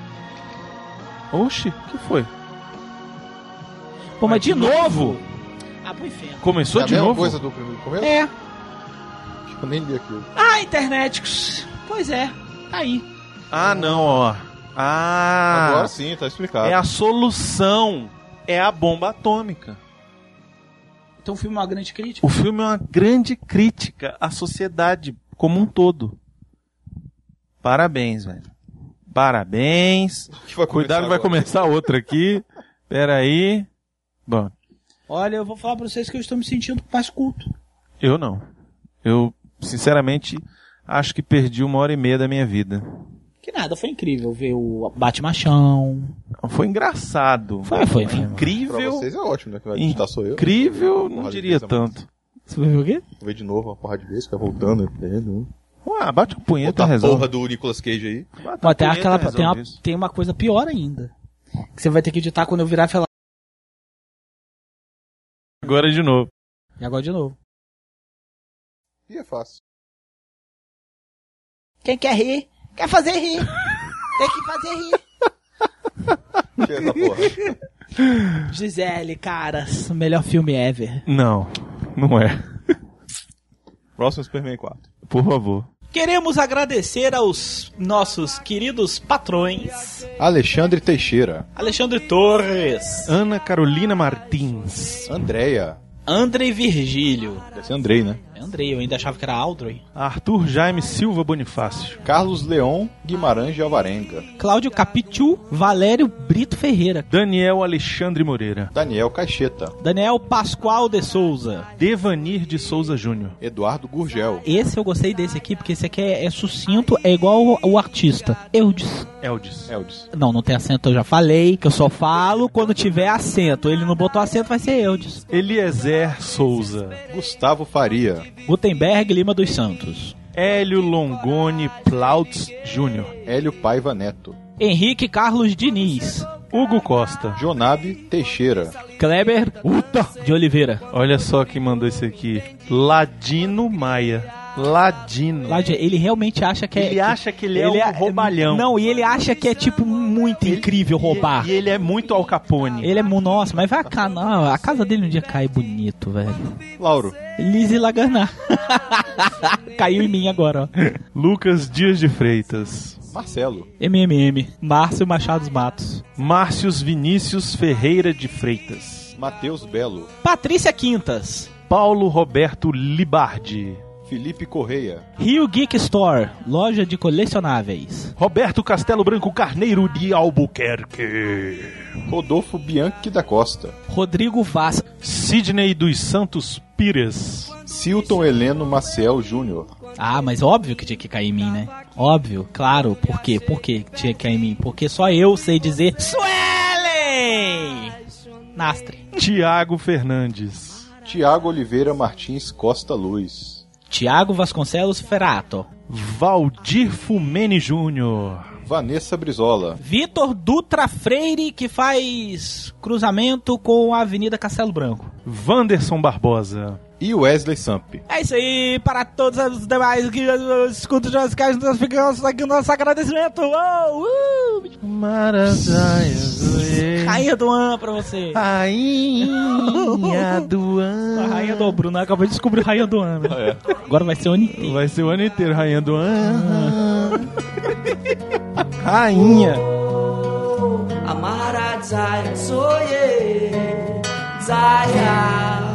Oxi, o que foi?
Pô, mas de novo?
Ah, pro inferno. Começou
é a
de
mesma
novo? É.
coisa do primeiro começo?
É.
Eu nem li aquilo.
Ah, internéticos. Pois é, tá aí.
Ah, não, ó. Ah.
Agora sim, tá explicado.
É a solução. É a bomba atômica.
Então o filme é uma grande crítica.
O filme é uma grande crítica à sociedade como um todo. Parabéns, velho. Parabéns. Cuidado, vai
agora.
começar outra aqui. Pera aí. Bom,
Olha, eu vou falar pra vocês que eu estou me sentindo mais culto.
eu não. Eu, sinceramente, acho que perdi uma hora e meia da minha vida.
Que nada, foi incrível ver o Bate Machão.
Foi engraçado.
Foi, foi. foi.
Incrível.
Pra vocês é ótimo, né? Que vai editar sou eu.
Incrível,
Porra
não
de
diria
vez é
tanto.
Você vai ver o quê?
muito. Vou ver de novo uma porra de vez, fica voltando. entendendo.
Ah, bate um punheta
Outra
resolve.
porra do Nicolas Cage aí.
Pô, tem, aquela,
resolve
tem, uma,
isso.
tem uma coisa pior ainda. Que você vai ter que editar quando eu virar e falar.
Agora de novo.
E agora de novo.
E é fácil.
Quem quer rir, quer fazer rir. Tem que fazer rir.
Chega, porra.
Gisele, caras, o melhor filme ever.
Não, não é.
Próximo Superman 4.
Por favor.
Queremos agradecer aos nossos queridos patrões.
Alexandre Teixeira.
Alexandre Torres.
Ana Carolina Martins.
Andréia.
Andrei Virgílio.
Deve ser Andrei, né?
É Andrei, eu ainda achava que era Aldroy.
Arthur Jaime Silva Bonifácio.
Carlos Leon Guimarães de Alvarenga.
Cláudio Capitu, Valério Brito Ferreira.
Daniel Alexandre Moreira.
Daniel Caixeta.
Daniel Pascoal de Souza.
Devanir de Souza Júnior.
Eduardo Gurgel.
Esse eu gostei desse aqui, porque esse aqui é, é sucinto, é igual o, o artista. Eudes.
Eldis.
Eldis.
Não, não tem acento, eu já falei, que eu só falo quando tiver acento. Ele não botou acento, vai ser Eudes.
Eliezer Souza.
Gustavo Faria.
Gutenberg Lima dos Santos.
Hélio Longoni Plautz Júnior.
Hélio Paiva Neto.
Henrique Carlos Diniz.
Hugo Costa.
Jonabe Teixeira.
Kleber Uta de Oliveira.
Olha só quem mandou esse aqui. Ladino Maia. Ladino.
Lá de- Ele realmente acha que é.
Ele acha que ele é um roubalhão.
Não, e ele acha que é, tipo, muito incrível roubar.
E ele é muito Al Capone.
Ele é. mu- Nossa, mas vai a casa. Não, a casa dele um dia cai bonito, velho.
Lauro.
Lise Laganá. Caiu em mim agora, ó.
Lucas Dias de Freitas.
Marcelo.
MMM. Márcio Machados Matos.
Márcios Vinícius Ferreira de Freitas.
Matheus Belo.
Patrícia Quintas.
Paulo Roberto Libardi.
Felipe Correia.
Rio Geek Store. Loja de colecionáveis.
Roberto Castelo Branco Carneiro de Albuquerque.
Rodolfo Bianchi da Costa.
Rodrigo Vaz.
Sidney dos Santos Pires.
Silton Heleno Maciel Júnior.
Ah, mas óbvio que tinha que cair em mim, né? Óbvio, claro. Por quê? Por quê que tinha que cair em mim? Porque só eu sei dizer Suelen! Nastre.
Tiago Fernandes.
Tiago Oliveira Martins Costa Luz.
Tiago Vasconcelos Ferato.
Valdir Fumene Júnior.
Vanessa Brizola.
Vitor Dutra Freire, que faz cruzamento com a Avenida Castelo Branco.
Vanderson Barbosa.
e Wesley Samp.
É isso aí, para todos os demais que escutam os caras, nós ficamos aqui o nosso agradecimento. Uou, uh! Rainha do An pra você.
Rainha do An.
A rainha do Bruno, acabou de descobrir rainha do An. né? Agora vai ser o ano inteiro.
Vai ser o ano inteiro, rainha do ano.
Ah, Rainha.
Amara desire, so yeah, desire.